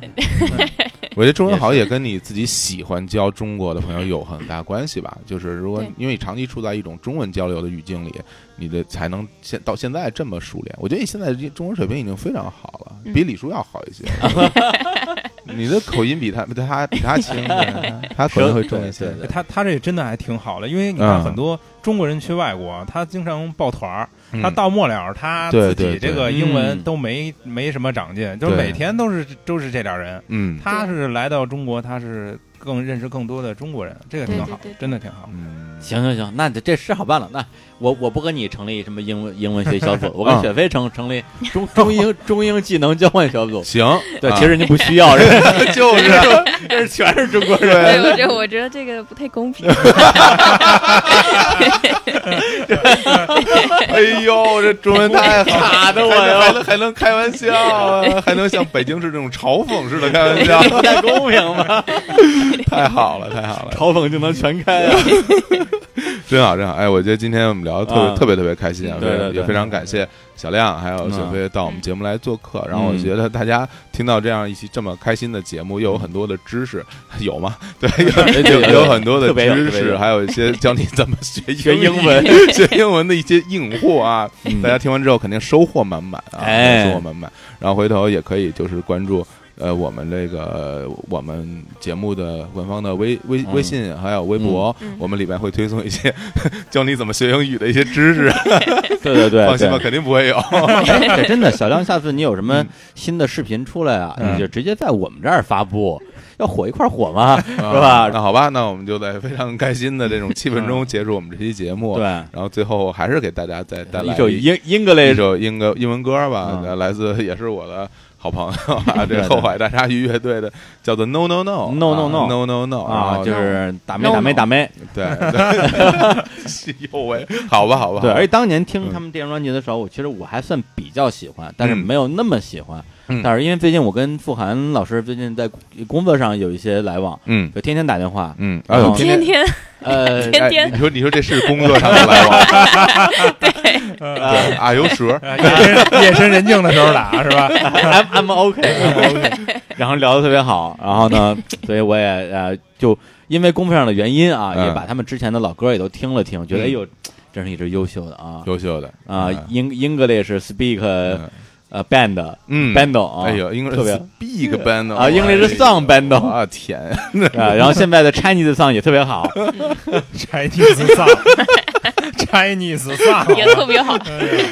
[SPEAKER 2] 我觉得中文好也跟你自己喜欢交中国的朋友有很大关系吧。就是如果
[SPEAKER 4] 对
[SPEAKER 2] 因为你长期处在一种中文交流的语境里，你的才能现到现在这么熟练。我觉得你现在这中文水平已经非常好了，
[SPEAKER 4] 嗯
[SPEAKER 2] 比李叔要好一些。 你的口音比他比他比他轻，对他可能会重一些。
[SPEAKER 1] 对对
[SPEAKER 3] 他他这真的还挺好的，因为你
[SPEAKER 2] 嗯
[SPEAKER 3] 看很多中国人去外国，他经常抱团儿，
[SPEAKER 2] 嗯
[SPEAKER 3] 他到末了他
[SPEAKER 2] 对
[SPEAKER 3] 自己
[SPEAKER 2] 对对
[SPEAKER 3] 这个英文
[SPEAKER 1] 嗯
[SPEAKER 3] 都没没什么长进，就是
[SPEAKER 2] 对
[SPEAKER 3] 每天都是都是这点人。
[SPEAKER 2] 嗯
[SPEAKER 3] 他是来到中国，他是更认识更多的中国人，这个挺好
[SPEAKER 4] 对对对，对
[SPEAKER 3] 真的挺好。
[SPEAKER 2] 嗯，
[SPEAKER 1] 行行行，那这这事好办了。那我我不跟你成立什么英文英文学习小 组，我跟
[SPEAKER 2] 嗯
[SPEAKER 1] 雪飞成成立中中英中英技能交换小组。
[SPEAKER 2] 行，
[SPEAKER 1] 对，
[SPEAKER 2] 啊
[SPEAKER 1] 其实人家不需要，人家
[SPEAKER 2] 就是
[SPEAKER 1] 这是全是中国人，
[SPEAKER 4] 对，我 觉得我觉得这个不太公平。
[SPEAKER 2] 哎 呦，这中文太好，
[SPEAKER 1] 卡的我
[SPEAKER 2] 还
[SPEAKER 1] 哟，
[SPEAKER 2] 能还能开玩笑啊，还能像北京市这种嘲讽式的开玩 笑，
[SPEAKER 1] 太公平了，
[SPEAKER 2] 太好了，太好了，
[SPEAKER 1] 嘲讽就能全开啊！
[SPEAKER 2] 真好真好。哎，我觉得今天我们聊的特
[SPEAKER 1] 啊
[SPEAKER 2] 别特别特别开心啊，
[SPEAKER 1] 对对对嗯
[SPEAKER 2] 也非常感谢小亮还有雪飞到我们节目来做客。然后我觉得大家听到这样一期这么开心的节目，又有很多的知识，有吗？ 对，有有有很多的
[SPEAKER 1] 特别有
[SPEAKER 2] 知
[SPEAKER 1] 特别
[SPEAKER 2] 识，
[SPEAKER 1] 有
[SPEAKER 2] 还有一些 教你怎么学
[SPEAKER 1] 学
[SPEAKER 2] 英
[SPEAKER 1] 英文，
[SPEAKER 2] 语学英文的一些硬货啊。
[SPEAKER 1] 嗯
[SPEAKER 2] 大家听完之后肯定收获满满啊，
[SPEAKER 1] 哎
[SPEAKER 2] 收获满满。然后回头也可以就是关注呃，我们这个我们节目的官方的微微
[SPEAKER 1] 嗯
[SPEAKER 2] 微信还有微博，
[SPEAKER 4] 嗯嗯
[SPEAKER 2] 我们里边会推送一些 教你怎么学英语的一些知识。
[SPEAKER 1] 对对对，
[SPEAKER 2] 放心吧，
[SPEAKER 1] 对
[SPEAKER 2] 肯定不会有。
[SPEAKER 1] 哎这真的，小亮，下次你有什么新的视频出来啊，
[SPEAKER 3] 嗯
[SPEAKER 1] 你就直接在我们这儿发布，要火一块儿火嘛，是吧？
[SPEAKER 2] 那好吧， 那我们就在非常开心的这种气氛中结束我们这期节目。
[SPEAKER 1] 对
[SPEAKER 2] 然后最后还是给大家再带来
[SPEAKER 1] 一首
[SPEAKER 2] 一
[SPEAKER 1] 英英格
[SPEAKER 2] 一
[SPEAKER 1] 雷
[SPEAKER 2] 首英歌英文歌吧，
[SPEAKER 1] 嗯
[SPEAKER 2] 来自也是我的好朋友 啊，
[SPEAKER 1] 对对
[SPEAKER 2] 这后海大鲨鱼乐队的，叫做 No No No
[SPEAKER 1] No No No
[SPEAKER 2] No No No
[SPEAKER 1] 啊，
[SPEAKER 2] 然后
[SPEAKER 1] 就是打没打没打没。
[SPEAKER 2] 对，对哟喂，好吧好吧，
[SPEAKER 1] 对，而且
[SPEAKER 2] 且
[SPEAKER 1] 当年听他们电视专辑的时候，我其实我还算比较喜欢，但是
[SPEAKER 2] 嗯
[SPEAKER 1] 没有那么喜欢。
[SPEAKER 2] 嗯
[SPEAKER 1] 但是因为最近我跟傅涵老师最近在工作上有一些来往，
[SPEAKER 2] 嗯
[SPEAKER 1] 就天天打电话。
[SPEAKER 2] 嗯，
[SPEAKER 1] 然后
[SPEAKER 2] 哎呦
[SPEAKER 4] 天天
[SPEAKER 1] 呃，
[SPEAKER 4] 天
[SPEAKER 2] 哎
[SPEAKER 4] 天
[SPEAKER 2] 你说你说这是工作上的来往，
[SPEAKER 1] 呃
[SPEAKER 2] 对啊有蛇，
[SPEAKER 3] 啊夜深夜深人静的时候打 是吧？
[SPEAKER 1] I'm I'm OK，, I'm OK 然后聊的特别好，然后 呢，所以我也呃，就因为工作上的原因啊，
[SPEAKER 2] 嗯
[SPEAKER 1] 也把他们之前的老歌也都听了听，觉得
[SPEAKER 2] 嗯
[SPEAKER 1] 哎呦，真是一支优秀的啊
[SPEAKER 2] 优秀的哎
[SPEAKER 1] 啊，英 English Speak
[SPEAKER 2] 嗯
[SPEAKER 1] 呃 Band
[SPEAKER 2] 嗯
[SPEAKER 1] Band 啊，
[SPEAKER 2] 哎呦，英
[SPEAKER 1] 特别
[SPEAKER 2] English big band 哎
[SPEAKER 1] 啊，English song band
[SPEAKER 2] 啊，天，
[SPEAKER 1] 啊，然后现在的 Chinese song 也特别好，
[SPEAKER 3] Chinese song，Chinese song，
[SPEAKER 4] 也特别好，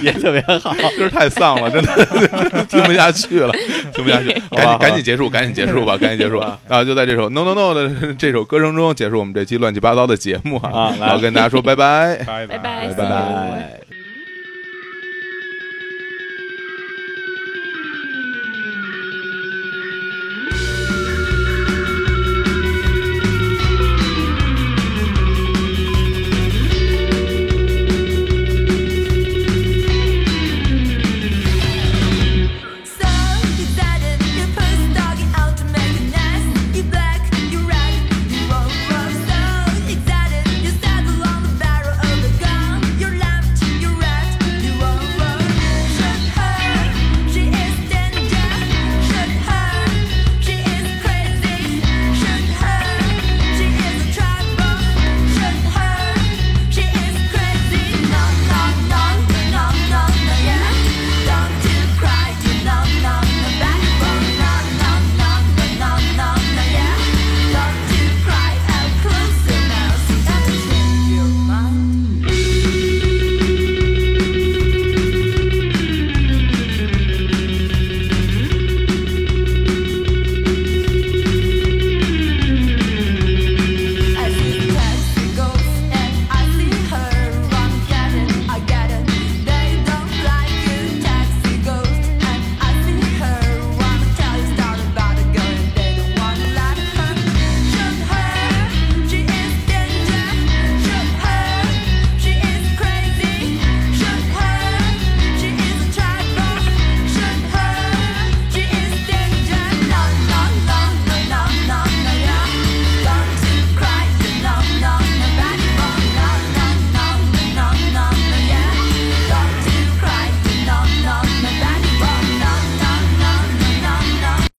[SPEAKER 1] 也特别好。
[SPEAKER 2] 就是太丧了，真的听不下去了，听不下去，
[SPEAKER 1] 好吧
[SPEAKER 2] 赶紧赶紧结束，赶紧结束吧，赶紧结束吧啊！就在这首 No No No 的这首歌声中，结束我们这期乱七八糟的节目
[SPEAKER 1] 啊
[SPEAKER 2] 啊，
[SPEAKER 1] 来
[SPEAKER 2] 然后跟大家说拜拜。
[SPEAKER 3] 拜
[SPEAKER 4] 拜拜
[SPEAKER 2] 拜拜
[SPEAKER 1] 拜。